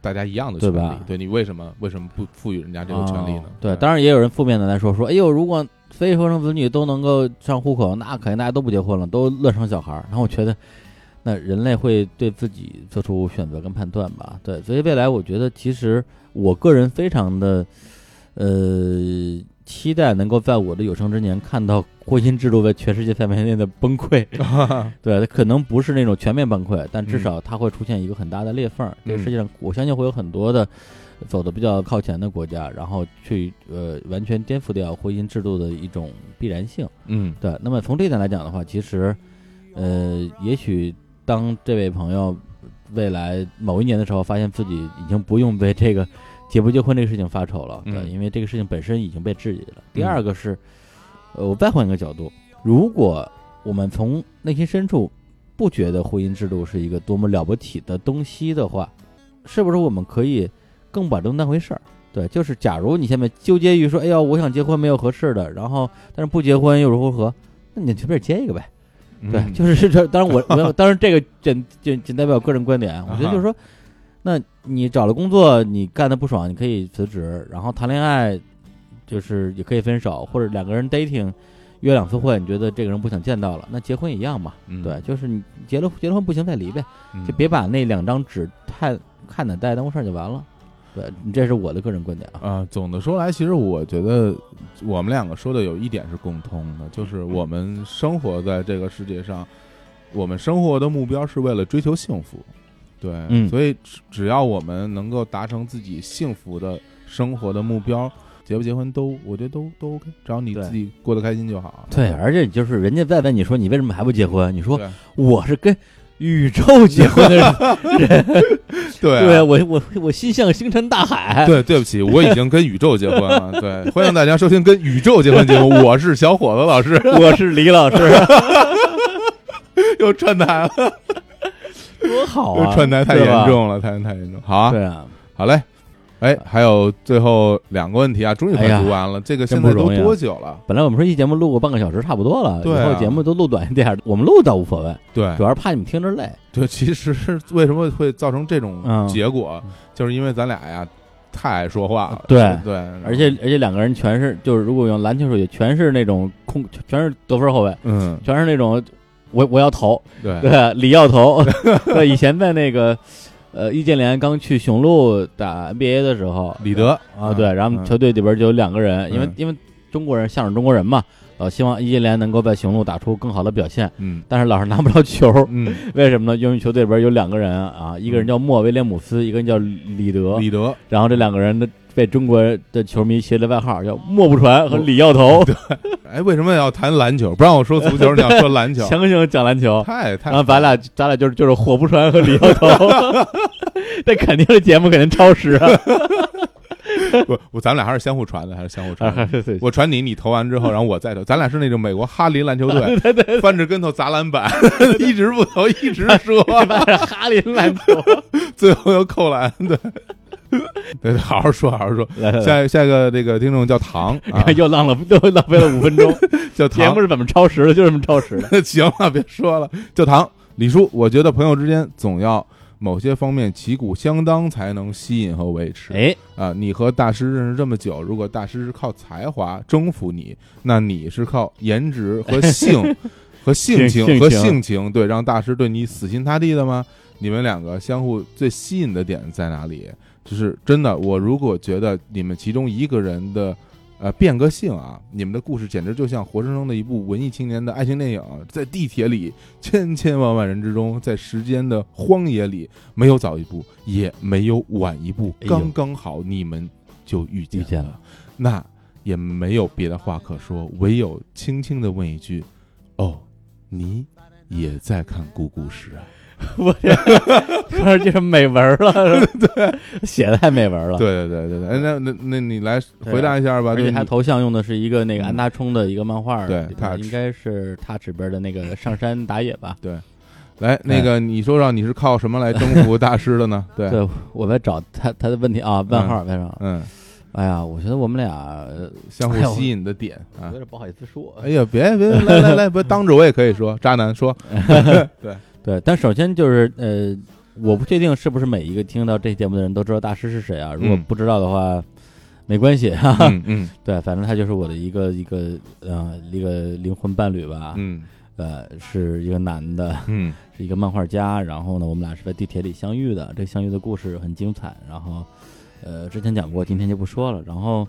B: 大家一样的权
A: 对
B: 利。对
A: 吧
B: 你为什么为什么不赋予人家这个权利呢
A: 哦？对，当然也有人负面的来说说，哎呦，如果非婚生子女都能够上户口，那肯定大家都不结婚了，都乱生小孩儿。然后我觉得，那人类会对自己做出选择跟判断吧。对，所以未来我觉得，其实我个人非常的，呃，期待能够在我的有生之年看到婚姻制度在全世界范围内的崩溃。 对，可能不是那种全面崩溃，但至
B: 嗯
A: 少它会出现一个很大的裂缝儿。这个
B: 嗯
A: 世界上，我相信会有很多的走的比较靠前的国家，然后去呃完全颠覆掉婚姻制度的一种必然性。
B: 嗯
A: 对，那么从这一点来讲的话，其实呃，也许当这位朋友未来某一年的时候，发现自己已经不用为这个结不结婚这个事情发愁了，对，
B: 嗯
A: 因为这个事情本身已经被质疑了。第二个是，呃，我再换一个角度，如果我们从内心深处不觉得婚姻制度是一个多么了不起的东西的话，是不是我们可以更把这当回事儿？对，就是假如你现在纠结于说，哎呀，我想结婚没有合适的，然后但是不结婚又如何？那你就随便结一个呗。对，
B: 嗯
A: 就是这。当然我，我当然这个仅仅仅代表个人观点啊，我觉得就是说，那你找了工作，你干的不爽，你可以辞职，然后谈恋爱，就是也可以分手，或者两个人 dating 约两次会，你觉得这个人不想见到了，那结婚一样嘛。
B: 嗯
A: 对，就是你结了结了婚不行再离呗，
B: 嗯
A: 就别把那两张纸太看得带当回事儿就完了。对，你这是我的个人观点啊。
B: 啊、总的说来，其实我觉得我们两个说的有一点是共通的，就是我们生活在这个世界上，我们生活的目标是为了追求幸福，对，
A: 嗯
B: 所以只只要我们能够达成自己幸福的生活的目标，结不结婚都，我觉得都都 OK，只要你
A: 对
B: 自己过得开心就好。
A: 对，而且就是人家再问你说你为什么还不结婚，你说
B: 对
A: 我是跟宇宙结婚的人。
B: 对啊
A: 对我我我心向星辰大海。
B: 对，对不起，我已经跟宇宙结婚了。对，欢迎大家收听《跟宇宙结婚》节目，我是小伙子老师，
A: 我是李 老师，
B: 又串台了，
A: 多好
B: 又
A: 啊！
B: 串台太
A: 对吧
B: 严，重了，太太严重。好啊，
A: 对啊，
B: 好嘞，哎，还有最后两个问题啊，终于
A: 哎
B: 快
A: 呀
B: 读完了。这个现
A: 真不
B: 在都
A: 容易啊
B: 多久了？
A: 本来我们说一节目录个半个小时差不多了，
B: 对啊
A: 以后节目都录短一点儿，我们录倒无所谓，
B: 对
A: 主，要是怕你们听着累。
B: 对，其实是为什么会造成这种
A: 嗯
B: 结果，就是因为咱俩呀太爱说话了。
A: 对
B: 对，
A: 而且而且两个人全是，就是如果用篮球术语，全是那种控，全是得分后卫，
B: 嗯，
A: 全是那种我我要投，
B: 对
A: 对，李要投，对，以前在那个呃易建联刚去雄鹿打 NBA 的时候，
B: 李德
A: 啊，对，然后球队里边就有两个人，因为
B: 嗯
A: 因为中国人向着中国人嘛，呃，希望易建联能够在雄鹿打出更好的表现，
B: 嗯
A: 但是老是拿不着球，
B: 嗯，
A: 为什么呢？因为球队里边有两个人啊，一个人叫莫威廉姆斯，一个人叫李德，
B: 李德
A: 然后这两个人的被中国的球迷起了外号叫莫不传和李耀头，
B: 哎，为什么要谈篮球？不让我说足球，你要说 篮球，
A: 强行讲篮球。
B: 太太
A: 然后咱俩，咱俩就是就是火不传和李耀头，这肯定是节目肯定超时啊！
B: 不，我咱们俩还是相互传的，还是相互传的。
A: 对
B: 我传你，你投完之后，然后我再投。咱俩是那种美国哈林篮球 队，翻着跟头砸篮板， 一直不投，一直 说，
A: 这玩意儿哈林篮球，
B: 最后又扣篮。对，对，好好说，好好说。
A: 来来来
B: 下下一个这个听众叫唐啊
A: ，又浪了，又浪费了五分钟。
B: 叫
A: 哎节
B: 唐
A: 目，是怎么超时的？就这么超时的。
B: 行了，别说了，叫唐李叔。我觉得朋友之间总要某些方面旗鼓相当，才能吸引和维持。
A: 哎，
B: 啊，你和大师认识这么久，如果大师是靠才华征服你，那你是靠颜值 和性和性
A: 性
B: 情和
A: 性情
B: 性情，对，让大师对你死心塌地的吗？你们两个相互最吸引的点在哪里？就是真的，我如果觉得你们其中一个人的呃变个性啊，你们的故事简直就像活生生的一部文艺青年的爱情电影，在地铁里，千千万万人之中，在时间的荒野里，没有早一步，也没有晚一步，
A: 哎呦
B: 刚刚好你们就遇见
A: 遇见了，
B: 那也没有别的话可说，唯有轻轻的问一句：“哦，你也在看《姑姑史》啊
A: 我这这就是美文了， 对，写的太美文？”了。，
B: 对对对对对，哎那那那你来回答一下吧，
A: 啊而
B: 对
A: 且他
B: 你
A: 头像用的是一个那个
B: 嗯
A: 安达充的一个漫画，
B: 对
A: 里边
B: Touch
A: 应该是 Touch 里边的那个上山打野 吧。
B: 来那个你说说你是靠什么来征服大师的呢？对，
A: 哎 对，啊我在找他他的问题啊，问号问上。
B: 嗯，
A: 哎呀，我觉得我们俩
B: 相
A: 哎呦
B: 互吸引的点 啊
A: 有。点不好意思说。啊
B: 哎呀，别 别来来来，别当着我也可以说，渣男说，
A: 对，但首先就是呃，我不确定是不是每一个听到这节目的人都知道大师是谁啊。如果
B: 嗯
A: 不知道的话，没关系哈哈。
B: 嗯嗯
A: 对，反正他就是我的一个一个呃一个灵魂伴侣吧。
B: 嗯
A: 呃，是一个男的，
B: 嗯
A: 是一个漫画家。然后呢，我们俩是在地铁里相遇的，这相遇的故事很精彩。然后，呃，之前讲过，今天就不说了。然后，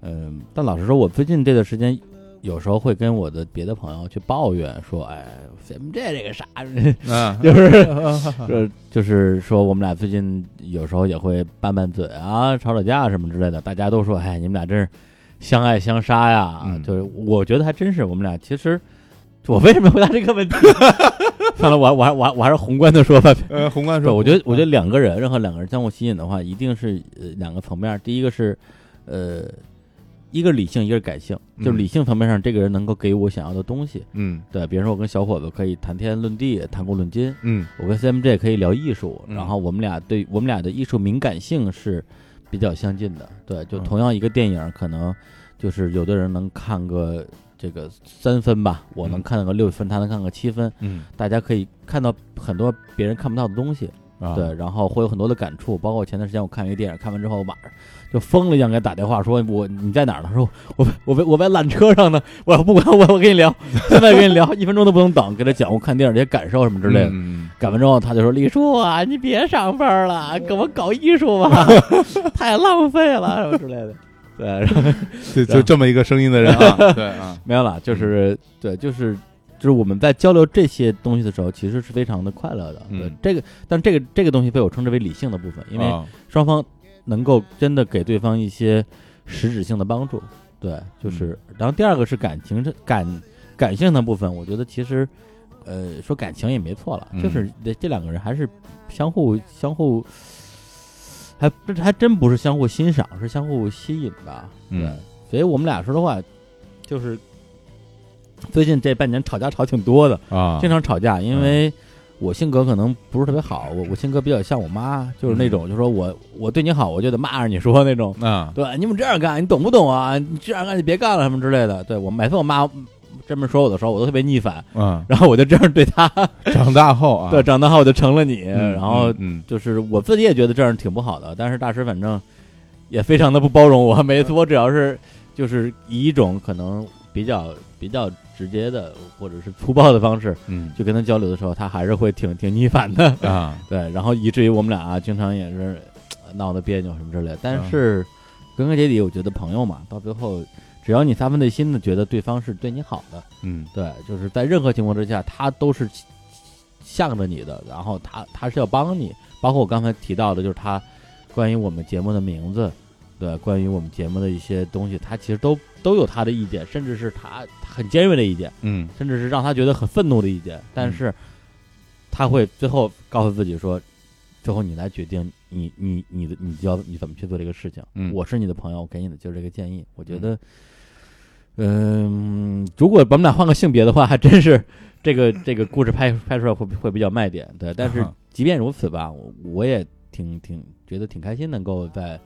A: 嗯、但老实说，我最近这段时间。有时候会跟我的别的朋友去抱怨说：“哎，咱们这这个啥，，
B: 啊
A: 就是呃，就是说我们俩最近有时候也会拌拌嘴啊，吵吵架什么之类的。大家都说，哎，你们俩真是相爱相杀呀。
B: 嗯
A: 就是我觉得还真是，我们俩其实，我为什么要回答这个问题？ 算了，我我还我还我还是宏观的说吧。
B: 呃，宏观
A: 对，
B: 说，
A: 我觉得我觉得两个人，任何两个人相互吸引的话，一定是呃两个层面儿。第一个是，呃，一个是理性，一个是感性。就是
B: 嗯
A: 理性层面上，这个人能够给予我想要的东西。
B: 嗯
A: 对，比如说我跟小伙子可以谈天论地，谈古论今。
B: 嗯
A: 我跟 CMJ 可以聊艺术，
B: 嗯
A: 然后我们俩对我们俩的艺术敏感性是比较相近的。对，就
B: 嗯
A: 同样一个电影，可能就是有的人能看个这个三分吧，我能
B: 嗯
A: 看到个六分，他能看个七分，
B: 嗯
A: 大家可以看到很多别人看不到的东西。嗯
B: 啊，
A: 对，然后会有很多的感触，包括前段时间我看了一个电影，看完之后马上就疯了一样给他打电话说：“我你在哪儿呢？”他说：“我我 我我在缆车上呢，我不管我我跟你聊，现在跟你聊，一分钟都不能等，给他讲我看电影这些感受什么之类的。
B: 嗯
A: 赶完之后，他就说：“李叔啊，你别上班了，给我搞艺术 吧，太浪费了，什么之类的。” 对，啊然后
B: 就就这么一个声音的人 啊，对啊，
A: 没有了，就是对，就是就是我们在交流这些东西的时候，其实是非常的快乐的。
B: 嗯
A: 对，这个，但这个这个东西被我称之为理性的部分，因为
B: 啊
A: 双方能够真的给对方一些实质性的帮助。对，就是，
B: 嗯
A: 然后第二个是感情这感感性的部分，我觉得其实，呃，说感情也没错了，
B: 嗯
A: 就是这这两个人还是相互相互，还这还真不是相互欣赏，是相互吸引吧？对，
B: 嗯
A: 所以我们俩说的话，就是最近这半年吵架吵挺多的，
B: 啊
A: 经常吵架，因为我性格可能不是特别好，我我性格比较像我妈，就是那
B: 嗯
A: 种，就说我我对你好，我就得骂着你说那种，
B: 啊，
A: 对，你们这样干，你懂不懂啊？你这样干就别干了什么之类的。对我每次我妈这么说我的时候，我都特别逆反，
B: 嗯，
A: 然后我就这样对她。
B: 长大后啊，
A: 对，长大后我就成了你，
B: 嗯，
A: 然后
B: 嗯，
A: 就是我自己也觉得这样挺不好的，但是大师反正也非常的不包容我，每
B: 嗯
A: 次我只要是就是以一种可能比较比较直接的或者是粗暴的方式
B: 嗯
A: 去跟他交流的时候，他还是会挺挺逆反 的，
B: 嗯啊，
A: 对，然后以至于我们俩、啊、经常也是呃闹得别扭什么之类的，但是归根结底，我觉得朋友嘛，到最后只要你发自内心的觉得对方是对你好的，
B: 嗯
A: 对，就是在任何情况之下，他都是向着你的，然后他他是要帮你，包括我刚才提到的，就是他关于我们节目的名字，对，关于我们节目的一些东西，他其实都都有他的意见，甚至是他很尖锐的意见，
B: 嗯
A: 甚至是让他觉得很愤怒的意见，但是他会最后告诉自己说，最后你来决定你你你的你要你怎么去做这个事情。
B: 嗯
A: 我是你的朋友，我给你的就是这个建议。我觉得，嗯、如果我们俩换个性别的话，还真是这个 这个故事拍拍出来会会比较卖点。对，但是
B: 啊
A: 即便如此吧，我我也挺挺觉得挺开心，能够在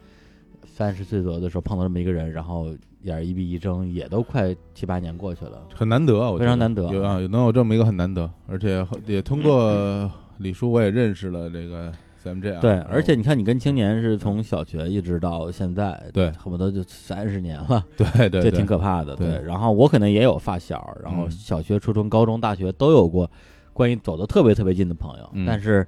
A: 三十岁左右的时候碰到这么一个人，然后眼儿一闭一睁，也都快七八年过去了。
B: 很难得啊，我觉得
A: 非常难得
B: 有啊，有能有这么一个很难得，而且也通过李叔，我也认识了这个 CMJ 啊，
A: 对，
B: 然后
A: 而且你看，你跟青年是从小学一直到现在，
B: 对
A: 恨不得就三十年了，
B: 对对
A: 这
B: 对，
A: 挺可怕的。
B: 对
A: 然后我可能也有发小，然后
B: 嗯
A: 小学、初中、高中、大学都有过关于走的特别特别近的朋友，
B: 嗯
A: 但是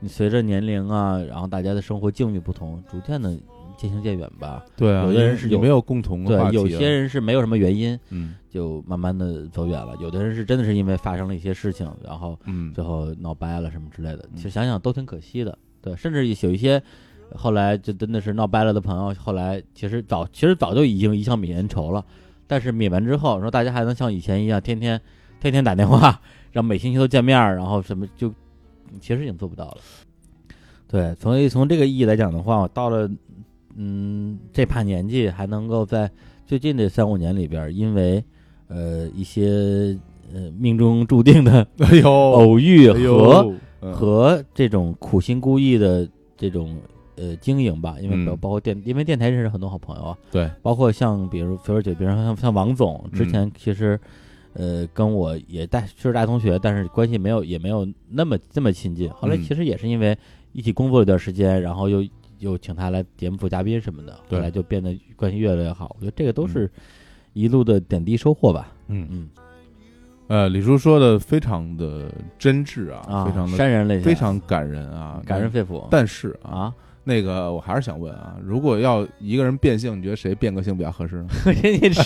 A: 你随着年龄啊，然后大家的生活境遇不同，逐渐的渐行渐远吧。
B: 对啊，
A: 有的人是有
B: 有没有共同的
A: 对，
B: 话题啊，
A: 有些人是没有什么原因
B: 嗯
A: 就慢慢的走远了，有的人是真的是因为发生了一些事情，然后
B: 嗯
A: 最后闹掰了什么之类的。
B: 嗯
A: 其实想想都挺可惜的，对，甚至有一些后来就真的是闹掰了的朋友，后来其实早其实早就已经一笑泯恩仇了，但是泯完之后，说大家还能像以前一样天天天天打电话，然后每星期都见面儿，然后什么就其实已经做不到了。对，所以从这个意义来讲的话，我到了嗯这把年纪，还能够在最近这三五年里边儿，因为呃一些呃命中注定的
B: 哎呦
A: 偶遇
B: 哎
A: 哦和、
B: 呦嗯
A: 和这种苦心孤诣的这种呃经营吧，因为
B: 嗯
A: 包包括电，因为电台认识很多好朋友啊，
B: 对，
A: 包括像比如肥水姐，比如像像王总，之
B: 嗯
A: 前其实、呃跟我也大是大同学，但是关系没有也没有那么那么亲近。后来
B: 嗯
A: 其实也是因为一起工作一段时间，然后又又请他来节目做嘉宾什么的，后
B: 对
A: 来就变得关系越来越好。我觉得这个都是一路的点滴收获吧。
B: 嗯
A: 嗯
B: 呃，李叔说的非常的真挚啊，
A: 啊，
B: 非常的
A: 潸然泪下，
B: 非常感人啊，
A: 感人肺腑。
B: 但是啊，
A: 啊，
B: 那个我还是想问啊，如果要一个人变性，你觉得谁变个性比较合 适呢？
A: 你是，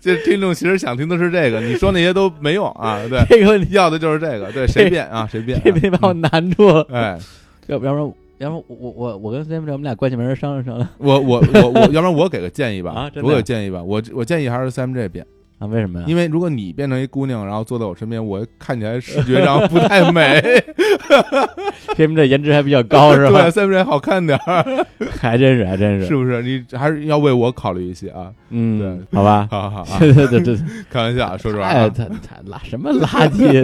B: 这听众其实想听的是这个，你说那些都没用啊，对
A: 这个 问题，
B: 要的就是这个，对，谁变啊，谁变、
A: 这别把我
B: 啊？
A: 难住了，
B: 嗯哎，
A: 要不然我要不然我我我跟 Sam 我们俩关系没人商量商量
B: 我我我我，要不然我给个建议吧，
A: 啊真的
B: 我给个建议吧，我我建议还是 Sam J 变，
A: 啊？为什么呀？
B: 因为如果你变成一姑娘，然后坐在我身边，我看起来视觉上不太美，
A: 他们这颜值还比较高 是吧
B: 对？，Sam J 好看点儿，
A: 还真是，还真是，
B: 是不是？你还是要为我考虑一些啊，
A: 嗯，好吧，
B: 好 好好啊，
A: 对对对对，哎
B: 开玩笑啊，说实话、
A: 太
B: 啊，
A: 太太垃什么垃圾，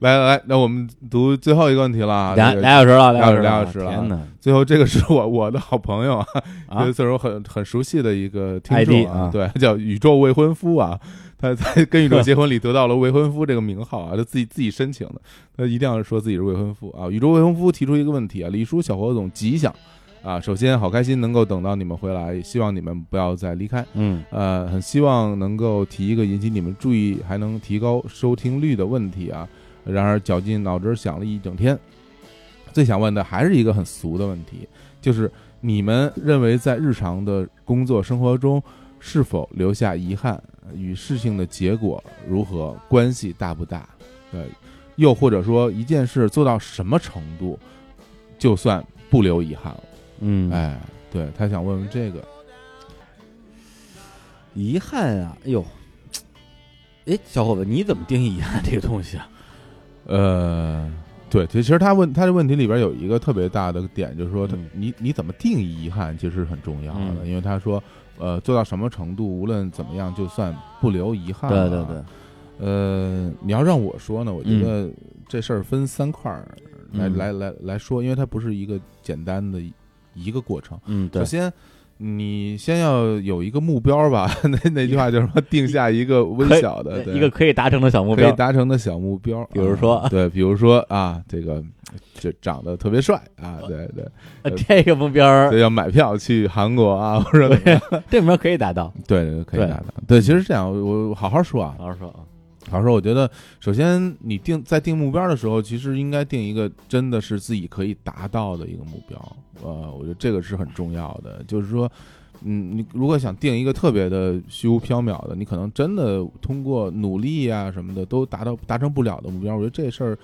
B: 来来来，那我们读最后一个问题了啊，
A: 俩
B: 这个
A: 俩小时了，
B: 俩小时
A: 俩
B: 俩小时了
A: 天哪
B: 最后这个是我我的好朋友啊，
A: 啊
B: 这！是我很很熟悉的一个听众
A: ID 啊
B: 对，叫宇宙未婚夫啊，他在跟宇宙结婚里得到了未婚夫这个名号啊，他自己自己申请的，他一定要说自己是未婚夫啊。宇宙未婚夫提出一个问题啊，李叔小火总吉祥啊，首先好开心能够等到你们回来，也希望你们不要再离开。
A: 嗯，
B: 呃，很希望能够提一个引起你们注意，还能提高收听率的问题啊。然而绞尽脑汁想了一整天，最想问的还是一个很俗的问题，就是你们认为在日常的工作生活中，是否留下遗憾与事情的结果如何关系大不大？对，又或者说一件事做到什么程度，就算不留遗憾了？
A: 嗯，
B: 哎，对他想问问这个，
A: 遗憾啊，哎呦，哎，小伙子，你怎么定义遗憾这个东西啊？
B: 呃，对，其实他问他这问题里边有一个特别大的点，就是说他、
A: 嗯
B: 你你怎么定义遗憾，其实很重要的，
A: 嗯
B: 因为他说，呃，做到什么程度，无论怎么样，就算不留遗 憾、
A: 对对对，，
B: 呃，你要让我说呢，我觉
A: 嗯
B: 得这事儿分三块儿来、
A: 嗯
B: 来来来说，因为它不是一个简单的一一个过程。
A: 嗯，
B: 首
A: 对，
B: 先，你先要有一个目标吧， 那那句话就是说，定下一个微小的对
A: 一个可以达成的小目
B: 可以
A: 标，
B: 达成的小目标，
A: 比如说
B: 啊对，比如说啊，这个这长得特别帅啊，对对，
A: 呃 这个目标儿
B: 所以要买票去韩国啊，或者怎么样
A: 这目标可以达到。
B: 对对，可以
A: 对
B: 拿到。对，其实这样，我我好好说啊，
A: 老师说啊，
B: 好好说，我觉得首先你定在定目标的时候，其实应该定一个真的是自己可以达到的一个目标，呃，我觉得这个是很重要的，就是说。嗯，你如果想定一个特别的虚无缥缈的，你可能真的通过努力啊什么的都达到达成不了的目标，我觉得这事儿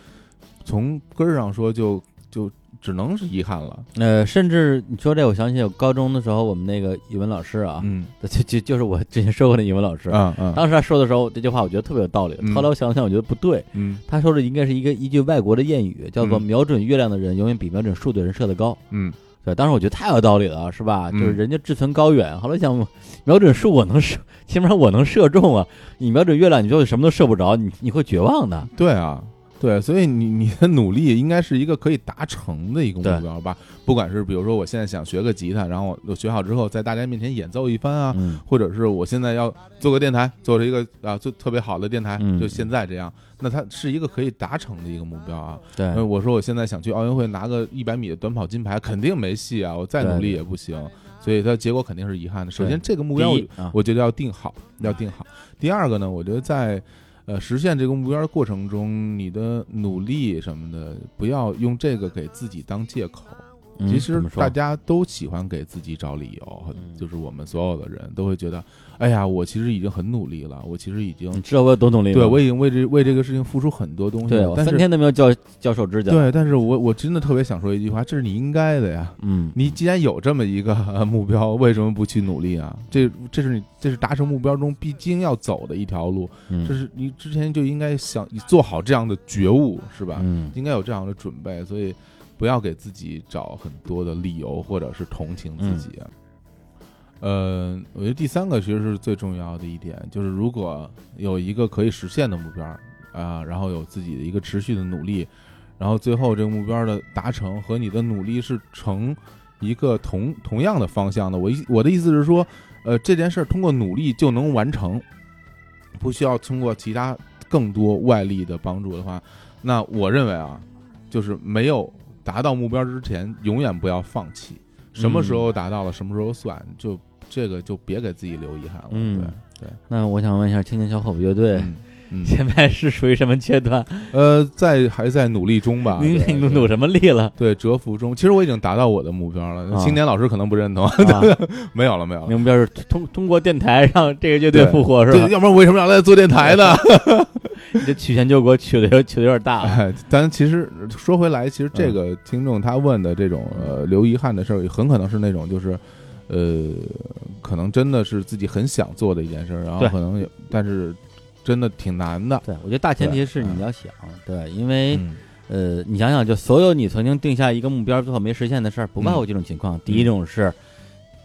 B: 从根儿上说就就只能是遗憾了。
A: 呃，甚至你说这，我想起我高中的时候，我们那个语文老师啊，
B: 嗯
A: 就就就是我之前说过的语文老师，
B: 啊啊
A: 当时他说的时候，这句话我觉得特别有道理。
B: 嗯
A: 后来我想了想，我觉得不对。
B: 嗯
A: 他说的应该是一个一句外国的谚语，叫做“
B: 嗯
A: 瞄准月亮的人永远比瞄准树的人射得高
B: 嗯，”。
A: 对，当时我觉得太有道理了，是吧？
B: 嗯
A: 就是人家志存高远。后来想，瞄准树我能射， 起码我能射中啊。你瞄准月亮，你就什么都射不着，你你会绝望的。
B: 对啊，对，所以你你的努力应该是一个可以达成的一个
A: 对
B: 目标吧？不管是比如说我现在想学个吉他，然后我我学好之后在大家面前演奏一番啊，
A: 嗯，
B: 或者是我现在要做个电台，做了一个啊做特别好的电台，
A: 嗯
B: 就现在这样，那它是一个可以达成的一个目标啊。
A: 对
B: 呃，我说我现在想去奥运会拿个一百米的短跑金牌，肯定没戏啊，我再努
A: 对
B: 力也不行，所以它结果肯定是遗憾的。首先
A: 对
B: 这个目
A: 第
B: 标我
A: 一啊，
B: 我觉得要定好，要定好。第二个呢，我觉得在呃实现这个目标的过程中，你的努力什么的，不要用这个给自己当借口。
A: 嗯
B: 其
A: 怎
B: 实
A: 么说
B: 大家都喜欢给自己找理由，
A: 嗯
B: 就是我们所有的人都会觉得，哎呀，我其实已经很努力了，我其实已经
A: 你知道我有多努力吗？
B: 对我已经为这为这个事情付出很多东西
A: 嗯对
B: 了，
A: 我
B: 但
A: 三
B: 是
A: 天都没有叫叫手指甲。，
B: 对，但是我我真的特别想说一句话，这是你应该的呀。
A: 嗯，
B: 你既然有这么一个 呃目标，为什么不去努力啊？这这是你这是达成目标中必经要走的一条路，
A: 嗯
B: 这是你之前就应该想你做好这样的觉悟，是吧？
A: 嗯，
B: 应该有这样的准备，所以不要给自己找很多的理由或者是同情自己。啊
A: 嗯
B: 呃，我觉得第三个其实是最重要的一点，就是如果有一个可以实现的目标啊、然后有自己的一个持续的努力，然后最后这个目标的达成和你的努力是成一个同同样的方向的。我意我的意思是说，呃，这件事儿通过努力就能完成，不需要通过其他更多外力的帮助的话，那我认为啊，就是没有达到目标之前，永远不要放弃。什么时候达到了，什么时候算，就这个就别给自己留遗憾了。
A: 嗯
B: 对
A: 那我想问一下，青年小伙子乐队
B: 对，嗯，
A: 现在是属于什么阶段？
B: 呃，在还在努力中吧，
A: 你
B: 啊对
A: 努努什么力 了？
B: 对蛰伏中。其实我已经达到我的目标了，
A: 啊
B: 青年老师可能不认同，
A: 啊
B: 没有了，没有了。
A: 目标是通通过电台让这个乐队
B: 对
A: 复活是吧
B: 对，？要不然我为什么要来做电台呢？
A: 你这曲线救国取的有取的有点大了。
B: 哎，但其实说回来，其实这个听众他问的这种呃留遗憾的事儿，也很可能是那种就是，呃，可能真的是自己很想做的一件事儿，然后
A: 对
B: 可能有，但是真的挺难的。
A: 对，我觉得大前提
B: 对
A: 是
B: 嗯
A: 你要想，对，因为
B: 嗯
A: 呃，你想想，就所有你曾经定下一个目标最后没实现的事儿，不外乎
B: 嗯
A: 几种情况。第一种是，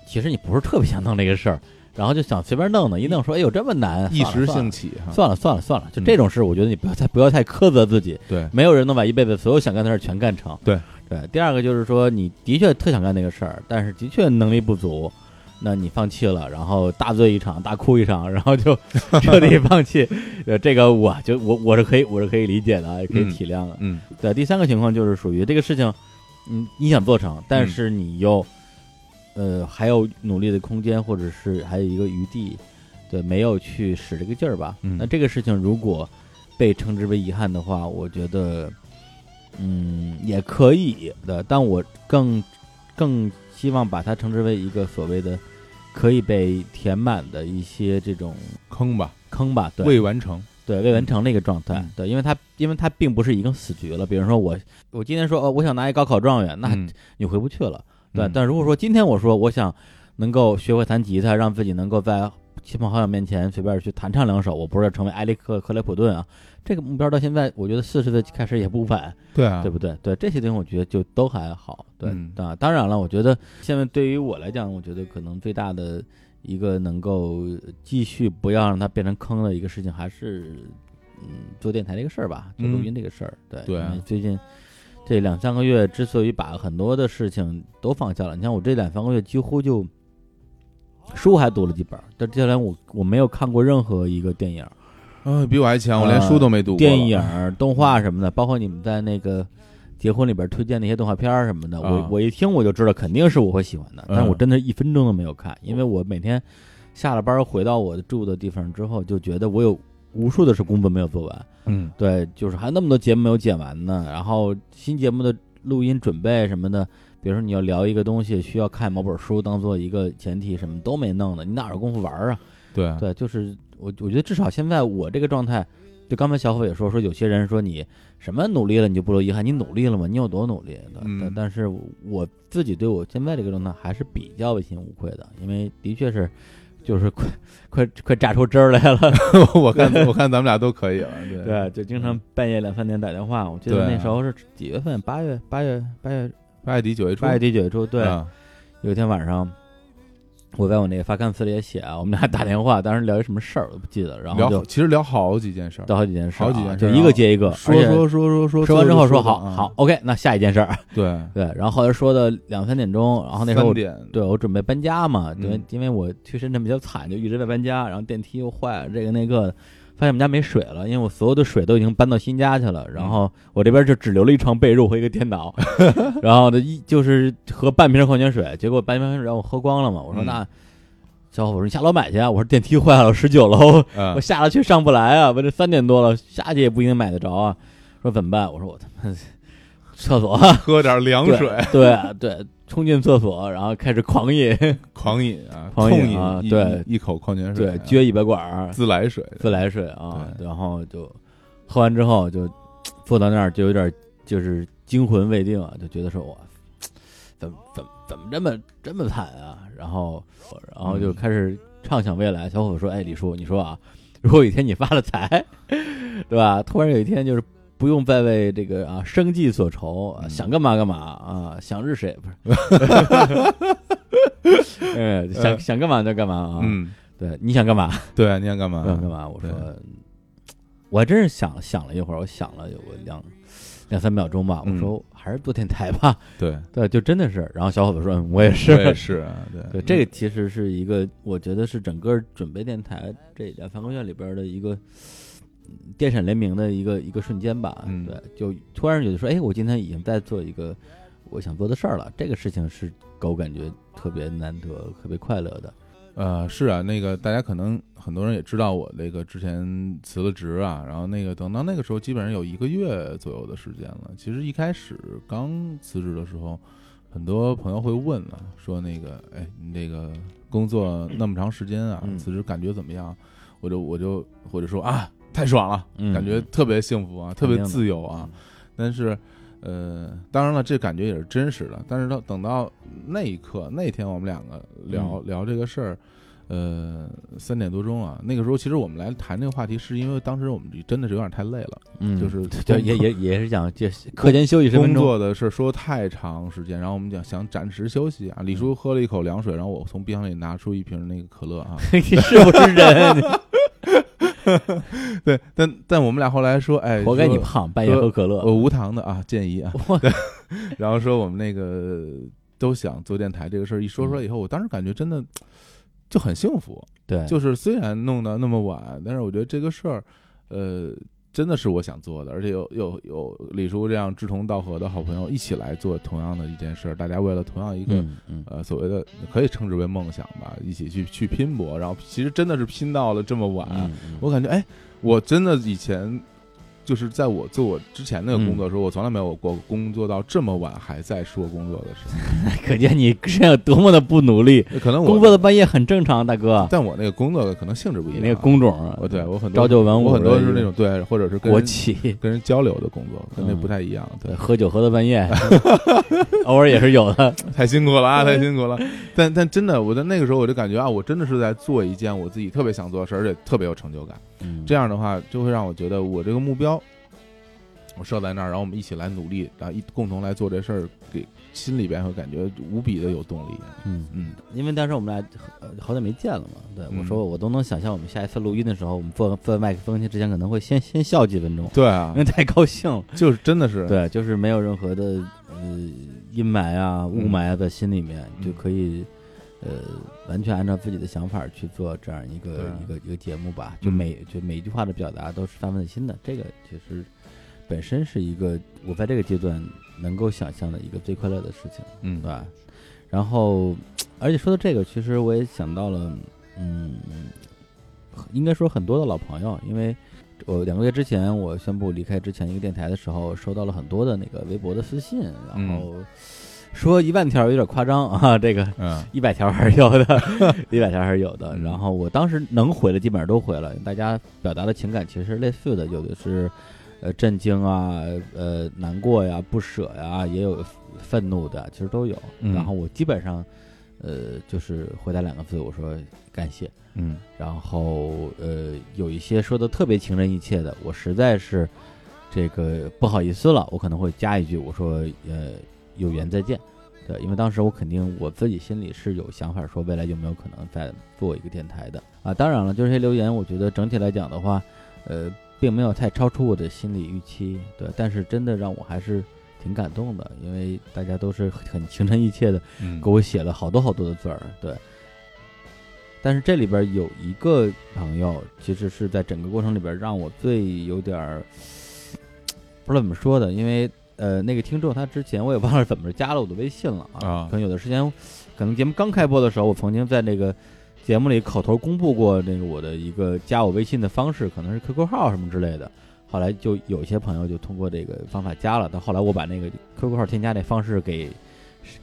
A: 其实你不是特别想弄这个事儿，然后就想随便弄弄，一弄说哎呦这么难，
B: 一时
A: 算
B: 兴
A: 了。
B: 起哈，
A: 算了算了算了，就
B: 嗯
A: 这种事，我觉得你不要太不要太苛责自己。
B: 对，
A: 没有人能把一辈子所有想干的事儿全干成。
B: 对
A: 对，第二个就是说，你的确特想干那个事儿，但是的确能力不足，那你放弃了，然后大醉一场，大哭一场， 然后 就彻底放弃。呃，这个我就我我是可以我是可以理解的，也可以
B: 嗯
A: 体谅的。
B: 嗯
A: 对，第三个情况就是属于这个事情，嗯，你想做成，但
B: 嗯
A: 是你又，呃，还有努力的空间，或者是还有一个余地，对，没有去使这个劲儿吧。
B: 嗯
A: 那这个事情如果被称之为遗憾的话，我觉得，嗯，也可以的，但我更更希望把它称之为一个所谓的可以被填满的一些这种
B: 坑吧，
A: 坑吧，对，
B: 未完成。
A: 对未完成的一个状态，
B: 嗯
A: 对，因为他因为他并不是已经死局了。比如说我，我今天说哦，我想拿一高考状元，那
B: 嗯
A: 你回不去了。对，
B: 嗯
A: 但如果说今天我说我想能够学会弹吉他，让自己能够在亲朋好友面前随便去弹唱两首，我不是要成为埃里克克雷普顿啊，这个目标到现在我觉得四十岁开始也不晚，
B: 对啊
A: 对，不对？对这些东西我觉得就都还好。对
B: 嗯
A: 啊，当然了，我觉得现在对于我来讲，我觉得可能最大的一个能够继续不要让它变成坑的一个事情，还是嗯做电台这个事儿吧，就
B: 嗯
A: 录音这个事儿。对
B: 对啊
A: 因为最近这两三个月之所以把很多的事情都放下了，你看我这两三个月几乎就书还读了几本儿，但接下来我我没有看过任何一个电影儿、
B: 啊，比我还强，我连书都没读过。
A: 呃电影儿、动画什么的，包括你们在那个。结婚里边推荐那些动画片儿什么的，
B: 啊嗯
A: 我我一听我就知道肯定是我会喜欢的，但是我真的一分钟都没有看，因
B: 哦
A: 为我每天下了班儿回到我住的地方之后，就觉得我有无数的是工作没有做完，
B: 嗯，
A: 对，就是还有那么多节目没有剪完呢，然后新节目的录音准备什么的，比如说你要聊一个东西，需要看某本书当做一个前提，什么都没弄呢，你哪有功夫玩儿啊？
B: 对，
A: 对，就是我我觉得至少现在我这个状态，就刚才小伙也说说有些人说你什么努力了你就不留遗憾，你努力了吗？你有多努力？对
B: 嗯
A: 但但是我自己对我现在这个状态还是比较问心无愧的，因为的确是。就是快快快榨出汁儿来了，
B: 我看我看咱们俩都可以了。对，
A: 对，嗯啊就经常半夜两三点打电话。我记得
B: 对
A: 那时候是几月份？八月八月八月
B: 八月底九月初，
A: 八月底九月初，嗯对，
B: 啊
A: 有一天晚上，我在我那个发刊词里也写啊，我们俩打电话，当时聊一什么事儿我都不记得，然后
B: 聊
A: 就
B: 好，其实聊好几件事儿，
A: 到好几件事啊，
B: 好几件事
A: 就
B: 儿
A: 一个接一个，
B: 说
A: 而且
B: 说说说说，啊
A: 说完之后说
B: 到
A: 好好，，OK，那下一件事儿，
B: 对，
A: 对，然后后来说的两三点钟，然后那时候
B: 三
A: 我
B: 点，
A: 对我准备搬家嘛，因为、
B: 嗯
A: 因为我去深圳比较惨，就一直在搬家，然后电梯又坏了，这个那个的，发现我们家没水了，因为我所有的水都已经搬到新家去了，
B: 嗯
A: 然后我这边就只留了一床被褥和一个电 脑，然后呢一就是喝半瓶矿泉水，结果半瓶矿泉水让我喝光了嘛，我说
B: 嗯
A: 那。小伙，我说你下楼买去啊！我说电梯坏了，十九楼，
B: 嗯
A: 我下了去上不来啊！我这三点多了，下去也不一定买得着啊！说怎么办？我说 我他妈厕所
C: 喝点凉
A: 对
C: 水，
A: 对啊对，冲进厕所，然后开始狂饮，
B: 狂饮啊，
A: 狂
B: 痛
A: 饮啊
B: 一
A: 对
B: 一口矿泉水，
A: 对，
B: 啊
A: 撅尾巴管儿，
B: 自来水，
A: 自来水啊，
B: 对
A: 然后就喝完之后就坐到那儿就有点就是惊魂未定啊，就觉得说我怎么怎么怎么这么这么惨啊，然后然后
B: 嗯
A: 就开始畅想未来。小伙说：“哎，李叔，你说啊， 如果有一天你发了财， 对吧？突然有一天就是。”不用再为这个啊生计所愁，啊
B: 嗯
A: 想干嘛干嘛啊，想日谁 不是？ 哎，想想干嘛就干嘛啊！
B: 嗯，
A: 对，你想干嘛？
B: 对，你想干嘛？
A: 我想干嘛？我说
B: 啊对，
A: 我还真是想想了一会儿，我想了有个两两三秒钟吧。我
B: 嗯
A: 说还是做电台吧。
B: 对，
A: 对，就真的是。然后小伙子说，嗯我也
B: 我也
A: 是。
B: 是啊，对，
A: 对，这个其实是一个，我觉得是整个准备电台这两三个月里边的一个嗯电闪雷鸣的一个一个瞬间吧。
B: 嗯
A: 对，就突然觉得说，哎，我今天已经在做一个我想做的事儿了。这个事情是给我感觉特别难得、特别快乐的。
B: 呃，是啊，那个大家可能很多人也知道我那个之前辞了职啊，然后那个等到那个时候，基本上有一个月左右的时间了。其实一开始刚辞职的时候，很多朋友会问啊，说那个，哎，你这个工作那么长时间啊，
A: 嗯
B: 辞职感觉怎么样？我就我就我就说啊，太爽了，
A: 嗯
B: 感觉特别幸福啊，特
A: 肯定
B: 别
A: 的
B: 自由啊。但是，呃，当然了，这感觉也是真实的。但是到等到那一刻，那天我们两个聊、
A: 嗯
B: 聊这个事儿，呃，三点多钟啊，那个时候其实我们来谈这个话题，是因为当时我们真的是有点太累了，
A: 嗯，
B: 就是
A: 就也也也是讲，就是课间休息十分
B: 工
A: 钟。
B: 作的事儿说太长时间，然后我们讲想暂时休息啊。李
A: 嗯
B: 叔喝了一口凉水，然后我从冰箱里拿出一瓶那个可乐 啊，
A: 你是不是 人？
B: 对，但但我们俩后来说，哎，
A: 活该
B: 说
A: 你胖，半夜喝可
B: 呃，
A: 乐。
B: 无糖的啊，建议啊
A: 我。
B: 对然后说我们那个都想做电台这个事儿，一说
A: 嗯
B: 出来以后，我当时感觉真的就很幸福。
A: 对，
B: 就是虽然弄到那么晚，但是我觉得这个事儿，呃，真的是我想做的，而且有有有李叔这样志同道合的好朋友一起来做同样的一件事儿，大家为了同样一个。
A: 嗯嗯，
B: 呃，所谓的可以称之为梦想吧，一起去去拼搏，然后其实真的是拼到了这么晚，
A: 嗯嗯
B: 我感觉哎，我真的以前就是在我做我之前那个工作的时候，我从来没有过工作到这么晚还在说工作的事情。
A: 可见你身上有多么的不努力。
B: 可能
A: 工
B: 我
A: 作到半夜很正常，大哥。
B: 但我那个工作可能性质不一
A: 你
B: 样。
A: 那个，工嗯种，
B: 啊我对我很多
A: 朝九晚五，
B: 我很多是那种对，或者是跟
A: 国
B: 人
A: 企，
B: 跟人交流的工作，跟那
A: 嗯
B: 不太一样。
A: 对，喝酒喝到半 夜， 偶尔也是有的。
B: 太辛苦了
A: 嗯
B: 啊，太辛苦了。但但真的，我在那个时候我就感觉啊，我真的是在做一件我自己特别想
A: 嗯
B: 做的事，而且特别有成就感。这
A: 样，
B: 样的话，就会让我觉得我这个目标，我设在那儿，然后我们一起来努力，然后一共同来做这事儿，给心里边会感觉无比的有动力。
A: 嗯，
B: 嗯，
A: 因为当时我们俩呃好久没见了嘛，对我
B: 嗯
A: 说我都能想象我们下一次录音的时候，我们坐坐麦克风前之前可能会先先笑几分钟，
B: 对啊
A: 因，为太高兴了。
B: 就是真的是，
A: 对，就是没有任何的呃阴霾啊、雾霾啊在心里面，
B: 嗯
A: 就可以呃完全按照自己的想法去做这样一
B: 对嗯
A: 个一个一个节目吧。就每、就每一句话的表达都是发自内心的，这个其实本身是一个我在这个阶段能够想象的一个最快乐的事情，
B: 嗯
A: 对，吧？然后，嗯而且说到这个，其实我也想到了，嗯，应该说很多的老朋友，因为我两个月之前我宣布离开之前一个电台的时候，收到了很多的那个微博的私信，然后说一万条有点夸张啊，这个
B: 嗯
A: 一百条还是有的，一百条还是有的。
B: 嗯
A: 然后我当时能回的基本上都回了，大家表达的情感其实类似的，有的是呃震惊啊，呃难过呀、不舍呀，也有愤怒的，其实都有。
B: 嗯
A: 然后我基本上呃就是回答两个字，我说感谢。
B: 嗯
A: 然后呃，有一些说的特别情真意切的，我实在是这个不好意思了，我可能会加一句，我说呃，有缘再见。对，因为当时我肯定我自己心里是有想法，说未来有没有可能再做一个电台的啊。当然了，就是这些留言，我觉得整体来讲的话，呃，并没有太超出我的心理预期。对，但是真的让我还是挺感动的，因为大家都是很 情真意切的
B: 嗯
A: 给我写了好多好多的字儿，对。但是这里边有一个朋友，其实是在整个过程里边让我最有点儿不知道怎么说的，因为呃，那个听众他之前我也忘了怎么加了我的微信了
B: 啊
A: 可能有的时间，可能节目刚开播的时候，我曾经在那个节目里口头公布过那个我的一个加我微信的方式，可能是 QQ 号什么之类的。后来就有些朋友就通过这个方法加了，但后来我把那个 QQ 号添加那方式给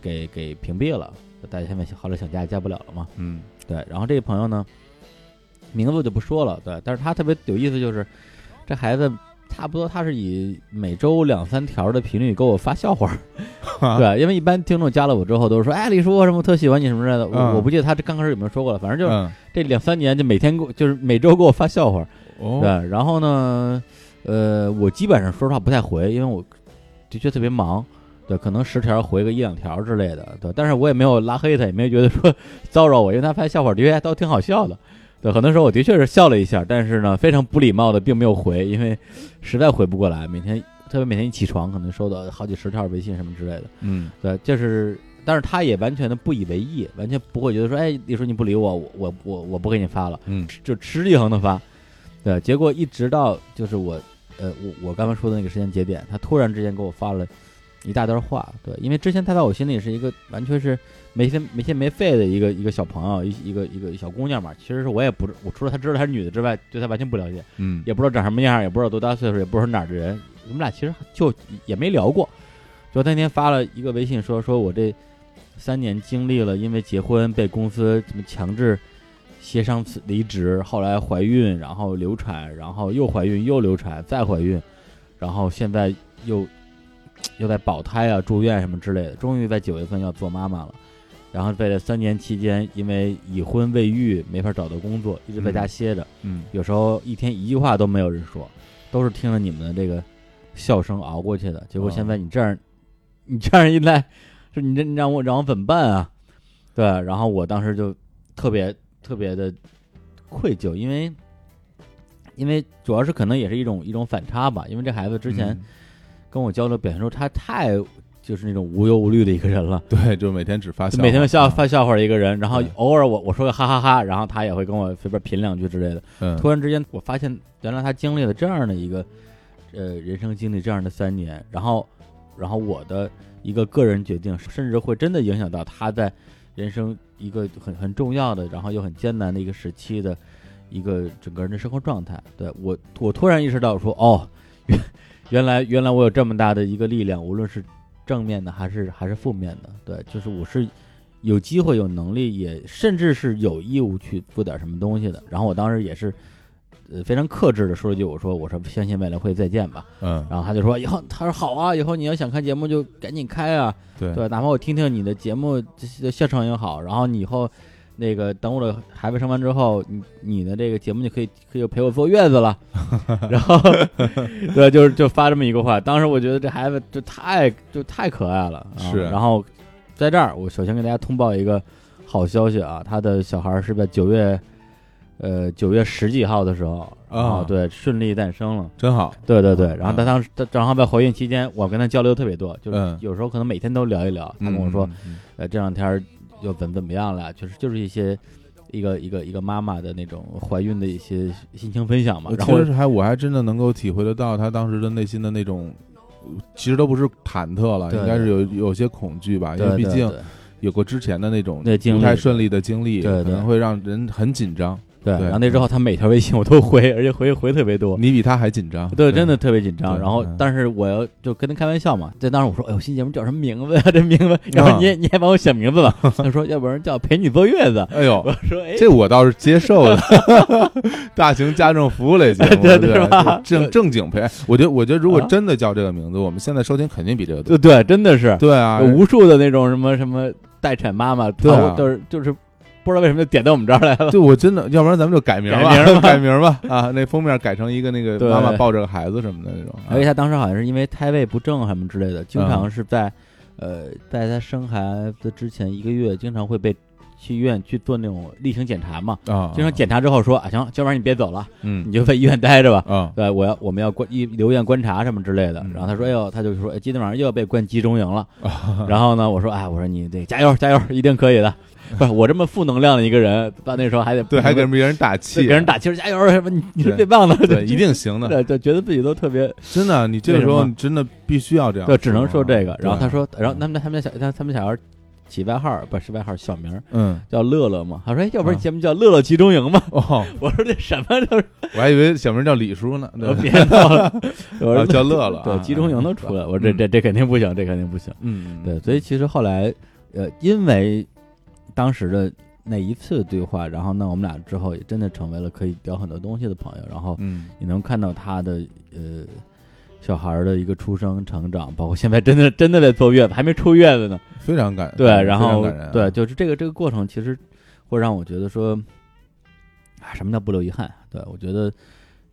A: 给给屏蔽了，大家现在后来想加也加不了了嘛。
B: 嗯
A: 对，然后这个朋友呢，名字我就不说了，对，但是他特别有意思，就是这孩子差不多他是以每周两三条的频率给我发笑话儿，
B: 啊
A: 对，因啊为一般听众加了我之后都是说，哎，李叔我什么特喜欢你什么之类的，我
B: 嗯
A: 我不记得他这刚开始有没有说过了，反正就是
B: 嗯
A: 这两三年就每天给我就是每周给我发笑话儿，
B: 哦，
A: 对，啊然后呢，呃，我基本上说实话不太回，因为我的确特别忙，对，可能十条回个一两条之类的，对，但是我也没有拉黑他，也没有觉得说骚扰我，因为他拍笑话的确都挺好笑的，对，很多时候我的确是笑了一下，但是呢，非常不礼貌的并没有回，因为实在回不过来，每天特别每天一起床可能收到好几十条微信什么之类的，
B: 嗯
A: 对，就是。但是他也完全的不以为意，完全不会觉得说，哎，你说你不理我，我我我我不给你发了。
B: 嗯
A: 就吃一横的发，对，结果一直到就是我，呃，我我刚刚说的那个时间节点，他突然之间给我发了一大段话，对，因为之前他在我心里是一个完全是没心没心没肺的一个一个小朋友，一一个一个小姑娘嘛，其实是我也不我除了他知道她是女的之外，对她完全不了解，
B: 嗯
A: 也不知道长什么样，也不知道多大岁数，也不知道哪儿的人，我们俩其实就也没聊过，就那天发了一个微信说说我这三年经历了，因为结婚被公司什么强制协商辞离职，后来怀孕，然后流产，然后又怀孕又流产再怀孕，然后现在又又在保胎啊、住院什么之类的，终于在九月份要做妈妈了。然后在这三年期间，因为已婚未育，没法找到工作，一直在家歇着。
B: 嗯
A: 有时候一天一句话都没有人说，都是听了你们的这个笑声熬过去的。结果现
B: 嗯
A: 在你这样，你这样一来，说你这你让我让我怎么办啊？对，然后我当时就特别特别的愧疚，因为因为主要是可能也是一种一种反差吧，因为这孩子之
B: 嗯
A: 前跟我交流表现出他太就是那种无忧无虑的一个人了。
B: 对，就每天只发笑话，
A: 每天笑
B: 啊
A: 发笑话一个人，然后
B: 对
A: 偶尔我我说个哈哈哈，然后他也会跟我随便贫两句之类的。
B: 嗯
A: 突然之间，我发现原来他经历了这样的一个，呃，人生经历这样的三年，然后，然后我的一个个人决定，甚至会真的影响到他在人生一个很很重要的，然后又很艰难的一个时期的一个整个人的生活状态。对我，我突然意识到说，哦，原原来原来我有这么大的一个力量，无论是正面的还是还是负面的，对，就是我是有机会、有能力，也甚至是有义务去做点什么东西的。然后我当时也是，呃，非常克制的说了一句：“我说我说相信未来会再见吧。”
B: 嗯
A: 然后他就说：“以后他说好啊，以后你要想看节目就赶紧开啊，
B: 对
A: 对，哪怕我听听你的节目，这些笑声也好，然后你以后那个等我的孩子生完之后，你你的这个节目就可以可以陪我坐月子 了。然后，对，就是就发这么一个话。当时我觉得这孩子就太就太可爱了。啊
B: 是
A: 然后在这儿，我首先给大家通报一个好消息啊，他的小孩是在九月，呃，九月十几号的时候
B: 啊
A: 对，顺利诞生了。
B: 真好，
A: 对对对，然后他当时，他然后在怀孕期间，我跟他交流特别多，就是
B: 嗯
A: 有时候可能每天都聊一聊。他跟我说，
B: 嗯，嗯
A: 呃，这两天儿又怎么怎么样了，就是就是一些一个一个一个妈妈的那种怀孕的一些心情分享嘛
B: 嗯。
A: 然
B: 其
A: 后
B: 实是还我还真的能够体会得到他当时的内心的那种，其实都不是忐忑了，
A: 对
B: 应该是有有些恐惧吧，因
A: 对
B: 为毕
A: 对
B: 竟
A: 对
B: 有过之前的那种
A: 那经历
B: 不太顺利的经历，
A: 对对
B: 可能会让人很紧张。
A: 对，
B: 对
A: 然后那之后他每条微信我都回，而且回回特别多。
B: 你比他还紧张，
A: 对，真的特别紧张。
B: 嗯对
A: 然后
B: 嗯，
A: 但是我要就跟他开玩笑嘛，在当时我说：“哎呦，新节目叫什么名字呀？这名字。”
B: 嗯
A: 然后你也你也帮我想名字吧。他说：“要不然叫陪你坐月子。
B: 哎呦”
A: 我，说：“哎，
B: 这我倒是接受的， 大型家政服务类节目，
A: 对
B: 对
A: 对吧
B: 正正经陪，我觉得我觉得如果
A: 啊
B: 真的叫这个名字，我们现在收听肯定比这个多
A: 对。对，真的是
B: 对啊
A: 有，无数的那种什么什么待产妈妈，
B: 对啊
A: 她就是就是不知道为什么就点到我们这儿来了。
B: 对我真的，要不然咱们就改名吧，
A: 改
B: 改
A: 名吧
B: 名吧啊！那封面改成一个那个
A: 对哎
B: 妈妈抱着个孩子什么的那种 啊，
A: 而且他当时好像是因为胎位不正什么之类的，经常是在、呃在他生孩子之前一个月，经常会被去医院去做那种例行检查嘛。
B: 啊，
A: 经常检查之后说啊行，要不然你别走了，
B: 嗯
A: 你就在医院待着吧。
B: 啊
A: 对，我要我们要关医留院观察什么之类的。
B: 嗯
A: 然后他说，哎呦，他就说，哎，今天晚上又要被关集中营 了。然后呢，我说，哎，我说你得加油加油，一定可以 的。不是我这么负能量的一个人，到那时候还得
B: 对，还给别人打气，啊
A: 对别人打气儿加油什么，你 你是
B: 对
A: 最棒的，
B: 对，一定行的，
A: 对对，觉得自己都特别，
B: 真的，你这个时
A: 为
B: 候
A: 什么
B: 你真的必须要这样，
A: 对，只能说这个。然后他
B: 啊对，
A: 说，然后他们他们家小他他们小孩儿起外号儿不是外号儿小名儿
B: 嗯，
A: 叫乐乐嘛，他说，哎，要不然
B: 啊
A: 节目叫乐乐集中营吧？
B: 哦，
A: 我说这什么 都是
B: 我还以为小名叫李叔呢， 对
A: 别闹了，我说
B: 啊叫乐乐啊
A: 对，集中营都出来了，我说这
B: 嗯
A: 这这肯定不行，这肯定不行。
B: 嗯，
A: 对，所以其实后来，呃，因为当时的那一次对话，然后呢，我们俩之后也真的成为了可以聊很多东西的朋友，然后
B: 嗯，
A: 你能看到他的呃小孩儿的一个出生成长，包括现在真的真的在坐月子，还没出月子呢。
B: 非常感
A: 对，然
B: 非常
A: 后
B: 感人啊
A: 对，就是这个这个过程，其实会让我觉得说，啊，什么叫不留遗憾？对我觉得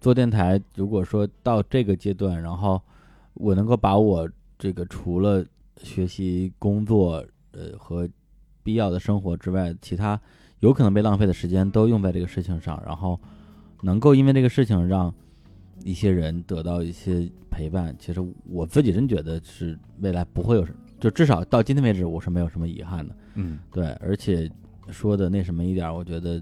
A: 做电台，如果说到这个阶段，然后我能够把我这个除了学习、工作，呃和必要的生活之外，其他有可能被浪费的时间都用在这个事情上，然后能够因为这个事情让一些人得到一些陪伴，其实我自己真觉得是未来不会有什就至少到今天为止，我是没有什么遗憾的。
B: 嗯
A: 对，而且说的那什么一点儿，我觉得，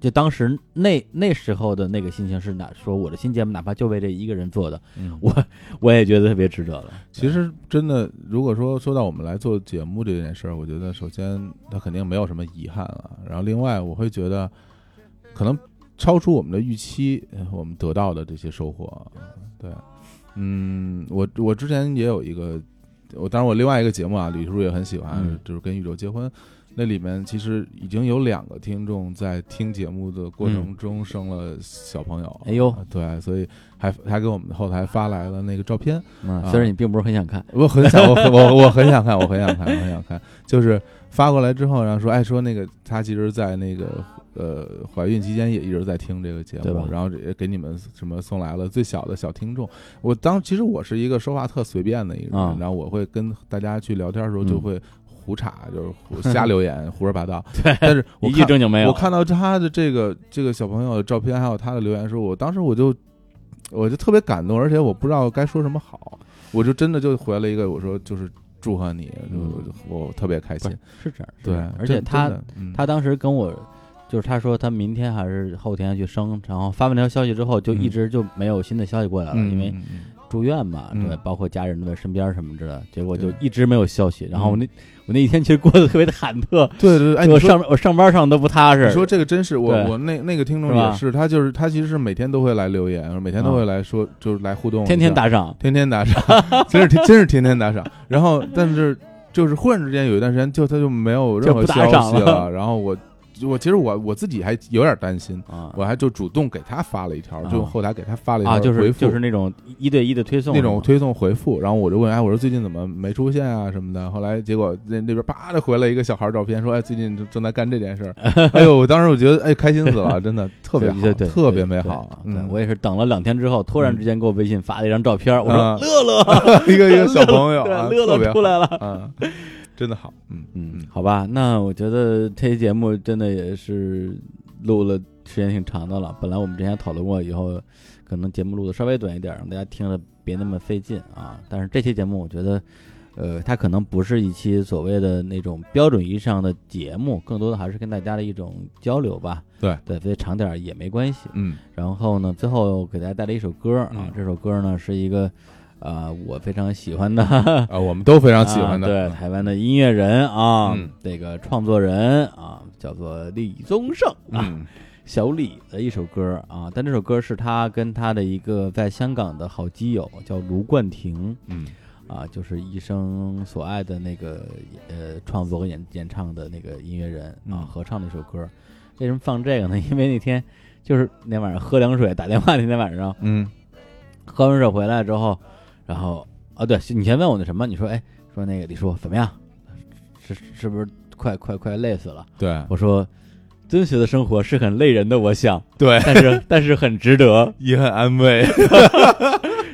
A: 就当时那那时候的那个心情是哪说我的新节目，哪怕就为这一个人做的，
B: 嗯，
A: 我我也觉得特别值得了。
B: 其实真的，如果说说到我们来做节目这件事儿，我觉得首先它肯定没有什么遗憾了，然后另外我会觉得，可能超出我们的预期，呃我们得到的这些收获，对，嗯，我我之前也有一个，我当然我另外一个节目啊，李叔也很喜欢，
A: 嗯
B: 就是跟宇宙结婚。那里面其实已经有两个听众在听节目的过程中生了小朋友，
A: 嗯
B: 啊
A: 哎呦，
B: 对，所以还还给我们后台发来了那个照片，
A: 嗯，
B: 啊
A: 虽然你并不是很想看，
B: 我很想，我我我很想看，我很想看，我很想看。就是发过来之后，然后说，哎，说那个她其实，在那个呃怀孕期间也一直在听这个节
A: 对吧
B: 目，然后也给你们什么送来了最小的小听众。我当其实我是一个说话特随便的一个人，
A: 啊
B: 然后我会跟大家去聊天的时候
A: 嗯
B: 就会胡扯，就是胡瞎 留言，胡说八道。
A: 对
B: 但是我
A: 一句
B: 看
A: 正经没有。
B: 我看到他的这个这个小朋友的照片，还有他的留言的时候，我当时我就我就特别感动，而且我不知道该说什么好，我就真的就回了一个我说就是祝贺你，
A: 嗯
B: 就我我特别开心。
A: 是这样，是
B: 对
A: 这样，而
B: 真
A: 且他
B: 真的嗯
A: 他当时跟我，就是他说他明天还是后天去生，然后发完条消息之后，就一
B: 嗯
A: 直就没有新的消息过来了，
B: 嗯
A: 因为
B: 嗯嗯
A: 住院嘛，
B: 嗯
A: 对，包括家人都在身边什么之类的，结果就
B: 对
A: 一直没有消息。然后我那我那一天其实过得特别的忐忑，
B: 对对对，哎，
A: 我
B: 你说
A: 上我上班上的都不踏实。
B: 你说这个真是我
A: 对
B: 我那那个听众
A: 是吧啊
B: 也是，他就是他其实是每天都会来留言，每天都会来说就是来互动一下，
A: 天天打赏，
B: 天天打赏，真是真是天天打赏。然后，但是就是忽然之间有一段时间，就他就没有任何
A: 就不打
B: 消
A: 赏
B: 息
A: 了
B: 然后我我其实我我自己还有点担心，
A: 啊
B: 我还就主动给他发了一条，就
A: 啊
B: 后台给他发了一条
A: 啊，就
B: 回
A: 是
B: 复
A: 就是那种一对一的推送
B: 那种
A: 是吗
B: 推送回复，然后我就问，哎，我说最近怎么没出现啊什么的？后来结果那那边啪的回来一个小孩照片，说，哎，最近正正在干这件 事儿。哎呦，我当时我觉得，哎，开心死了，真的特别好，
A: 对对对
B: 特别美
A: 对
B: 好。
A: 对
B: 嗯，
A: 我也是等了两天之后，突然之间给我微信发了一张照片，我
B: 啊
A: 说乐乐，
B: 一个一个 小朋 友
A: 对
B: 啊，
A: 乐
B: 特别
A: 乐出
B: 好
A: 来了。
B: 啊， 真的好，嗯
A: 嗯，好吧，那我觉得这期节目真的也是录了时间挺长的了。本来我们之前讨论过，以后可能节目录的稍微短一点，让大家听了别那么费劲啊。但是这期节目，我觉得，呃，它可能不是一期所谓的那种标准意义上的节目，更多的还是跟大家的一种交流吧。
B: 对
A: 对，所以长点儿也没关系。
B: 嗯
A: 然后呢，最后给大家带来一首歌啊，
B: 嗯。
A: 这首歌呢是一个，呃，我非常喜欢的
B: 啊，我们都非常喜欢的，
A: 啊对台湾的音乐人啊，
B: 嗯
A: 这个创作人啊，叫做李宗盛啊，
B: 嗯
A: 小李的一首歌啊，但这首歌是他跟他的一个在香港的好基友叫卢冠廷
B: 嗯
A: 啊，就是一生所爱的那个呃创作和演演唱的那个音乐人啊
B: 嗯
A: 合唱的一首歌。为什么放这个呢？因为那天就是那晚上喝凉水打电话那天晚上，
B: 嗯
A: 喝完水回来之后，然后啊，对你先问我那什么，你说哎，说那个李叔怎么样？是是不是快快快累死了？
B: 对
A: 我说，遵循的生活是很累人的，我想，
B: 对，
A: 但是但是很值得。
B: 也很安慰，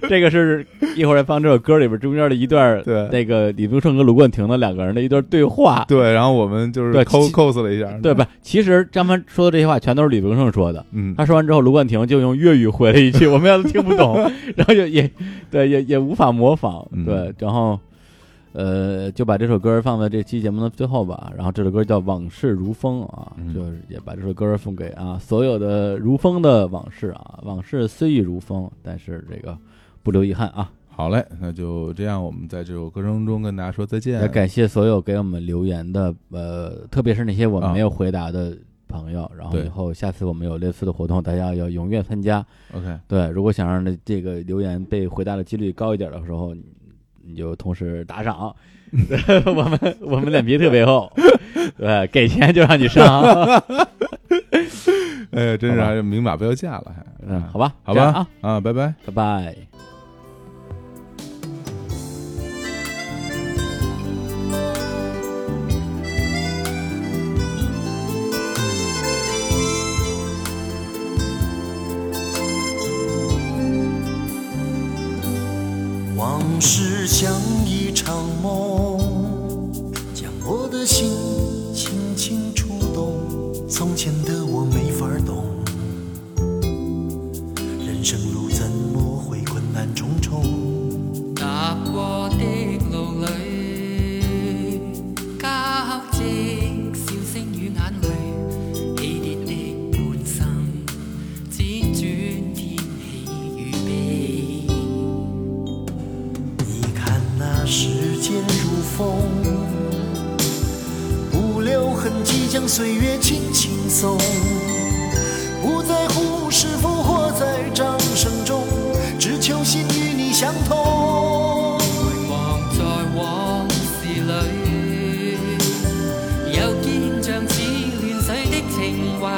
A: 这个是一会儿放这首歌里边中间的一段，
B: 对
A: 那个李宗盛跟卢冠廷的两个人的一段对话，
B: 对，然后我们就是
A: 对
B: cos
A: 其
B: cos 了一下，
A: 对？吧？啊其实张帆说的这些话全都是李宗盛说的，
B: 嗯，
A: 他说完之后，卢冠廷就用粤语回了一句，我们要是听不懂， 然后也也对也也无法模仿，
B: 嗯
A: 对，然后呃就把这首歌放在这期节目的最后吧。然后这首歌叫《往事如风》啊，
B: 嗯
A: 就是也把这首歌送给啊所有的如风的往事啊，往事虽已如风，但是这个不留遗憾啊。
B: 好嘞，那就这样，我们在这首歌声中跟大家说再见
A: 也，感谢所有给我们留言的，呃，特别是那些我们
B: 啊
A: 没有回答的朋友。然后
B: 对
A: 以后下次我们有类似的活动，大家要踊跃参加。
B: OK，
A: 对，如果想让这这个留言被回答的几率高一点的时候，你你就同时打赏。我们我们脸皮特别厚，对，给钱就让你上，
B: 哎呀，真是
A: 好吧
B: 还是明码标价了，还
A: 嗯，好
B: 吧，
A: 吧，
B: 好
A: 这样
B: 吧
A: 啊，，
B: 啊，拜拜。
A: 拜拜。
D: 往事像一场梦，将我的心轻轻触动。从前的我没法懂，人生路怎么会困难重重？
E: 踏過的路裏，交織笑聲與眼淚，起跌的半生，只轉天喜與悲。
D: 你看那时间如风，不留痕迹，将岁月轻轻送。不在乎是否活在掌声中，只求心与你相通。
E: 望在往事里，又見像似亂水的情懷，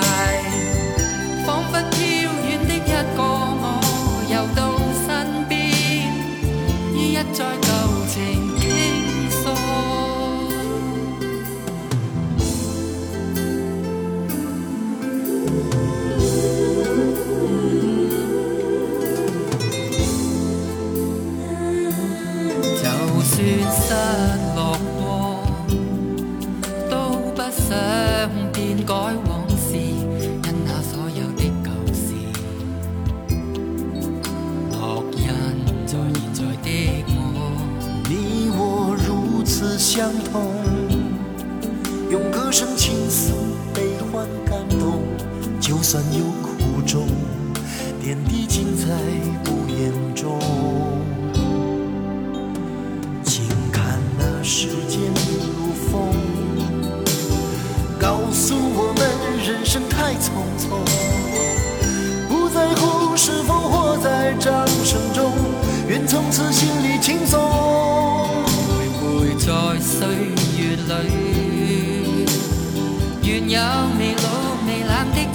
E: 彷彿飄遠的一個我，又到身邊，於一再舊情傾訴。就算失落過，都不想變改往事，因那所有的舊事，烙印在現在的我。
D: 你我如此相同，用歌声倾诉悲欢感动，就算有苦衷，点滴尽在不言中。请看那时间如风，告诉我们人生太匆匆。不在乎是否活在掌声中，愿从此心里轻松。
E: 徘徊在歲月裏，願有未來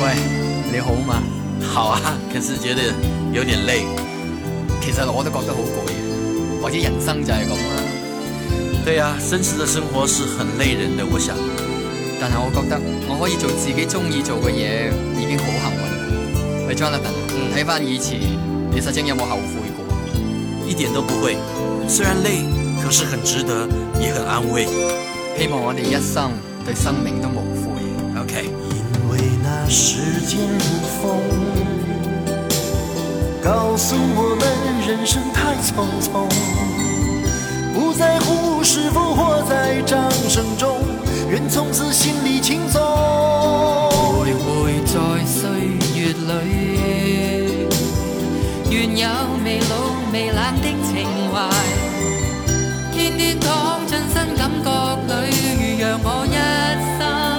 F: 喂，你好嘛？好啊，可是覺得有點累。其實我都覺得好攰，啊或者人生就係咁啊啦。對啊，真實的生活是很累人的，我想。
E: 但係我覺得我可以做自己中意做嘅嘢，已經好幸運。喂，Jonathan，睇
F: 嗯
E: 翻以前，你實情有冇後悔過？
F: 一點都不會。雖然累，可是很值得，也很安慰。
E: 希望我哋一生對生命都無悔。
F: OK，
D: 因为那时间如风，告诉我们人生太匆匆，不在乎是否活在掌声中，愿从此心里轻松。
E: 徘徊在歲月裏，願有未老未冷的情懷，天天躺進新感覺裏，讓我一生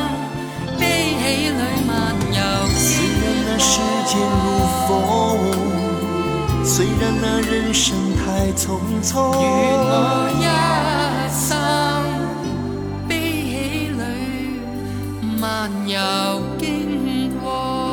E: 悲喜裏漫遊。
D: 虽然那时间如风，虽然那人生太匆匆。
E: 願我一生悲喜裏漫遊經過。